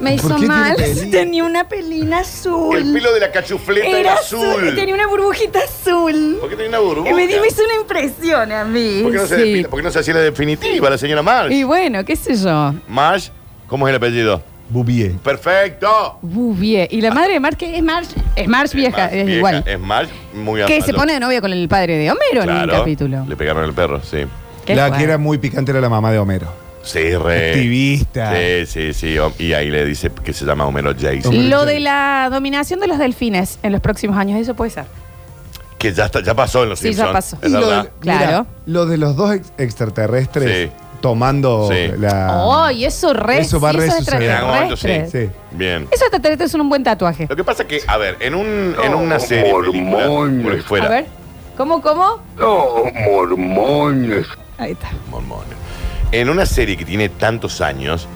Me
¿Por
hizo
qué tiene
mal.
pelín?
Tenía una pelina azul.
El pelo de la cachufleta era, azul.
Tenía una burbujita azul.
¿Por qué tenía una burbuja?
Y me, di- me hizo una impresión a mí.
¿Por qué no se,
sí.
define- por qué no se hacía la definitiva la señora Marsh?
Y bueno, qué sé yo.
Marsh, ¿cómo es el apellido?
Bouvier.
Perfecto.
Bouvier. Uh, Y la madre de Marge ¿qué es Marge. Es Marge vieja, es
Vieja,
igual.
Es Marsh muy
que
amable.
se pone de novia con el padre de Homero en el
Claro,
capítulo.
Le pegaron el perro, sí.
Qué
la
fuerte.
que era muy picante era la mamá de Homero.
Sí, re.
Activista.
Sí, sí, sí. O- Y ahí le dice que se llama Homero Jason.
Lo de la dominación de los delfines en los próximos años, eso puede ser.
Que ya, está, ya pasó en los
Sí, ya
Simpsons.
pasó.
Es
Y lo
verdad.
del- Claro.
Mira, lo de los dos ex- extraterrestres tomando la.
oh, y eso re.
Eso va a
sí, esos
resuceder.
En algún momento, Ah. sí.
extraterrestres.
Bien.
Esos extraterrestres son un buen tatuaje.
Lo que pasa que, a ver, en, un, en una serie, película, por lo que fuera,
A ver, ¿cómo, cómo?
mormones.
Ahí está.
Mormones. En una serie que tiene tantos años,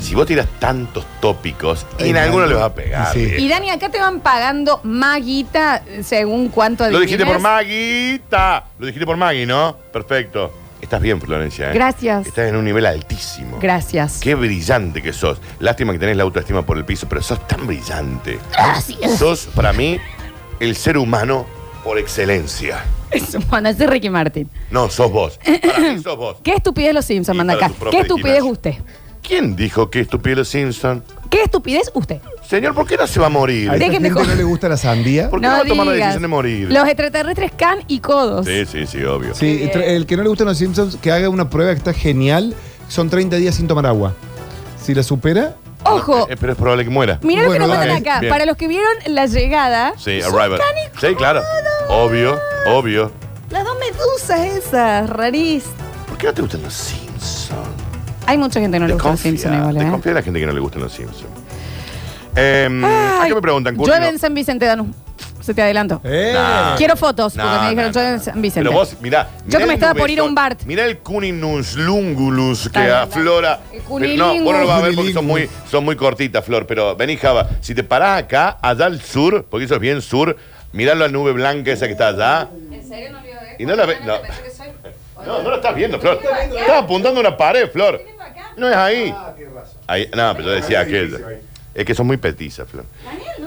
si vos tiras tantos tópicos, en alguno le vas a pegar.
Y
viejo.
Dani, acá te van pagando maguita según cuánto
Lo dijiste por
adivines.
Maguita. Lo dijiste por Magui, ¿no? Perfecto. Estás bien, Florencia. ¿eh?
Gracias.
Estás en un nivel altísimo.
Gracias.
Qué brillante que sos. Lástima que tenés la autoestima por el piso, pero sos tan brillante.
Gracias.
Sos, para mí, el ser humano por excelencia.
Eso, bueno, ese es Ricky Martin.
No, sos vos. Para mí sos vos.
¿Qué estupidez los Simpsons manda
para
acá?
su propia
¿Qué estupidez usted?
¿Quién dijo que estúpido los Simpson?
¿Qué estupidez usted?
Señor, ¿por qué no se va a morir?
¿A esta
Déjenme
gente
co-
no le gusta la sandía?
¿Por qué
No
no, va a tomar la
digas.
decisión de morir?
Los extraterrestres can y codos.
Sí, sí, sí, obvio.
Sí, tra- el que no le gustan los Simpsons, que haga una prueba que está genial. Son 30 días sin tomar agua. Si la supera.
Ojo,
Eh, pero es probable que muera.
Mirá lo que
Bueno,
nos mandan
dale.
acá.
Bien.
Para los que vieron la llegada.
Sí,
son
Arrival.
cani-
Sí, claro. Obvio, obvio.
Las dos medusas esas, rarís.
¿Por qué no te gustan los Simpsons?
Hay mucha gente que no le gusta los
Desconfía,
Simpsons igual, ¿eh?
desconfía de la gente que no le gustan los Simpsons. Eh, ¿A qué me preguntan, Curtino?
Llueve en San Vicente, Danu. Se te adelanto.
Eh.
Nah.
Quiero fotos,
Nah,
porque me dijeron
nah,
llueve en San Vicente.
Pero vos, mirá.
Yo que me estaba por ir a un
bar. Mirá el cuninuslungulus que
Está bien.
aflora.
El
Pero no,
cunilingus.
vos no lo vas a ver porque son muy, son muy cortitas, Flor. Pero vení, Java. Si te parás acá, allá al sur, porque eso es bien sur, mirá la nube blanca esa que está allá.
¿En serio no lo
Y no la ves. No. no, no la estás viendo, Flor. Estás apuntando a una pared, Flor. No es ahí. Ahí, no, pero yo decía aquello. Es que son muy petizas, Flor.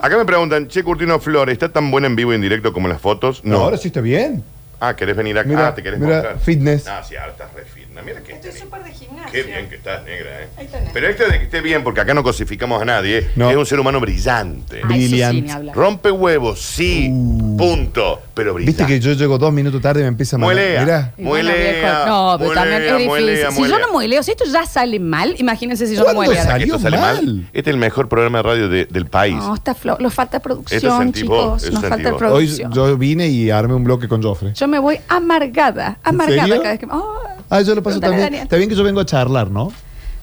Acá me preguntan, Che Curtino Flor, ¿está tan buena en vivo y en directo como en las fotos?
No, ahora sí está bien.
Ah, ¿querés venir acá?
Mira,
¿Te querés
mira,
mostrar?
fitness.
No, sí, ahora estás re fitness. Mira que.
Estoy súper de gimnasio.
Qué bien que estás, negra, ¿eh?
Ahí tenés.
Pero esto de que esté bien, porque acá no cosificamos a nadie, ¿eh? es un ser humano brillante.
Ah, eso sí, Brillante. ni hablar.
Rompe huevos, sí, punto, pero brillante.
Viste que yo llego dos minutos tarde y me empieza a
Muelea.
Mirá.
Y bueno, Muelea,
viejo. No, pero
muelea,
también es difícil.
muelea,
si
muelea.
yo no mueleo, si esto ya sale mal, imagínense si yo no mueleo.
Que esto sale mal. Este es el mejor programa de radio de- del país.
No, está flojo. Nos falta
Esto
producción,
sentí vos,
chicos.
esto
Nos
sentí
falta
vos.
Hoy
producción.
yo vine y armé un bloque con Joffre.
Yo me voy amargada, amargada
serio?
cada vez que. Oh,
Ah, yo lo paso
Preguntale a
también.
Daniel.
Está bien que yo vengo a charlar, ¿no?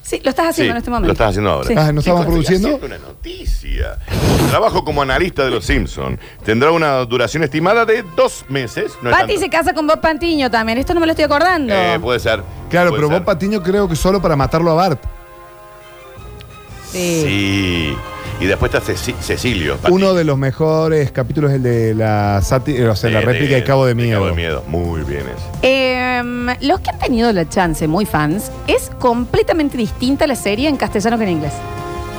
sí, lo estás haciendo en este momento.
Lo estás haciendo ahora.
Sí.
Ah, ¿no estamos
Chicos,
produciendo?
estoy haciendo una noticia. Su Trabajo como analista de los Simpsons. Tendrá una duración estimada de dos meses. No es
Pati
tanto.
se casa con Bob Pantiño también. Esto no me lo estoy acordando.
Eh, puede ser.
Claro,
puede
pero
ser.
Bob Patiño creo que solo para matarlo a Bart.
Sí. Y después está Ceci- Cecilio. Pati.
Uno de los mejores capítulos es el de la, sati- eh, o sea, la
Eh,
réplica de Cabo de Miedo.
Cabo de Miedo. Muy bien ese.
Em, los que han tenido la chance, muy fans, es completamente distinta la serie en castellano que en inglés.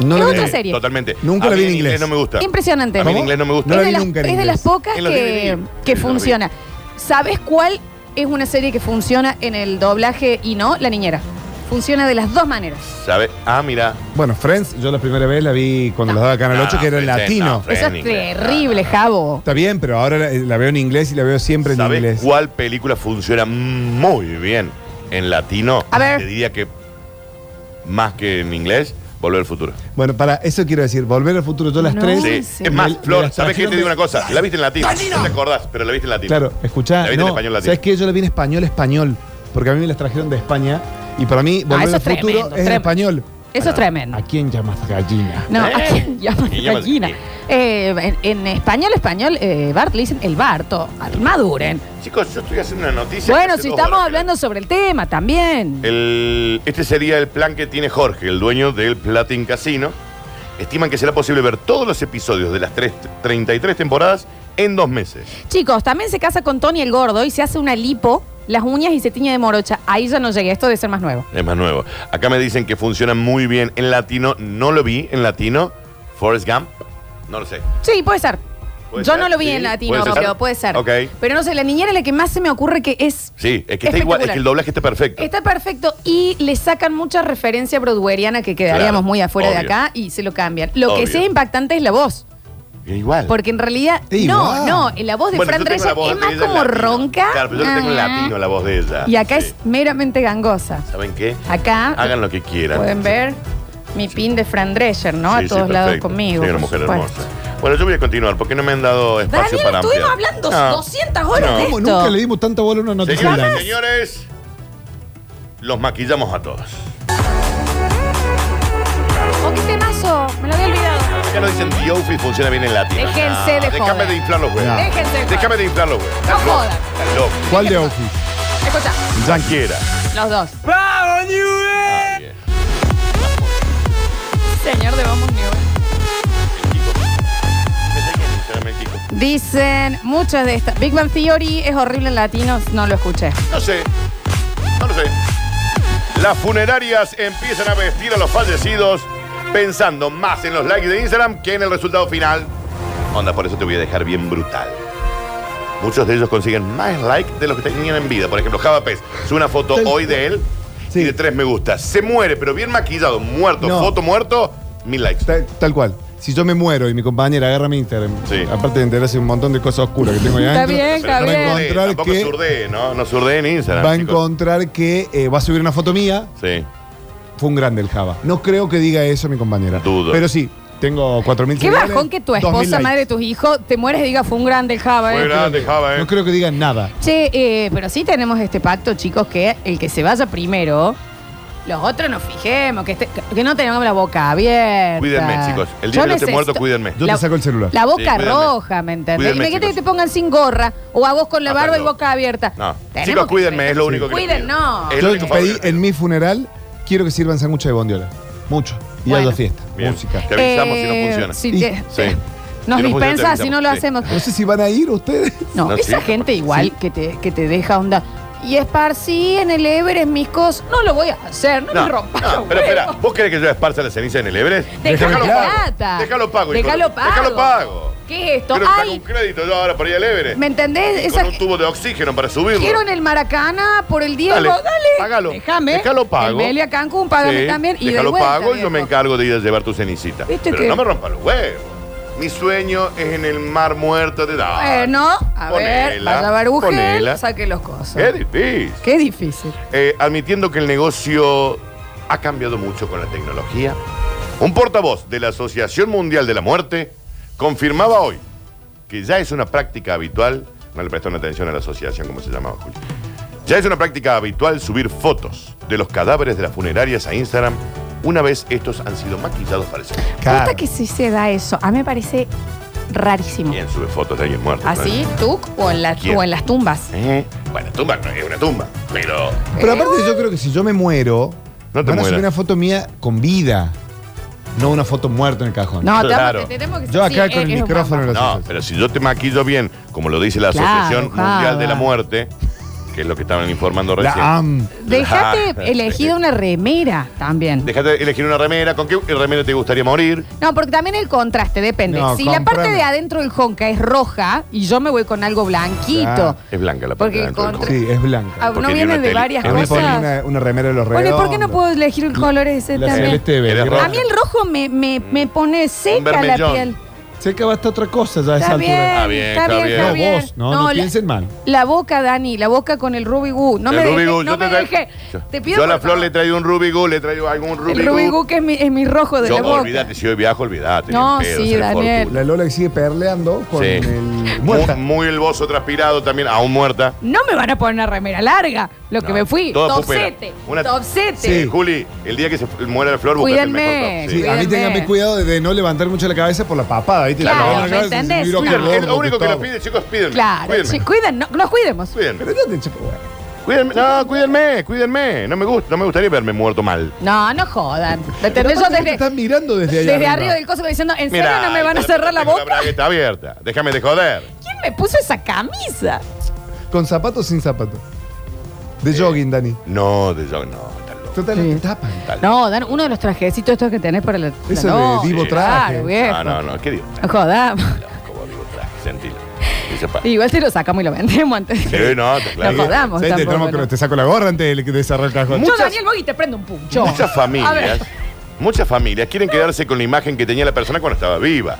No
Es
la vi.
otra serie.
Totalmente.
Nunca
A
la
mí
vi en inglés.
no me gusta.
Impresionante.
A mí en inglés no me gusta.
Es de las- es de las pocas
En los
que,
DVD.
que funciona. ¿Sabes cuál es una serie que funciona en el doblaje y no? La niñera. Funciona de las dos maneras.
¿Sabe? Ah, mira.
Bueno, Friends, yo la primera vez la vi cuando las daba Canal
No,
8, que era en
Friends, no,
latino.
Friends.
Eso
en
es
inglés.
terrible, Javo.
Está bien, pero ahora la, la veo en inglés y la veo siempre en
¿Sabes
inglés.
cuál película funciona muy bien en latino?
A ver.
Te diría que más que en inglés, Volver al futuro.
Bueno, para eso quiero decir, volver al futuro, yo las tres.
Sí. Es más, Flor, ¿sabes qué? Te digo una cosa. La viste en latino. No te acordás, pero la viste en latino.
Claro,
La
escuchá.
viste
no,
en español latino.
¿Sabes qué? Yo la vi en español, español. Porque a mí me las trajeron de España. Y para mí,
Ah,
volver
eso
al
es
futuro
tremendo,
es en
tremendo.
español.
Eso es tremendo.
¿A quién llamas gallina?
No, ¿a
¿Eh?
quién llaman
¿Quién llama-
gallina? Eh, en, en español, español, eh, Bart le dicen el Barto. Maduren.
Chicos, yo estoy haciendo una noticia.
Bueno,
hace
si
dos
estamos
horas.
hablando sobre el tema también.
El- este sería el plan que tiene Jorge, el dueño del Platin Casino. Estiman que será posible ver todos los episodios de las tres- 33 temporadas en dos meses.
Chicos, también se casa con Tony el Gordo y se hace una lipo, las uñas y se tiñe de morocha. Ahí ya no llegué, esto debe ser más nuevo.
Es más nuevo. Acá me dicen que funciona muy bien en latino. No lo vi en latino. Forrest Gump. No lo sé.
Sí, puede ser.
¿Puede
Yo
ser?
no lo vi
Sí,
en latino,
¿puede ser?
pero puede ser.
Ok.
Pero no sé, la niñera es la que más se me ocurre que es.
Sí, es que está igual, es que el doblaje está perfecto.
Está perfecto y le sacan mucha referencia broadweriana que quedaríamos
Claro,
muy afuera de
obvio.
acá y se lo cambian. Lo que
Obvio.
sí es impactante es la voz.
Es igual.
Porque en realidad.
Es
no,
igual.
no, la voz de
Bueno,
Fran
yo tengo
Reyes
la voz
es
de
más
ella en
como
latino.
ronca. Ah.
Claro, pero yo la tengo en latino la voz de ella.
Y acá es meramente gangosa.
¿Saben qué?
Acá
Hagan lo que quieran.
Pueden ver mi pin de Fran Drescher, ¿no?
Sí,
a
sí,
todos lados
perfecto.
conmigo.
Soy una
por
mujer
supuesto.
hermosa. Bueno, yo voy a continuar porque no me han dado espacio
Daniel,
para
estuvimos
ampliar.
hablando
No.
200 horas
No.
de esto.
¿Cómo
Nunca le dimos tanta bola a una noticia.
Señoras
hablando.
y señores, los maquillamos a todos.
Oh, qué temazo. Me lo había olvidado.
Acá lo dicen The Outfit funciona bien en latín.
Déjense de
Déjame
joder.
de inflar los huevos.
No. Déjense de
Déjame
joder.
de inflar los huevos.
No
Estás loco,
jodan.
estás loco.
¿Cuál de Outfit?
Escucha,
Cualquiera.
los dos. ¡Vamos, Newell! Señor de Vamos, Newell. Dicen muchas de estas. Big Bang Theory es horrible en latinos, no lo escuché.
No sé. No lo sé. Las funerarias empiezan a vestir a los fallecidos pensando más en los likes de Instagram que en el resultado final. Onda, por eso te voy a dejar bien brutal. Muchos de ellos consiguen más likes de los que tenían en vida. Por ejemplo, Java Pez sube una foto hoy de él y de tres me gusta. Se muere, pero bien maquillado, muerto,
No.
foto muerto, mil likes.
Tal, tal cual. Si yo me muero y mi compañera agarra mi Instagram, aparte de enterarse de un montón de cosas oscuras que tengo ahí
Está
adentro,
bien, está
va a
bien.
encontrar
Tampoco
que,
surdee, ¿no? No surdee en Instagram.
va a
chicos.
encontrar que eh, va a subir una foto mía.
Sí.
Fue un grande el Java. No creo que diga eso mi compañera.
Dudo.
Pero sí, tengo 4.000
Qué
seguidores.
bajón que tu
2.000
esposa,
likes.
madre de tus hijos, te mueres y diga fue un grande el Java,
No
¿eh?
creo que- No creo que diga nada.
Che, eh, pero sí tenemos este pacto, chicos, que el que se vaya primero, los otros nos fijemos, que, esté- que no tengamos la boca abierta.
Cuídenme, chicos.
Yo
El día que yo esté
necesito-
muerto, cuídenme.
Yo te saco el celular.
La
Sí,
boca
cuídenme.
roja, ¿me entendés?
Cuídenme,
Imagínate que te
chicos.
pongan sin gorra o a vos con la
No,
barba y
tampoco.
boca abierta.
No.
Tenemos
Chicos,
que-
cuídenme, es lo único que les pido.
Cuídennos.
Es lo
Yo
único que
pedí
les pido.
en mi funeral, quiero que sirvan sándwiches de bondiola. Mucho. Y
Bueno.
haya fiesta,
Bien.
música.
Te avisamos
Eh,
si
si
no
te-
funciona. Sí.
Nos
Si no funciona, te
dispensa si no lo
avisamos, sí.
hacemos.
No sé si van a ir ustedes.
No,
No,
esa
sí.
gente igual que, te, que te deja onda. Y esparcí en el Everest mis cosas. No lo voy a hacer, no,
No,
me rompa
no,
los
pero espera,
huevos.
¿vos querés que yo esparza la ceniza en el Everest?
Déjalo
pago.
plata.
Déjalo pago. hijo
Déjalo
de-
pago.
Déjalo pago.
¿Qué es esto?
Creo que saco un
Ay,
crédito yo ahora para ir al Everest.
¿me entendés?
Con
Esa-
un tubo de oxígeno para subirlo.
Quiero en el Maracana por el Diego,
Dale,
dale.
págalo.
Déjame.
Déjalo pago.
En Belia, Cancún, págame
Sí,
también. Y
déjalo
de vuelta,
pago y
viejo.
yo me encargo de ir a llevar tu cenicita.
¿Viste
Pero
que-
no me rompa los huevos. Mi sueño es en el mar muerto de Dada.
Bueno, a ver,
Ponela,
vaya a Barugel,
ponela.
saque los cosas.
Qué difícil.
Qué difícil.
Eh, admitiendo que el negocio ha cambiado mucho con la tecnología. Un portavoz de la Asociación Mundial de la Muerte confirmaba hoy que ya es una práctica habitual, no le prestaron atención a la asociación, como se llamaba, Julio. Ya es una práctica habitual subir fotos de los cadáveres de las funerarias a Instagram una vez estos han sido maquillados para el ser.
Posta que sí se da eso. A mí me parece rarísimo.
¿Quién sube fotos de alguien muerto?
Así, ¿Ah, tú o en, la-
¿Quién?
o en las tumbas.
¿Eh? Bueno, tumba no es una tumba, pero...
Pero aparte yo creo que si yo me muero,
No te
van a subir
mueras.
una foto mía con vida, no una foto muerta en el cajón.
No, te- te- te- tenemos que
Yo acá
sí,
con
es-
el
es un
micrófono en la
No, pero si yo te maquillo bien, como lo dice la
Claro,
Asociación Mundial
pava.
de la Muerte, que es lo que estaban informando recién.
AM.
Dejate
La-
elegida una remera también.
Dejate elegir una remera. ¿Con qué remera te gustaría morir?
No, porque también el contraste depende.
No,
si la parte
comprame.
de adentro del jonca es roja y yo me voy con algo blanquito.
Ah,
Es blanca la
Porque
parte de adentro del
contra-
culo.
Sí, es blanca.
Ah,
Porque
no
tiene
viene
una
de
tele-
varias
A mí me ponía
cosas.
una, una remera de los
Bueno, ¿y
redondos.
por qué no puedo elegir el color ese
La
también?
celeste verde.
A mí el rojo me, me, me pone seca la
vermellón.
piel.
Se acaba hasta otra cosa ya a esa
Está bien,
Ah,
altura.
Está bien, está está bien, bien. está
No, vos, no,
bien.
no,
No, la-
piensen mal.
La boca, Dani, la boca con el Ruby Goo. No
El
me
Ruby
dejes,
Goo,
no
yo
me
te tra-
dejes. Te pido
Yo a la
por
flor le traigo un Ruby Goo, le traigo algún
favor,
Ruby
el Ruby
Goo.
Goo que es mi, es mi rojo de
Yo,
la boca.
olvídate, si hoy viajo, olvídate.
No,
ni en
sí,
se le fue el
Daniel.
culo.
La Lola que sigue perleando con eh,
Sí.
el...
Muy, muy el bozo transpirado también, aún muerta.
No me van a poner una remera larga, lo que me fui.
Toda pupera.
Topsete,
Una-
topsete.
Sí, Juli, el día que se f- muera la flor, búscate el
Cuídenme,
mejor top. Sí.
Sí, a mí téngame cuidado de no levantar mucho la cabeza por la papada, ¿viste?
Claro,
la
¿me
cabeza se
entendés?
miró
Claro.
Es
con
lo
gordo,
único que
todo.
nos pide, chicos, pídenme.
Claro,
Cuídenme.
sí, cuiden, no- nos cuidemos.
Cuídenme.
Pero date, chico.
Cuídenme, no, cuídenme, cuídenme. No me gusta, no me gustaría verme muerto mal.
No, no jodan. ¿Me
Pero
entendés? Yo
aparte te
desde,
estás mirando desde allá
desde arriba. del coso diciendo, ¿en serio no me van a
hija de
cerrar la
tengo
boca?
bragueta abierta. Déjame de joder.
¿Quién me puso esa camisa?
¿Con zapato o sin zapato? De jogging, Dani.
Eh, No, de yo no.
Total, te tapan.
No, dan uno de los trajecitos estos que tenés para la.
Eso
la
de
noche.
divo traje.
Claro, viejo.
Ah, No, no, no, qué digo.
No jodamos.
Sentilo. Dice pa-
Igual si lo sacamos y lo vendemos antes.
Sí, no, está claro.
No jodamos
Sí, te,
tampoco,
tenemos que-
¿no?
te saco la gorra antes de de cerrar el cajón.
Yo, Daniel Bogui, te prendo un puncho.
Muchas
A ver,
familias, muchas familias quieren quedarse con la imagen que tenía la persona cuando estaba viva.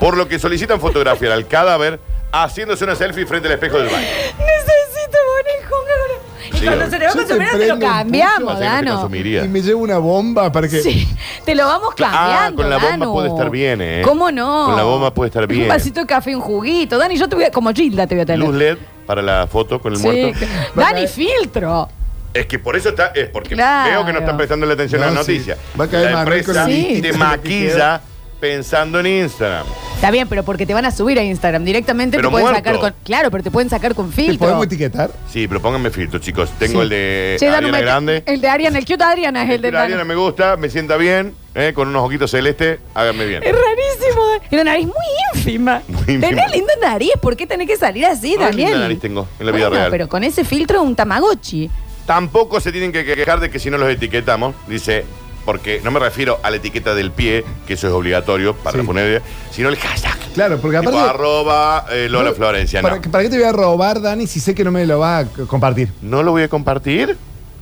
Por lo que solicitan fotografiar al cadáver haciéndose una selfie frente al espejo del baño.
necesito poner el jonga con el-
Sí,
Y cuando se le va a
yo te
consumir, te
prendo
lo
un puncho,
cambiamos,
así que no te
Dano.
consumiría.
Y me llevo una bomba para que.
Sí, te lo vamos
Ah,
cambiando.
con la bomba
Danu.
puede estar bien, ¿eh?
¿Cómo no?
Con la bomba puede estar bien.
Un vasito de café, un juguito. Dani, yo te voy a, como Gilda te voy a tener.
Luz LED para la foto con el
Sí,
muerto.
que- Dani, filtro.
Es que por eso está, es porque
Claro.
veo que no están prestando la atención a la
No, sí.
noticia.
Va a caer
la
Manuel con
empresa
la listita
te
de lo que
maquilla
queda.
pensando en Instagram.
Está bien, pero porque te van a subir a Instagram directamente te
Pero
pueden
muerto.
sacar con. Claro, pero te pueden sacar con
¿Te
filtro.
podemos etiquetar?
Sí, pero pónganme filtro, chicos. Tengo el de
Che, Danu,
Eh, Ariana
me-
Grande.
El de Ariana, el cute Ariana es el de
Pero Ariana me gusta, me sienta bien, eh, con unos ojitos celestes, háganme bien.
Es rarísimo. Y la nariz muy ínfima.
ínfima.
Tenés linda nariz. ¿Por qué tenés que salir así,
Ay,
Daniel?
linda nariz tengo en la vida
Bueno,
real.
pero con ese filtro un tamagotchi.
Tampoco se tienen que quejar de que si no los etiquetamos, dice, porque no me refiero a la etiqueta del pie, que eso es obligatorio para la funeraria, sino el hashtag.
Claro, porque
Tipo,
aparte.
arroba eh, Lola
No,
Florencia,
¿para,
no.
para qué te voy a robar, Dani, si sé que no me lo va a c- compartir?
¿No lo voy a compartir?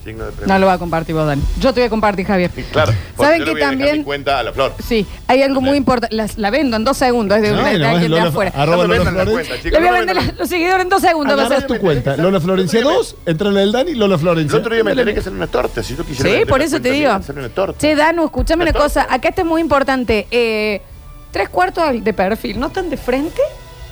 Signo de pregunta.
No lo va a compartir vos, Dani. Yo te voy a compartir, Javier.
Claro, porque
¿Saben
yo le
que
voy a dejar
también-
mi cuenta a la flor.
Sí, hay algo muy importante. Las- La, vendo en dos segundos. Es de,
No,
de- de
no, es
alguien de
Lola-
afuera.
arroba
No me
Lola
vendan la
Florencia.
cuenta,
Le
chicos.
voy a
no me
vender la- los seguidores en dos segundos. vas a-
Agarras tu cuenta. Lola Florencia 2, entra en el Dani, Lola
El
Florencia.
otro día me enteré que hacer una torta, si yo quisiera.
Sí,
vender
por
la
eso te
cuenta mía,
digo.
hacer una torta.
Che, Danu, escúchame una cosa. Acá este es muy importante. Eh, tres cuartos de perfil. ¿No están de frente?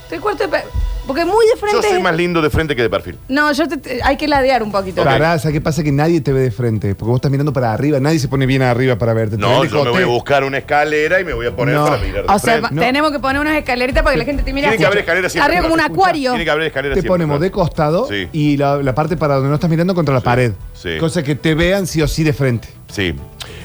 Tres cuartos de perfil. Porque muy de
Yo
frente.
soy
es-
más lindo de frente que de perfil.
No, yo te- te- hay que ladear un poquito.
Caraza, ¿qué pasa? Que nadie te ve de frente. Porque vos estás mirando para arriba. Nadie se pone bien arriba para verte.
No, yo me voy a
buscar.
buscar una escalera y me voy a poner
No.
para mirar de
O sea,
frente.
va- tenemos que poner unas escaleritas para que la gente te mire
Tiene
así.
que haber escaleras siempre.
Arriba como un
Escucha,
acuario.
Tiene que haber escaleras
Te
siempre.
ponemos de costado
Sí.
y la, la parte para donde no estás mirando contra la pared.
sí.
Cosa que te vean sí o sí de frente.
Sí.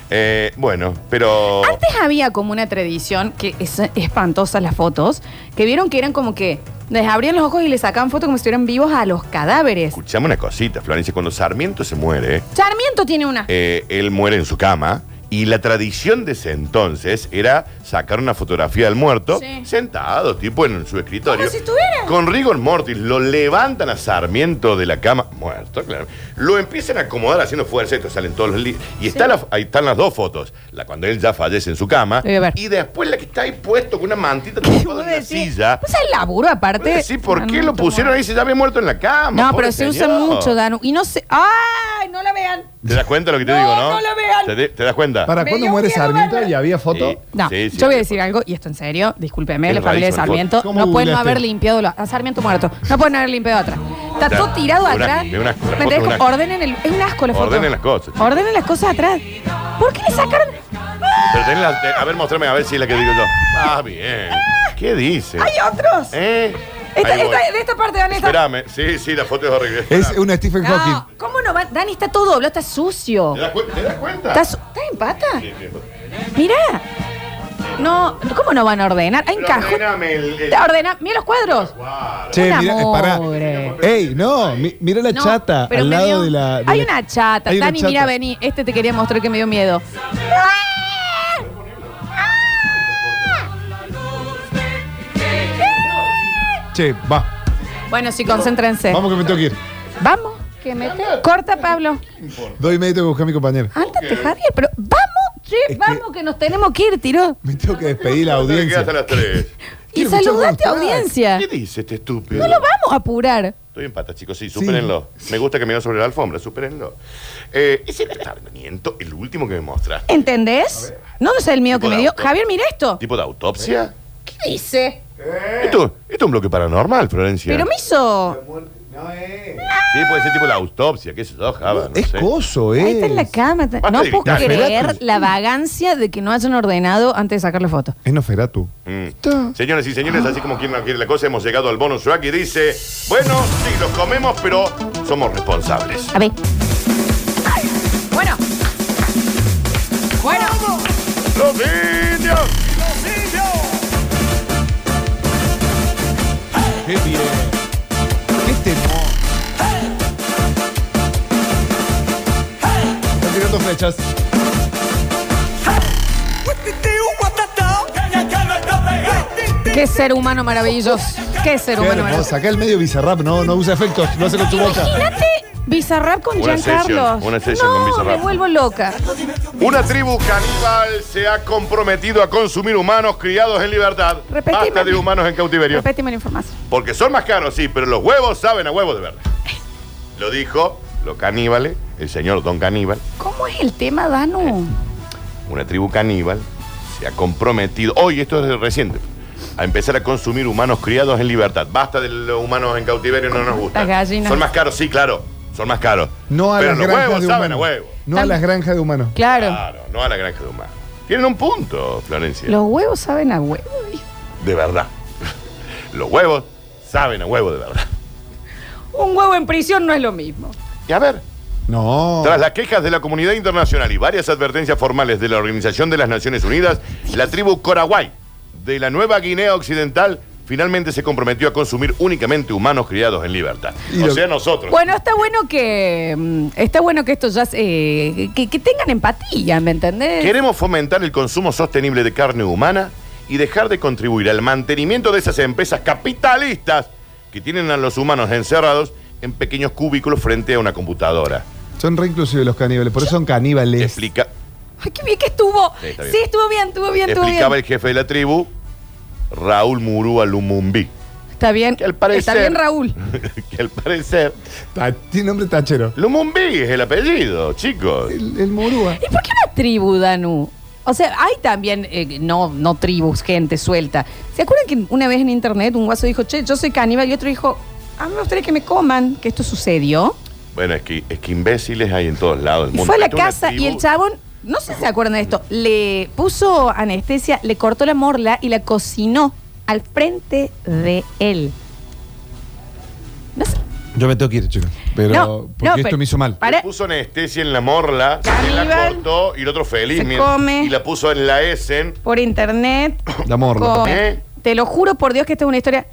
Eh, bueno, pero.
Antes había como una tradición, que es espantosas las fotos, que vieron que eran como que les abrían los ojos y les sacaban fotos como si estuvieran vivos a los cadáveres.
Escuchame una cosita, Florencia. Cuando Sarmiento se muere,
Sarmiento tiene una.
eh, él muere en su cama Y la tradición de ese entonces era sacar una fotografía del muerto sentado, tipo en su escritorio.
Como si estuviera.
Con rigor mortis, lo levantan a Sarmiento de la cama, muerto, claro. Lo empiezan a acomodar haciendo fuerza, esto salen todos los li- Y está la- ahí están las dos fotos, la cuando él ya fallece en su cama.
Voy a ver.
Y después la que está ahí puesto con una mantita tipo de una silla.
¿Pues el laburo aparte?
Sí, ¿por qué lo pusieron ahí si ya había muerto en la cama?
No,
pobre
pero se usa
señor?
mucho, Danu. Y no sé. ¡Ay! No la vean.
¿Te das cuenta lo que te
No,
digo, no?
no la vean.
¿Te, te das cuenta?
¿Para
Me
cuándo
dio
muere
miedo
Sarmiento y había foto?
No,
Sí, sí,
yo voy a decir algo, y esto en serio, discúlpeme,
Es
la familia de
rarísimo el
Sarmiento,
foto.
no
¿Cómo
pueden no
googleaste?
haber limpiado, lo- a Sarmiento muerto, no pueden haber limpiado atrás. Está
Ya,
todo tirado
una-
atrás.
de una- la
¿Me
foto
entendés?
es un asco.
Ordenen el, es un asco la foto.
Ordenen las cosas.
Ordenen las cosas atrás. ¿Por qué le sacaron?
Pero tenés la- te- a ver, mostrame a ver si es la que digo yo. Ah, bien. ¿Qué dice?
¡Hay otros!
¿Eh?
Esta-
Ahí voy.
esta- de esta parte, Dani, está-
Espérame. Sí, sí, la foto es horrible.
Es una Stephen
No,
Hawking.
¿cómo no va? Dani está todo doblado, está sucio.
¿Te das, cu- te das cuenta?
¿Está, su- está en pata?
Sí, sí.
Mirá. No, ¿cómo no van a ordenar? Hay un
Pero
cajón.
ordename el- el-
Te Ordena, mira los cuadros.
Che,
Un
mira, eh,
amor.
pará. Ey, no, mi- mira la
No,
chata
pero
al
me
lado
dio-
de la. de
hay
la-
una chata.
hay una
Dani,
chata.
mira, vení. Este te quería mostrar que me dio miedo.
Che, va.
Bueno, sí, concéntrense.
Vamos que me tengo que ir.
Vamos, que me te- Corta, Pablo.
Doy medio tengo que buscar a mi compañero.
Ándate, Javier, pero vamos, che, vamos, que nos tenemos que ir, tiró.
Me tengo que despedir la audiencia.
Hasta las tres.
Y
escuchar
saludate,
buenos tracks.
audiencia.
¿Qué dice este estúpido?
No lo vamos a apurar.
Estoy en pata, chicos, sí, supérenlo. Me gusta que me dio sobre la alfombra, supérenlo. Eh, ese era Sarmiento, el último que me mostraste.
¿Entendés? No, no es el mío que
Tipo
me
de
dio.
auto.
Javier, mira esto.
¿Tipo de autopsia?
¿Qué dice?
Esto, esto es un bloque paranormal, Florencia.
Pero me hizo.
Sí, puede ser tipo la autopsia, qué sé yo, Java. No
Es
sé.
coso, eh.
Ahí está en la cama.
Basta
No
de
puedo
gritar.
creer
Espérate.
la vagancia de que no hayan ordenado antes de sacar la foto.
Es Noferatu.
Mm. Señoras y señores, así como quien no quiere la cosa, hemos llegado al bonus track y dice, bueno, sí, los comemos, pero somos responsables.
A ver. Ay, Bueno. Bueno.
¡Los indios!
Qué bien. Qué temor. Están tirando flechas.
Qué ser humano maravilloso. Qué ser
Qué
humano maravilloso.
hermosa. Acá el medio bizarrap no, no usa efectos. Lo hace con su boca.
Imagínate Bizarrap con
Una sesión,
Giancarlos.
una sesión
no,
con Bizarrap.
me vuelvo loca.
Una tribu caníbal se ha comprometido a consumir humanos criados en libertad.
Repetime.
Basta de humanos en cautiverio.
Repetime la información.
Porque son más caros, sí, pero los huevos saben a huevos de verdad. Lo dijo los caníbales, el señor Don Caníbal.
¿Cómo es el tema,
Eh,
Danu?
Una tribu caníbal se ha comprometido, hoy esto es reciente, a empezar a consumir humanos criados en libertad. Basta de los humanos en cautiverio, no nos
Las
gustan.
gallinas.
Son más caros, sí, claro. Son más caros.
No a
pero
las
los
granjas
huevos
de
saben a
humanos.
huevos.
No a las granjas de humanos.
Claro.
Claro, no a la granja de humanos. Tienen un punto, Florencia.
Los huevos saben a huevo. dijo.
De verdad. Los huevos saben a huevo de verdad.
Un huevo en prisión no es lo mismo.
Y a ver,
No.
Tras las quejas de la comunidad internacional y varias advertencias formales de la Organización de las Naciones Unidas, la tribu Coraguay de la Nueva Guinea Occidental finalmente se comprometió a consumir únicamente humanos criados en libertad.
Y
o
lo-
sea, nosotros.
Bueno, está bueno que. mm, Está bueno que esto ya. se- eh, que, que tengan empatía, ¿me entendés?
Queremos fomentar el consumo sostenible de carne humana y dejar de contribuir al mantenimiento de esas empresas capitalistas que tienen a los humanos encerrados en pequeños cubículos frente a una computadora.
Son re inclusivos los caníbales. Por eso son caníbales.
Explica,
Ay, qué bien que estuvo.
Sí,
Sí,
está bien.
estuvo bien, estuvo bien, estuvo
explicaba
bien.
el jefe de la tribu, Raúl Murúa Lumumbi.
Está bien.
que al parecer-
Está bien, Raúl.
que al parecer.
Ta- Tiene nombre tachero.
Lumumbi es el apellido, chicos.
El, el morúa.
¿Y por qué una tribu, Danu? O sea, hay también, eh, no, no tribus, gente suelta. ¿Se acuerdan que una vez en internet un guaso dijo, che, yo soy caníbal? Y otro dijo, a mí me gustaría que me coman, que esto sucedió.
Bueno, es que, es que imbéciles hay en todos lados del
Y
mundo.
fue a la
Esta es una
casa
tribu-
y el chabón, no sé si se acuerdan de esto, le puso anestesia, le cortó la morla y la cocinó al frente de él. No sé.
Yo me tengo que ir, chicos. Pero.
No,
porque
no,
esto
pero-
me hizo mal.
Le puso anestesia en la morla, se la
Caníbal.
cortó y el otro feliz.
Se
mira,
come.
Y la puso en la Essen.
Por internet,
La morla.
¿Eh?
Come. Te lo juro por Dios que esta es una historia.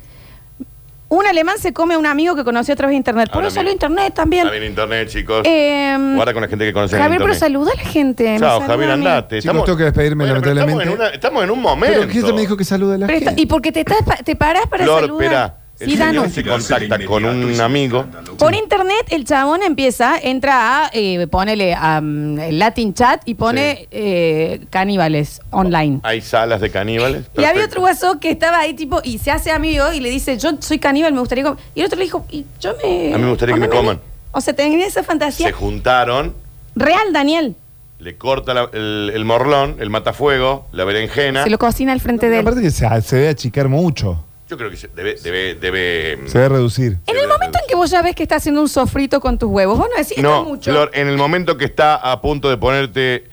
Un alemán se come a un amigo que conoció a través de internet. Por
Ahora
eso salió
mismo.
internet también.
Está bien internet, chicos.
Em,
Guarda con la gente que conoce en
Javier, pero
internet.
saluda a la gente.
Chao,
no saluda
Javier,
a mí.
andate.
Chicos,
Estamos,
tengo que despedirme
estamos,
lamentablemente.
en una- estamos en un momento.
Pero ¿quién me dijo que saluda a la
Pero está-
gente?
y porque te estás pa- te paras para
Flor,
saludar.
espera. El
Sí,
señor
danos.
se contacta con un amigo.
Por internet, el chabón empieza, entra a, eh, ponele a mm, el Latin Chat y pone eh, caníbales online.
Hay salas de caníbales.
Y había
Perfecto.
otro guaso que estaba ahí, tipo, y se hace amigo y le dice, yo soy caníbal, me gustaría comer. Y el otro le dijo, y yo me.
A mí me gustaría que me coman.
O sea, tenía esa
Se
fantasía.
juntaron,
Real, Daniel.
le corta la- el, el morlón, el matafuego, la berenjena.
Se lo cocina al frente de él.
Aparte que se, se debe achicar mucho.
Yo creo que se- debe, debe, debe.
Se debe reducir.
En el momento en que vos ya ves que está haciendo un sofrito con tus huevos, vos no decís, "Esto
mm, No,
es mucho.
Flor, en el momento que está a punto de ponerte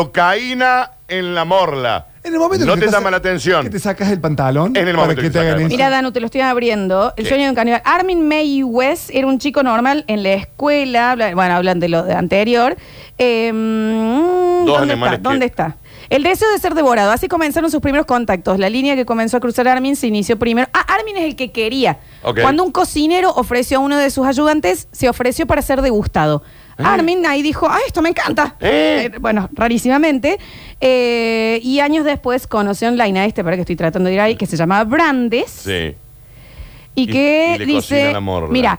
silocaína en la morla.
En el momento
no
que
te
te
llama
saca-
la atención.
Que te sacas el pantalón.
En el
para
momento
que
que
te
sacas
hagan
el
eso.
Mira, Danu, te lo estoy abriendo. El
¿Qué?
sueño de un caníbal. Armin May West era un chico normal en la escuela. habla- bueno, hablan de lo de anterior. Eh, mm,
Dos
¿Dónde está?
animales que-
¿Dónde está? El deseo de ser devorado. Así comenzaron sus primeros contactos. La línea que comenzó a cruzar Armin se inició primero. Ah, Armin es el que quería.
Ok.
Cuando un cocinero ofreció a uno de sus ayudantes, se ofreció para ser degustado. Armin ahí dijo, ah, esto me encanta. Eh, bueno, rarísimamente. Eh, y años después conoció online a este, para que estoy tratando de ir ahí, que se llamaba Brandes.
Sí.
Y,
Y-
que
y le cocina
dice,
la morla.
mira,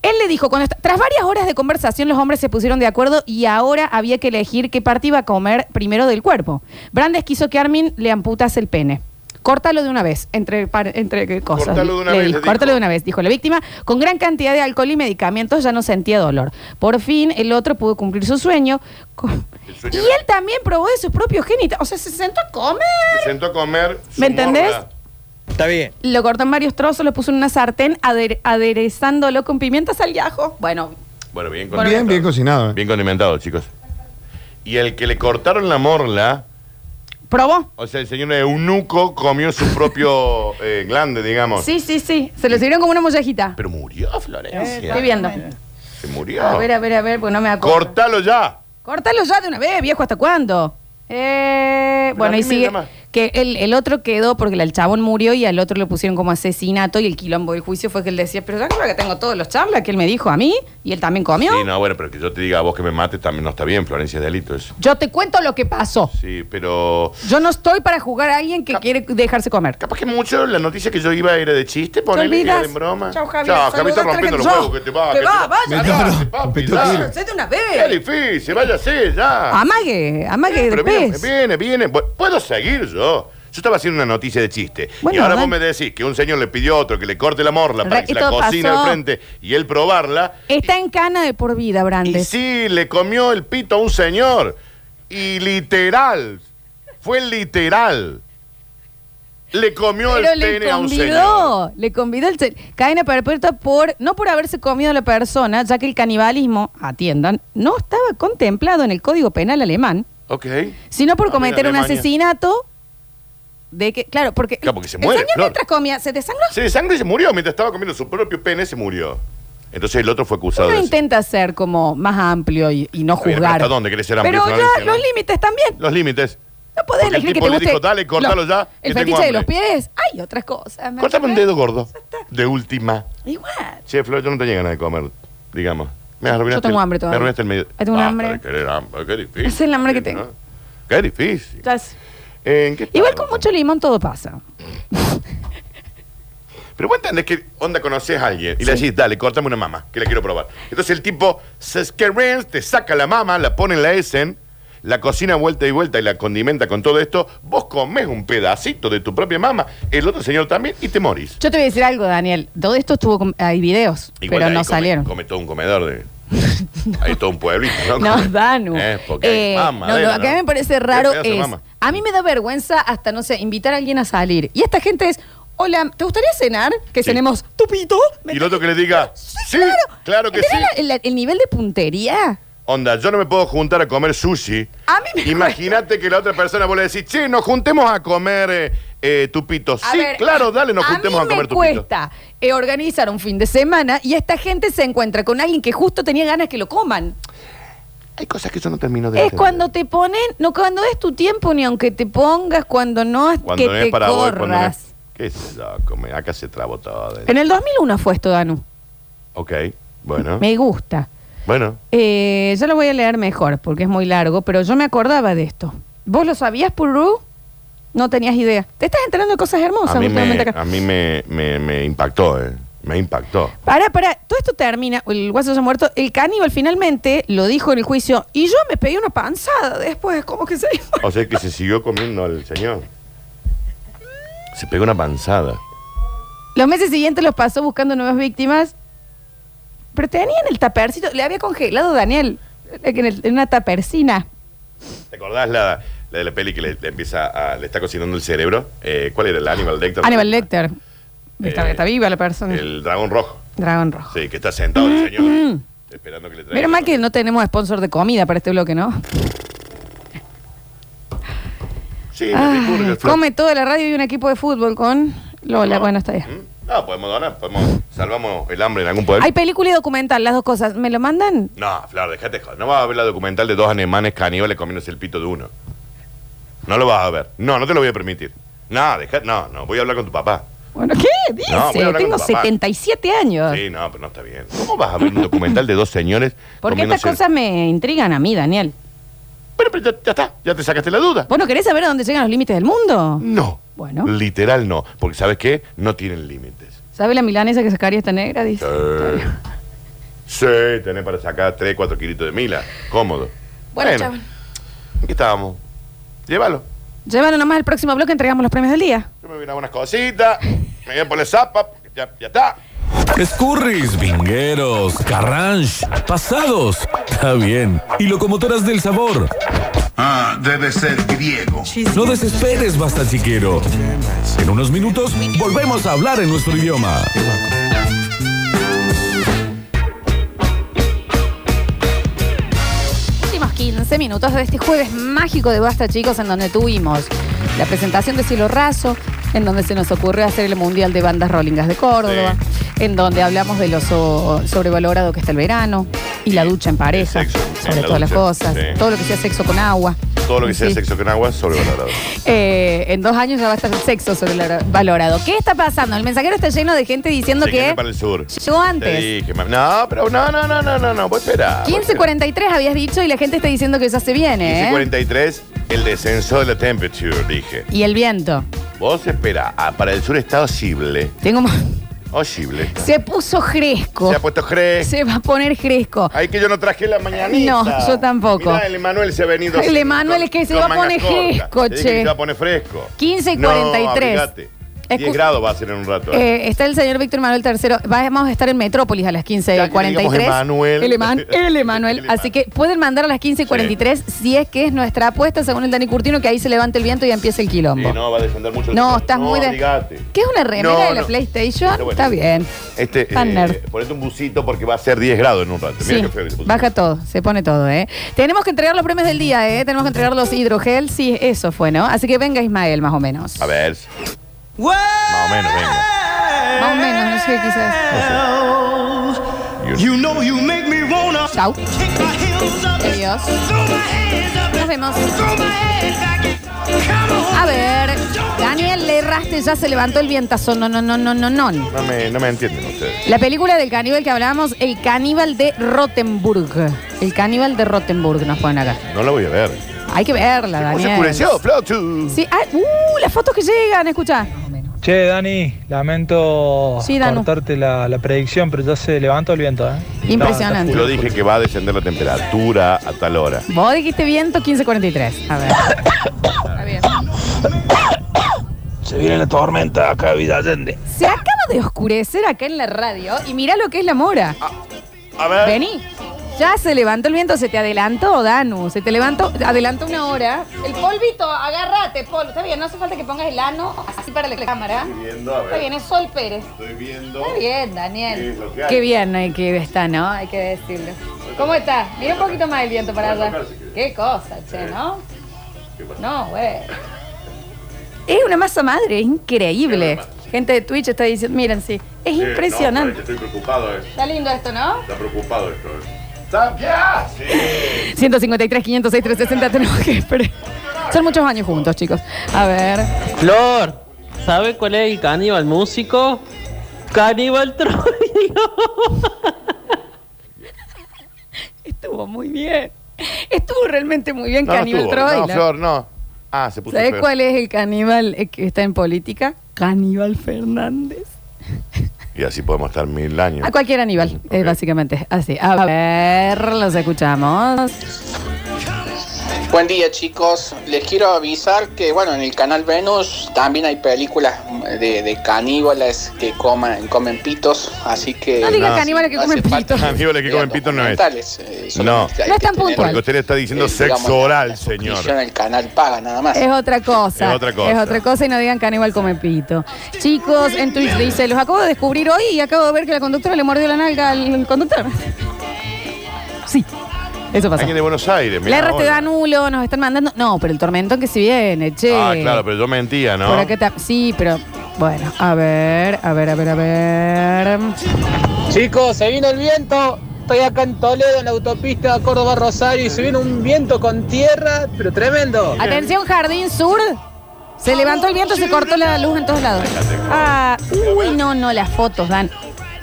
él le dijo, cuando est- tras varias horas de conversación los hombres se pusieron de acuerdo y ahora había que elegir qué parte iba a comer primero del cuerpo. Brandes quiso que Armin le amputase el pene. Córtalo de una vez, entre, par- entre qué cosas.
Córtalo de una
le
vez,
dijo.
le
Córtalo
dijo.
de una vez, dijo la víctima. Con gran cantidad de alcohol y medicamentos ya no sentía dolor. Por fin el otro pudo cumplir su sueño. con- Y él también probó de sus propios genitales. O sea, se sentó a comer.
Se sentó a comer. su
¿Me entendés?
morla. Está bien.
Lo cortó en varios trozos, lo puso en una sartén, ader- aderezándolo con pimienta, sal y ajo. Bueno,
Bueno, bien
Bien,
condimentado.
bien, cocinado. eh.
Bien condimentado, chicos. Y el que le cortaron la morla,
probó.
o sea, el señor eunuco comió su propio eh, glande, digamos.
Sí, sí, sí. Se lo sirvieron como una mollejita. Eh,
Pero murió, Florencia.
Estoy viendo.
Se murió.
A ver, a ver, a ver, pues no me acuerdo.
Cortalo ya.
Córtalo ya de una vez, viejo, ¿hasta cuándo? Eh, bueno,
a
y
mí me
sigue.
llama.
Que el, el otro quedó porque el chabón murió y al otro lo pusieron como asesinato y el quilombo del juicio fue que él decía, pero ya creo que tengo todos los charlas que él me dijo a mí y él también comió.
Sí, no, bueno, pero que yo te diga a vos que me mates también no está bien, Florencia, es delito eso.
Yo te cuento lo que pasó.
Sí, pero.
Yo no estoy para jugar a alguien que quiere dejarse comer.
Capaz que mucho la noticia que yo iba era de chiste, ponele que
olvidas?
era en broma.
Chau, Javier.
Chao,
Saluda,
Javier, está rompiendo los
Chau.
huevos, que te va.
Te
Ah, que
va, vaya,
Vete,
vaya.
papi,
Te va,
dale.
hacete de una vez.
Qué difícil, váyase ya. Eh,
Amague, amague
Pero
de
viene,
pez.
viene, viene. Bu- Puedo seguir yo. Yo estaba haciendo una noticia de chiste.
Bueno,
y ahora vos
dale.
me decís que un señor le pidió a otro que le corte la morla para
Re-
que se la
esto
cocina al
pasó.
frente y él probarla.
Está en cana de por vida,
Y
Brandes.
sí, le comió el pito a un señor. Y literal. Fue literal. Le comió
Pero
el
le
pene a un señor.
convidó, le convidó el se- cadena perpetua por no por haberse comido a la persona, ya que el canibalismo, atiendan, no estaba contemplado en el Código Penal alemán,
Ok.
sino por
Ah,
cometer
mira,
un
Alemania.
asesinato de que, claro, porque,
Claro, porque se
el
muere,
señor
Flor.
mientras comía se desangró.
Se desangró y se murió. Mientras estaba comiendo su propio pene, se murió. Entonces el otro fue acusado
Uno
de eso.
intenta ser como más amplio y, y no
Está bien, pero
juzgar.
¿hasta dónde querés ser amplio,
Pero
Florencia,
ya
no?
los límites también.
Los límites.
No podés
Porque el
elegir que
tipo
te
le
guste.
dijo, dale, cortalo
lo-
ya, que
El
tengo
fetiche de
hambre.
los pies. Hay otras cosas. ¿me
Cortame un
entendés?
dedo gordo. De última.
Igual.
Che, Flor, yo no tenía ganas de comer, digamos. Me arruinaste.
Yo tengo
el-
hambre todavía.
Me arruinaste el medio.
Ahí tengo un hambre.
pero Qué, hambre, qué difícil.
Es el hambre que
Ah, ¿no?
tengo.
Qué difícil.
Ya sé.
¿En qué
Igual
estamos?
con mucho limón todo pasa.
Pero vos entendés que onda conoces a alguien y le decís, dale, cortame una mama, que la quiero probar. Entonces el tipo se esquerrens, te saca la mama, la pone en la Essen, la cocina vuelta y vuelta y la condimenta con todo esto. Vos comés un pedacito de tu propia mama, el otro señor también, y te morís.
Yo te voy a decir algo, Daniel. Todo esto estuvo. con- Hay videos,
Igual
pero
ahí
no
come-
salieron.
Come todo un comedor de. Hay todo un pueblito, ¿no?
No, Danu.
Eh, porque hay
Eh,
mama,
no,
adena,
lo que a mí
¿no?
me parece
¿Qué
raro
pedazo de
es.
mama?
A mí me da vergüenza hasta, no sé, invitar a alguien a salir. Y esta gente es. Hola, ¿te gustaría cenar? Que
Sí.
cenemos tupito.
Y el otro que le diga, sí, claro, que sí.
¿Entendés la- la- el nivel de puntería?
Onda, yo no me puedo juntar a comer sushi.
A mí me
Imagínate que la otra persona vos le decís, che, nos juntemos a comer eh, eh, tupito.
A
sí,
ver,
claro, dale, nos juntemos a,
mí
comer
me
tupito.
cuesta eh, organizar un fin de semana y esta gente se encuentra con alguien que justo tenía ganas que lo coman.
Hay cosas que yo no termino de
Es
entender.
cuando te ponen, no cuando es tu tiempo, ni aunque te pongas, cuando no es
Cuando
que
no es
te
para vos,
corras.
cuando no es- Qué loco, me- acá se trabó todo.
En el 2001 fue esto, Danu.
Ok, bueno.
Me gusta.
Bueno,
Eh, ya lo voy a leer mejor porque es muy largo, pero yo me acordaba de esto. ¿Vos lo sabías, Purú? No tenías idea. Te estás enterando de cosas hermosas
a mí, me,
últimamente acá.
a mí me, me- me impactó, eh. Me impactó.
Pará, pará, todo esto termina, el guaso ya muerto, el caníbal finalmente lo dijo en el juicio y yo me pedí una panzada después, ¿cómo que se dijo?
O sea que se siguió comiendo al señor. Se pegó una panzada.
Los meses siguientes los pasó buscando nuevas víctimas, pero tenían el tapercito, le había congelado Daniel eh, en, el- en una tapercina.
¿Te acordás la, la de la peli que le, le empieza a, le está cocinando el cerebro? Eh, ¿Cuál era? ¿El Animal Lecter?
Aníbal Lecter. Está,
Eh,
está viva la persona.
El dragón rojo.
Dragón rojo.
Sí, que está sentado el señor
Mm.
esperando que le traiga.
Menos mal que no tenemos sponsor de comida para este bloque, ¿no?
Sí,
Ay,
me disculpo, el flor.
come toda la radio y un equipo de fútbol con Lola. Bueno, está bien.
No, podemos donar, podemos salvamos el hambre en algún poder.
Hay película y documental, las dos cosas. ¿Me lo mandan?
No, Flor, dejate de joder. No vas a ver la documental de dos alemanes caníbales comiéndose el pito de uno. No lo vas a ver. No, no te lo voy a permitir. No, deja, no, no, voy a hablar con tu papá.
Bueno, ¿qué dice?
No, voy a hablar con
Tengo
tu papá.
77 años.
Sí, no, pero no está bien. ¿Cómo vas a ver un documental de dos señores
Porque estas
comiéndose el-
cosas me intrigan a mí, Daniel.
Bueno, pero ya, ya está, ya te sacaste la duda.
¿Vos no querés saber a dónde llegan los límites del mundo?
No.
Bueno,
Literal no, porque ¿sabes qué? No tienen límites.
¿sabe la milanesa que sacaría esta negra? Dice.
Sí. Eh, Sí, tenés para sacar 3, 4 kilitos de mila. Cómodo.
Bueno, chaval.
Aquí estábamos. Llévalo.
Llévanos nomás al próximo bloque, entregamos los premios del día.
Yo me voy a ir a unas cositas. Me voy a poner zapa. porque Ya, ya está.
Escurris, vingueros, carranche, pasados. Está bien. Y locomotoras del sabor. Ah, debe ser griego. No desesperes, basta chiquero. En unos minutos volvemos a hablar en nuestro idioma.
Últimos 15 minutos de este jueves mágico de Basta, chicos, en donde tuvimos la presentación de Cielo Raso, en donde se nos ocurrió hacer el Mundial de Bandas Rollingas de Córdoba, en donde hablamos de lo so- sobrevalorado que está el verano y la ducha en pareja, sobre
en la
todas las
ducha,
cosas,
sí.
todo lo que sea sexo con agua.
Todo lo que sea sexo con agua, sobrevalorado.
Eh, en dos años ya va a estar el sexo sobrevalorado. ¿Qué está pasando? El mensajero está lleno de gente diciendo
Se viene
que
para el sur.
llegó antes.
Te dije, ma- no, pero no, no, no, no, no, no. Vos esperá.
15.43 habías dicho y la gente está diciendo que ya se viene, ¿eh?
15.43, el descenso de la temperature, dije.
Y el viento.
Vos esperá. Ah, para el sur está osible.
Tengo más.
Osible.
Se puso fresco.
Se ha puesto gres.
Se va a poner fresco.
Ay, que yo no traje la mañanita.
No, yo tampoco.
Mirá, el Emanuel se ha venido.
El Emanuel es que se
con
va a poner
mangas
fresco,
cortas. Te dije que
che.
Se va a poner fresco.
15 y
No,
43.
abrigate. 10
Escu-
grados va a ser en un rato.
Eh, está el señor Víctor Manuel III. Vamos a estar en Metrópolis a las 15.43.
digamos Emanuel.
El, Eman- el Emanuel. Así que pueden mandar a las 15.43 si es que es nuestra apuesta, según el Dani Curtino, que ahí se levante el viento y empiece el
Sí,
quilombo.
no, va a descender mucho. el
No,
sol.
estás
No,
muy de-
abrigate.
¿Qué es una remera
No,
de la
no.
PlayStation?
Está bueno.
Está bien.
Este,
Está nerd.
eh, ponete un busito porque va a ser 10 grados en un rato. Mira
Sí,
qué feo que se puso.
baja todo, se pone todo, ¿eh? Tenemos que entregar los premios del día, ¿eh? Tenemos que entregar los hidrogel, sí, eso fue, ¿no? Así que venga Ismael, más o menos.
A ver. Más o menos, venga.
Más o menos, no sé, quizás.
You
know you make me wanna. Chau. Adiós. Nos vemos. A ver, Daniel Lerraste ya se levantó el vientazo. No, no, no, no, no, no.
No me, no me entienden ustedes.
La película del caníbal que hablábamos, El caníbal de Rottenburg. El caníbal de Rottenburg nos ponen acá.
No la voy a ver.
Hay que verla,
Se
Daniel.
oscureció, Flochu.
Sí, ah, uh, las fotos que llegan, escucha.
Che, Dani, lamento
Sí, Danu.
cortarte la, la predicción, pero ya se levantó el viento, ¿eh?
Impresionante.
Yo dije que va a descender la temperatura a tal hora.
Vos dijiste viento 1543. A ver. Está bien.
Se viene la tormenta acá, Vida Allende.
Se acaba de oscurecer acá en la radio y mirá lo que es la mora.
Ah, A ver.
Vení. Ya se levantó el viento, se te adelantó, Danu. Se te levantó, adelantó una hora. El polvito, agárrate, polvo. Está bien, no hace falta que pongas el ano así para la cámara.
viendo, a ver.
Está bien, es Sol Pérez.
Estoy viendo.
Está bien, Daniel.
Sí, lo que hay.
Qué bien hay que está, ¿no? Hay que decirlo. ¿Cómo está? Mira un poquito más el viento para
Voy a
allá.
tocar, si querés.
Qué cosa, che, ¿no? No, güey. Es una masa madre, es increíble. Gente de Twitch está diciendo, miren, sí, es
Sí, no,
impresionante.
parece, estoy preocupado, eh.
Está lindo esto, ¿no?
Está preocupado esto. eh. Está- ¡Ya! Sí.
153, 506, 360, tenemos que esperar. Son muchos años juntos, chicos. A ver.
Flor,
¿Sabe cuál es el caníbal músico? Caníbal Troilo.
Estuvo muy bien. Estuvo realmente muy bien Caníbal
estuvo.
Troilo.
No, Flor, no. Ah, se puso
¿Sabes
feo.
cuál es el caníbal eh, que está en política? Caníbal Fernández.
Y así podemos estar mil años.
A cualquier Aníbal, eh, básicamente. Así. A ver, los escuchamos.
Buen día chicos, les quiero avisar que bueno, en el canal Venus también hay películas de, de caníbales que coman, comen pitos, así que...
No digas No. caníbales que
hace
comen
falta
pitos.
Caníbales que comen pitos no es.
documentales, eh, sobre
No.
los que hay
No es
que tener,
tan puntual.
Porque usted le está diciendo
eh, digamos,
sexo
la-
oral,
la
señor.
suscripción al canal paga nada más.
Es otra cosa.
Es otra cosa.
Es otra cosa y no digan caníbal come pito. Chicos, en Twitch dice, los acabo de descubrir hoy y acabo de ver que la conductora le mordió la nalga al conductor. Sí. Eso pasa.
Alguien de Buenos Aires,
La
mira.
R te
ahora.
da nulo, nos están mandando. No, pero el tormentón que si viene, che.
Ah, claro, pero yo mentía, ¿no?
eh. Por acá ta- Sí, pero. Bueno, a ver, a ver, a ver, a ver.
Chicos, se vino el viento. Estoy acá en Toledo, en la autopista Córdoba-Rosario, y se vino un viento con tierra, pero tremendo.
Atención, Jardín Sur. Se levantó el viento, se cortó la luz en todos lados. Ah, uy, no, no, las fotos, Dan.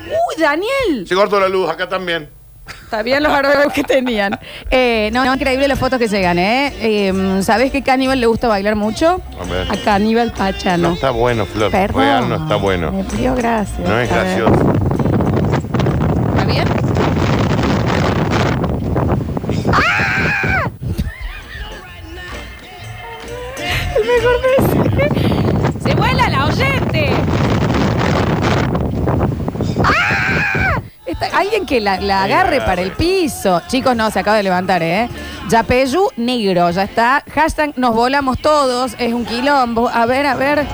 Uy, Daniel.
Se cortó la luz, acá también.
Está bien los árboles que tenían. Eh, no, no, increíble las fotos que llegan, ¿eh? eh sabes qué caníbal le gusta bailar mucho?
A ver.
A Caníbal
No
Pachano.
está bueno, Flor.
Ah, Perdón.
Real no está
Me
bueno.
pidió gracias.
No es
A ver.
gracioso.
¿Está bien? ¡Ah! El mejor mensaje. ¡Se vuela la oyente! ¡Ah! Está- alguien que la, la agarre para el piso. Chicos, no, se acaba de levantar, ¿eh? Yapeyu negro, ya está. Hashtag nos volamos todos, es un quilombo. A ver, a ver.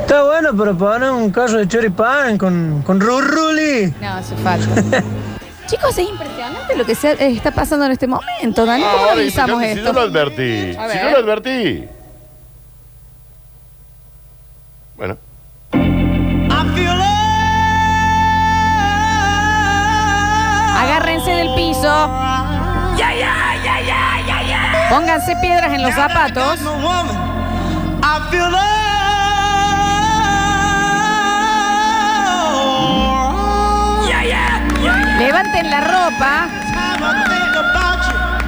Está bueno, pero para un caso de choripán con, con rurruli.
No, hace falta. Chicos, es impresionante lo que se- eh, está pasando en este
Ah,
momento, Dani. ¿Cómo
Ahora,
revisamos
si yo- Si yo lo
esto?
advertí.
A
Si
ver.
yo lo advertí. Bueno.
Agárrense del piso. Pónganse piedras en los zapatos. Levanten la ropa.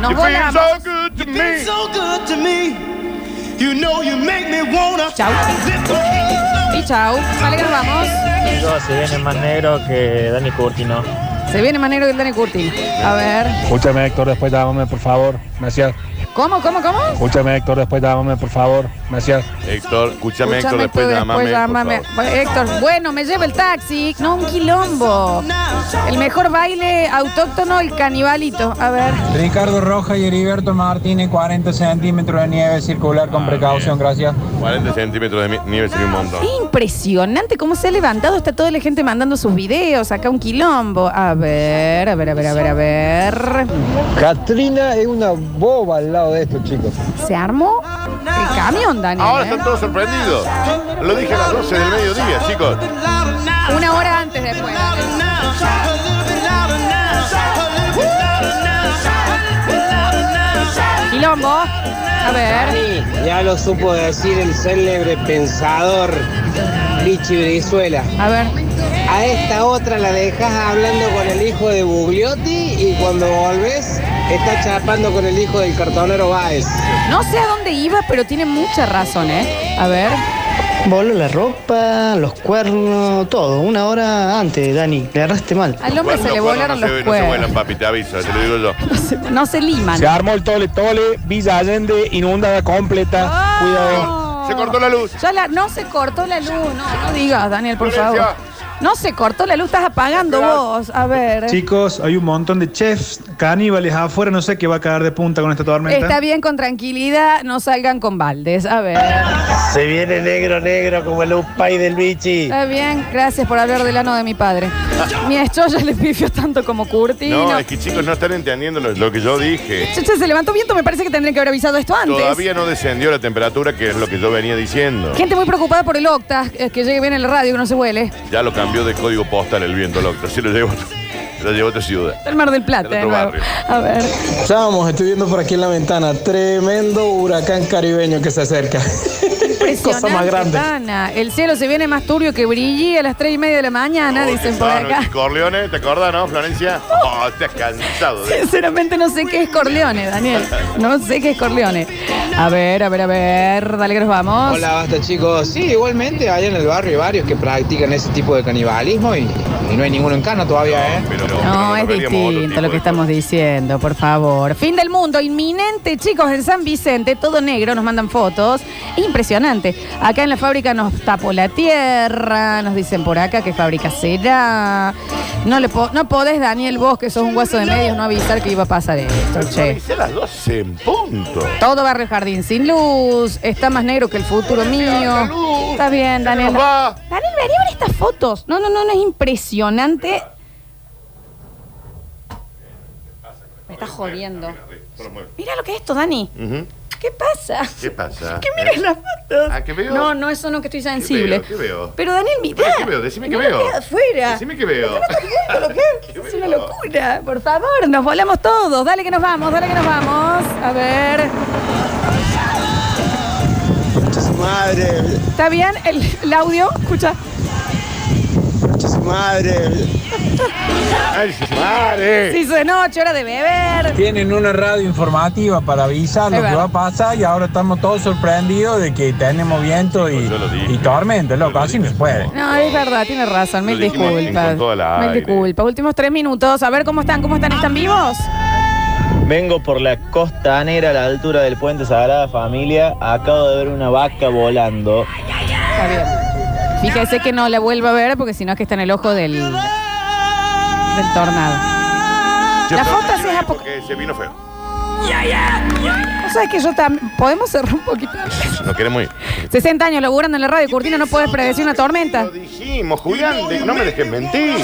Nos
You feel
volamos.
so good to me. so good to me. You know you make me wanna.
Chau. Y chau. Vale, que nos vamos.
Chicos, se viene más negro que Dani Curtino.
Se viene más negro que el Dani Curtin. A ver.
Escúchame, Héctor, después llámame, por favor. Gracias.
¿Cómo, cómo, cómo?
Escúchame, Héctor, después llámame, por favor. Gracias.
Héctor, escúchame, Héctor,
Escúchame,
después
Héctor,
llámame. por
llámame. Pues,
favor.
Héctor, bueno, me lleva el taxi. No, un quilombo. El mejor baile autóctono, el canibalito. A ver.
Ricardo Roja y Heriberto Martínez, 40 centímetros de nieve circular
Ah,
con precaución, gracias.
eh.
40 centímetros de mi- nieve sería un montón.
Es impresionante cómo se ha levantado. Está toda la gente mandando sus videos. Acá un quilombo. A ver, a ver, a ver, a ver, a ver.
Katrina es una boba al lado de estos chicos.
Se armó el camión, Daniel.
Ahora
¿eh?
están todos sorprendidos. Lo dije a las 12 del mediodía, chicos.
Una hora antes después. Quilombo. A ver.
Ya lo supo decir el célebre pensador Lichi Brizuela.
A ver.
A esta otra la dejas hablando con el hijo de Bugliotti y cuando volvés está chapando con el hijo del cartonero Baez.
No sé a dónde iba, pero tiene mucha razón, ¿eh? A ver.
Voló la ropa, los cuernos, todo. Una hora antes, Dani, le agarraste mal.
Al hombre se le volaron los
No se, no se
cuernos.
vuelan, papi, te aviso, te lo digo yo.
No se liman.
Se armó el tole tole, Villa Allende inundada completa.
Oh.
Cuidado.
Se cortó la luz.
Ya la- no se cortó la luz. No, no digas, Daniel, por
Florencia.
favor. No se cortó la luz, estás apagando vos. A ver.
Chicos, hay un montón de chefs caníbales afuera, no sé qué va a caer de punta con esta tormenta.
Está bien, con tranquilidad, no salgan con baldes. A ver.
Se viene negro, negro, como el upay del bichi.
Está bien, gracias por hablar del ano de mi padre. Mi ya le pifió tanto como Curtino.
No, es que chicos no están entendiendo lo, lo que yo dije.
Che, che, se levantó viento, me parece que tendrían que haber avisado esto antes.
Todavía no descendió la temperatura, que es lo que yo venía diciendo.
Gente muy preocupada por el octa, eh, que llegue bien en la radio, que no se huele.
Ya lo cambió de código postal el viento, loco. Así lo llevo, lo llevo a otra ciudad.
El Mar del Plata,
Del
de
otro
nuevo.
barrio.
A ver.
Vamos, estoy viendo por aquí en la ventana, tremendo huracán caribeño que se acerca.
impresionante,
cosa más grande.
Dana. El cielo se viene más turbio que brillí a las 3 y media de la mañana, dicen por acá.
Y Corleone, ¿te acordás, no, Florencia? Oh, te has cansado. de-
Sinceramente no sé qué es Corleone, Daniel. No sé qué es Corleone. A ver, a ver, a ver. Dale que nos vamos.
Hola, basta chicos. Sí, igualmente hay en el barrio hay varios que practican ese tipo de canibalismo y, y no hay ninguno en cana todavía, ¿eh?
No, es distinto lo que estamos diciendo, por favor. Fin del mundo, inminente, chicos, en San Vicente, todo negro, nos mandan fotos. Es impresionante. Acá en la fábrica nos tapó la tierra, nos dicen por acá qué fábrica será. No, le po- no podés, Daniel, vos que sos un guaso de medios, no avisar que iba a pasar esto, che.
Hice a las 12 en punto.
Todo barrio jardín sin luz, está más negro que el futuro mío. Está bien, Daniel. Daniel, vení a ver estas fotos. No, no, no, no, es impresionante. Me estás jodiendo. Mira lo que es esto, Dani.
Ujú.
¿Qué pasa?
¿Qué pasa?
Que miren las fotos.
¿Ah, que Ah, veo?
No, no, eso no que estoy sensible.
¿Qué veo?
Pero Daniel, mira.
¿Pero qué veo? Decime qué veo.
afuera.
Decime qué veo.
¿Por qué no estás viendo lo que es? Es una locura. Por favor, nos volamos todos. Dale que nos vamos, dale que nos vamos. A ver.
Madre,
¿Está bien el, el audio? Escucha.
madre.
¡Ay, Ah, madre!
Sí, de noche, hora de beber.
Tienen una radio informativa para avisar lo
Es
que va
verdad.
a pasar y ahora estamos todos sorprendidos de que tenemos viento y, y tormenta, loco, así no se puede.
No, es verdad, tiene razón. Mil
Lo dijimos en-
disculpas.
con toda la
Mil
aire.
disculpas. Últimos tres minutos. A ver cómo están, cómo están. ¿Están vivos?
Vengo por la costanera a la altura del puente Sagrada Familia. Acabo de ver una vaca volando.
Está bien. Fíjese que no la vuelva a ver porque si no es que está en el ojo del, del tornado.
Che,
La
pero
foto
decime
sí es a
Porque se vino feo.
¿No sabes que yo también? ¿Podemos cerrar un poquito?
No queremos ir.
60 años laburando en la radio, Curtina, no puedes predecir una tormenta.
Dijimos, Julián, de- no me dejes mentir.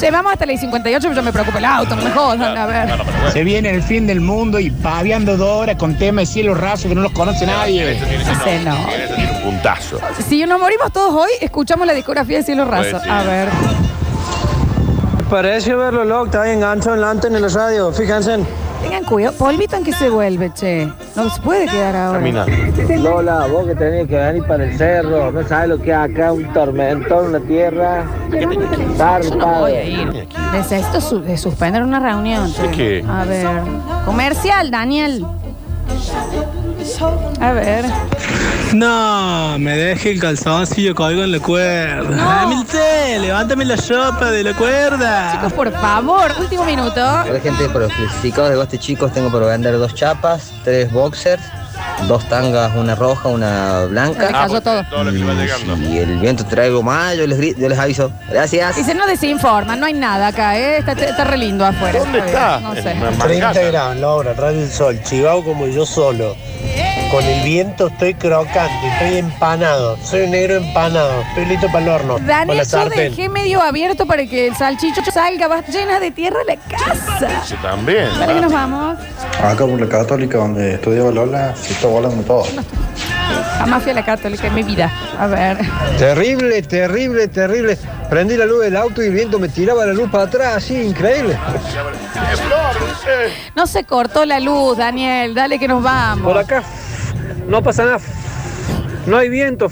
Che, vamos hasta la 58, pero yo me preocupo el auto, no me jodan, a ver.
Se viene el fin del mundo y paviando dos horas con temas de cielo raso que no los conoce nadie.
Ese no.
Eso tiene un puntazo.
Si nos morimos todos hoy, escuchamos la discografía de Cielo Raso.
Pues sí.
A ver.
Parece verlo, loco, está bien enganchado en la antena en la radio, fíjense.
Tengan cuidado. Polvito en que se vuelve, che. No se puede quedar ahora.
Lola, vos que tenés que venir para el cerro, no sabes lo que es acá, un tormentón, una tierra.
Yo no voy a ir. Necesito su- de suspender una reunión. che.
¿De qué?
A ver. Comercial, Daniel. A ver.
No, me deje el calzoncillo caigo en la cuerda. Hamilton, levántame la sopa de la cuerda.
Chicos, por favor, último minuto.
Hola gente, por los clasificados de Basta Chicos tengo por vender dos chapas, tres boxers, dos tangas, una roja, una blanca.
Se le cayó Ah, todo.
lo que iba llegando.
Y el viento traigo más, yo les, gri- yo les aviso. Gracias.
Dice, no desinforma, no hay nada acá, ¿eh? Está, está re lindo afuera.
¿Dónde
bien,
está?
No sé.
30 grados, la hora, radio del sol, chivao como yo solo. Con el viento estoy crocante, estoy empanado, soy un negro empanado, estoy listo para el horno. con la
Daniel, yo
sartén.
dejé medio abierto para que el salchicho salga, va llena de tierra la casa.
Yo también.
Dale que nos vamos.
Acá por Ah, la Católica, donde estudiaba Lola, se está volando todo.
Jamás fui a la católica en mi vida. A ver.
Terrible, terrible, terrible. Prendí la luz del auto y el viento me tiraba la luz para atrás, así, increíble.
No se cortó la luz, Daniel. Dale que nos vamos.
Por acá no pasa nada. No hay viento.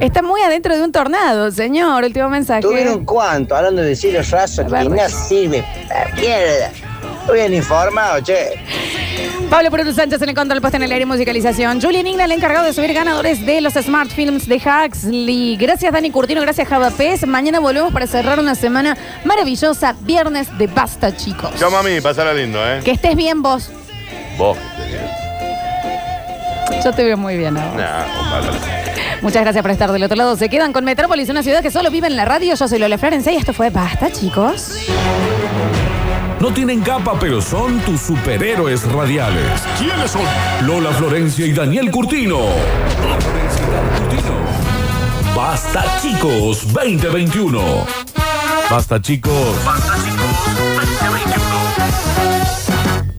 Está muy adentro de un tornado, señor. Último mensaje.
¿Tuvieron cuánto? Hablando de cielo raso, que no sirve para mierda. Muy bien informado, che.
Pablo Perú Sánchez en el control, puesto en el aire y musicalización. Julian Ingla, el encargado de subir ganadores de los Smart Films de Huxley. Gracias, Dani Curtino. Gracias, Java Pez. Mañana volvemos para cerrar una semana maravillosa. Viernes de Basta, chicos.
Yo, mami, pasala lindo, ¿eh?
Que estés bien vos.
Vos. que te digo.
Yo te veo muy bien ahora.
Nah, ojalá.
Muchas gracias por estar del otro lado. Se quedan con Metrópolis, una ciudad que solo vive en la radio. Yo soy Lola Florencia y esto fue Basta, chicos.
No tienen capa, pero son tus superhéroes radiales. ¿Quiénes son? Lola Florencia y Daniel Curtino. Basta, chicos, 2021. Basta, chicos. Basta, chicos.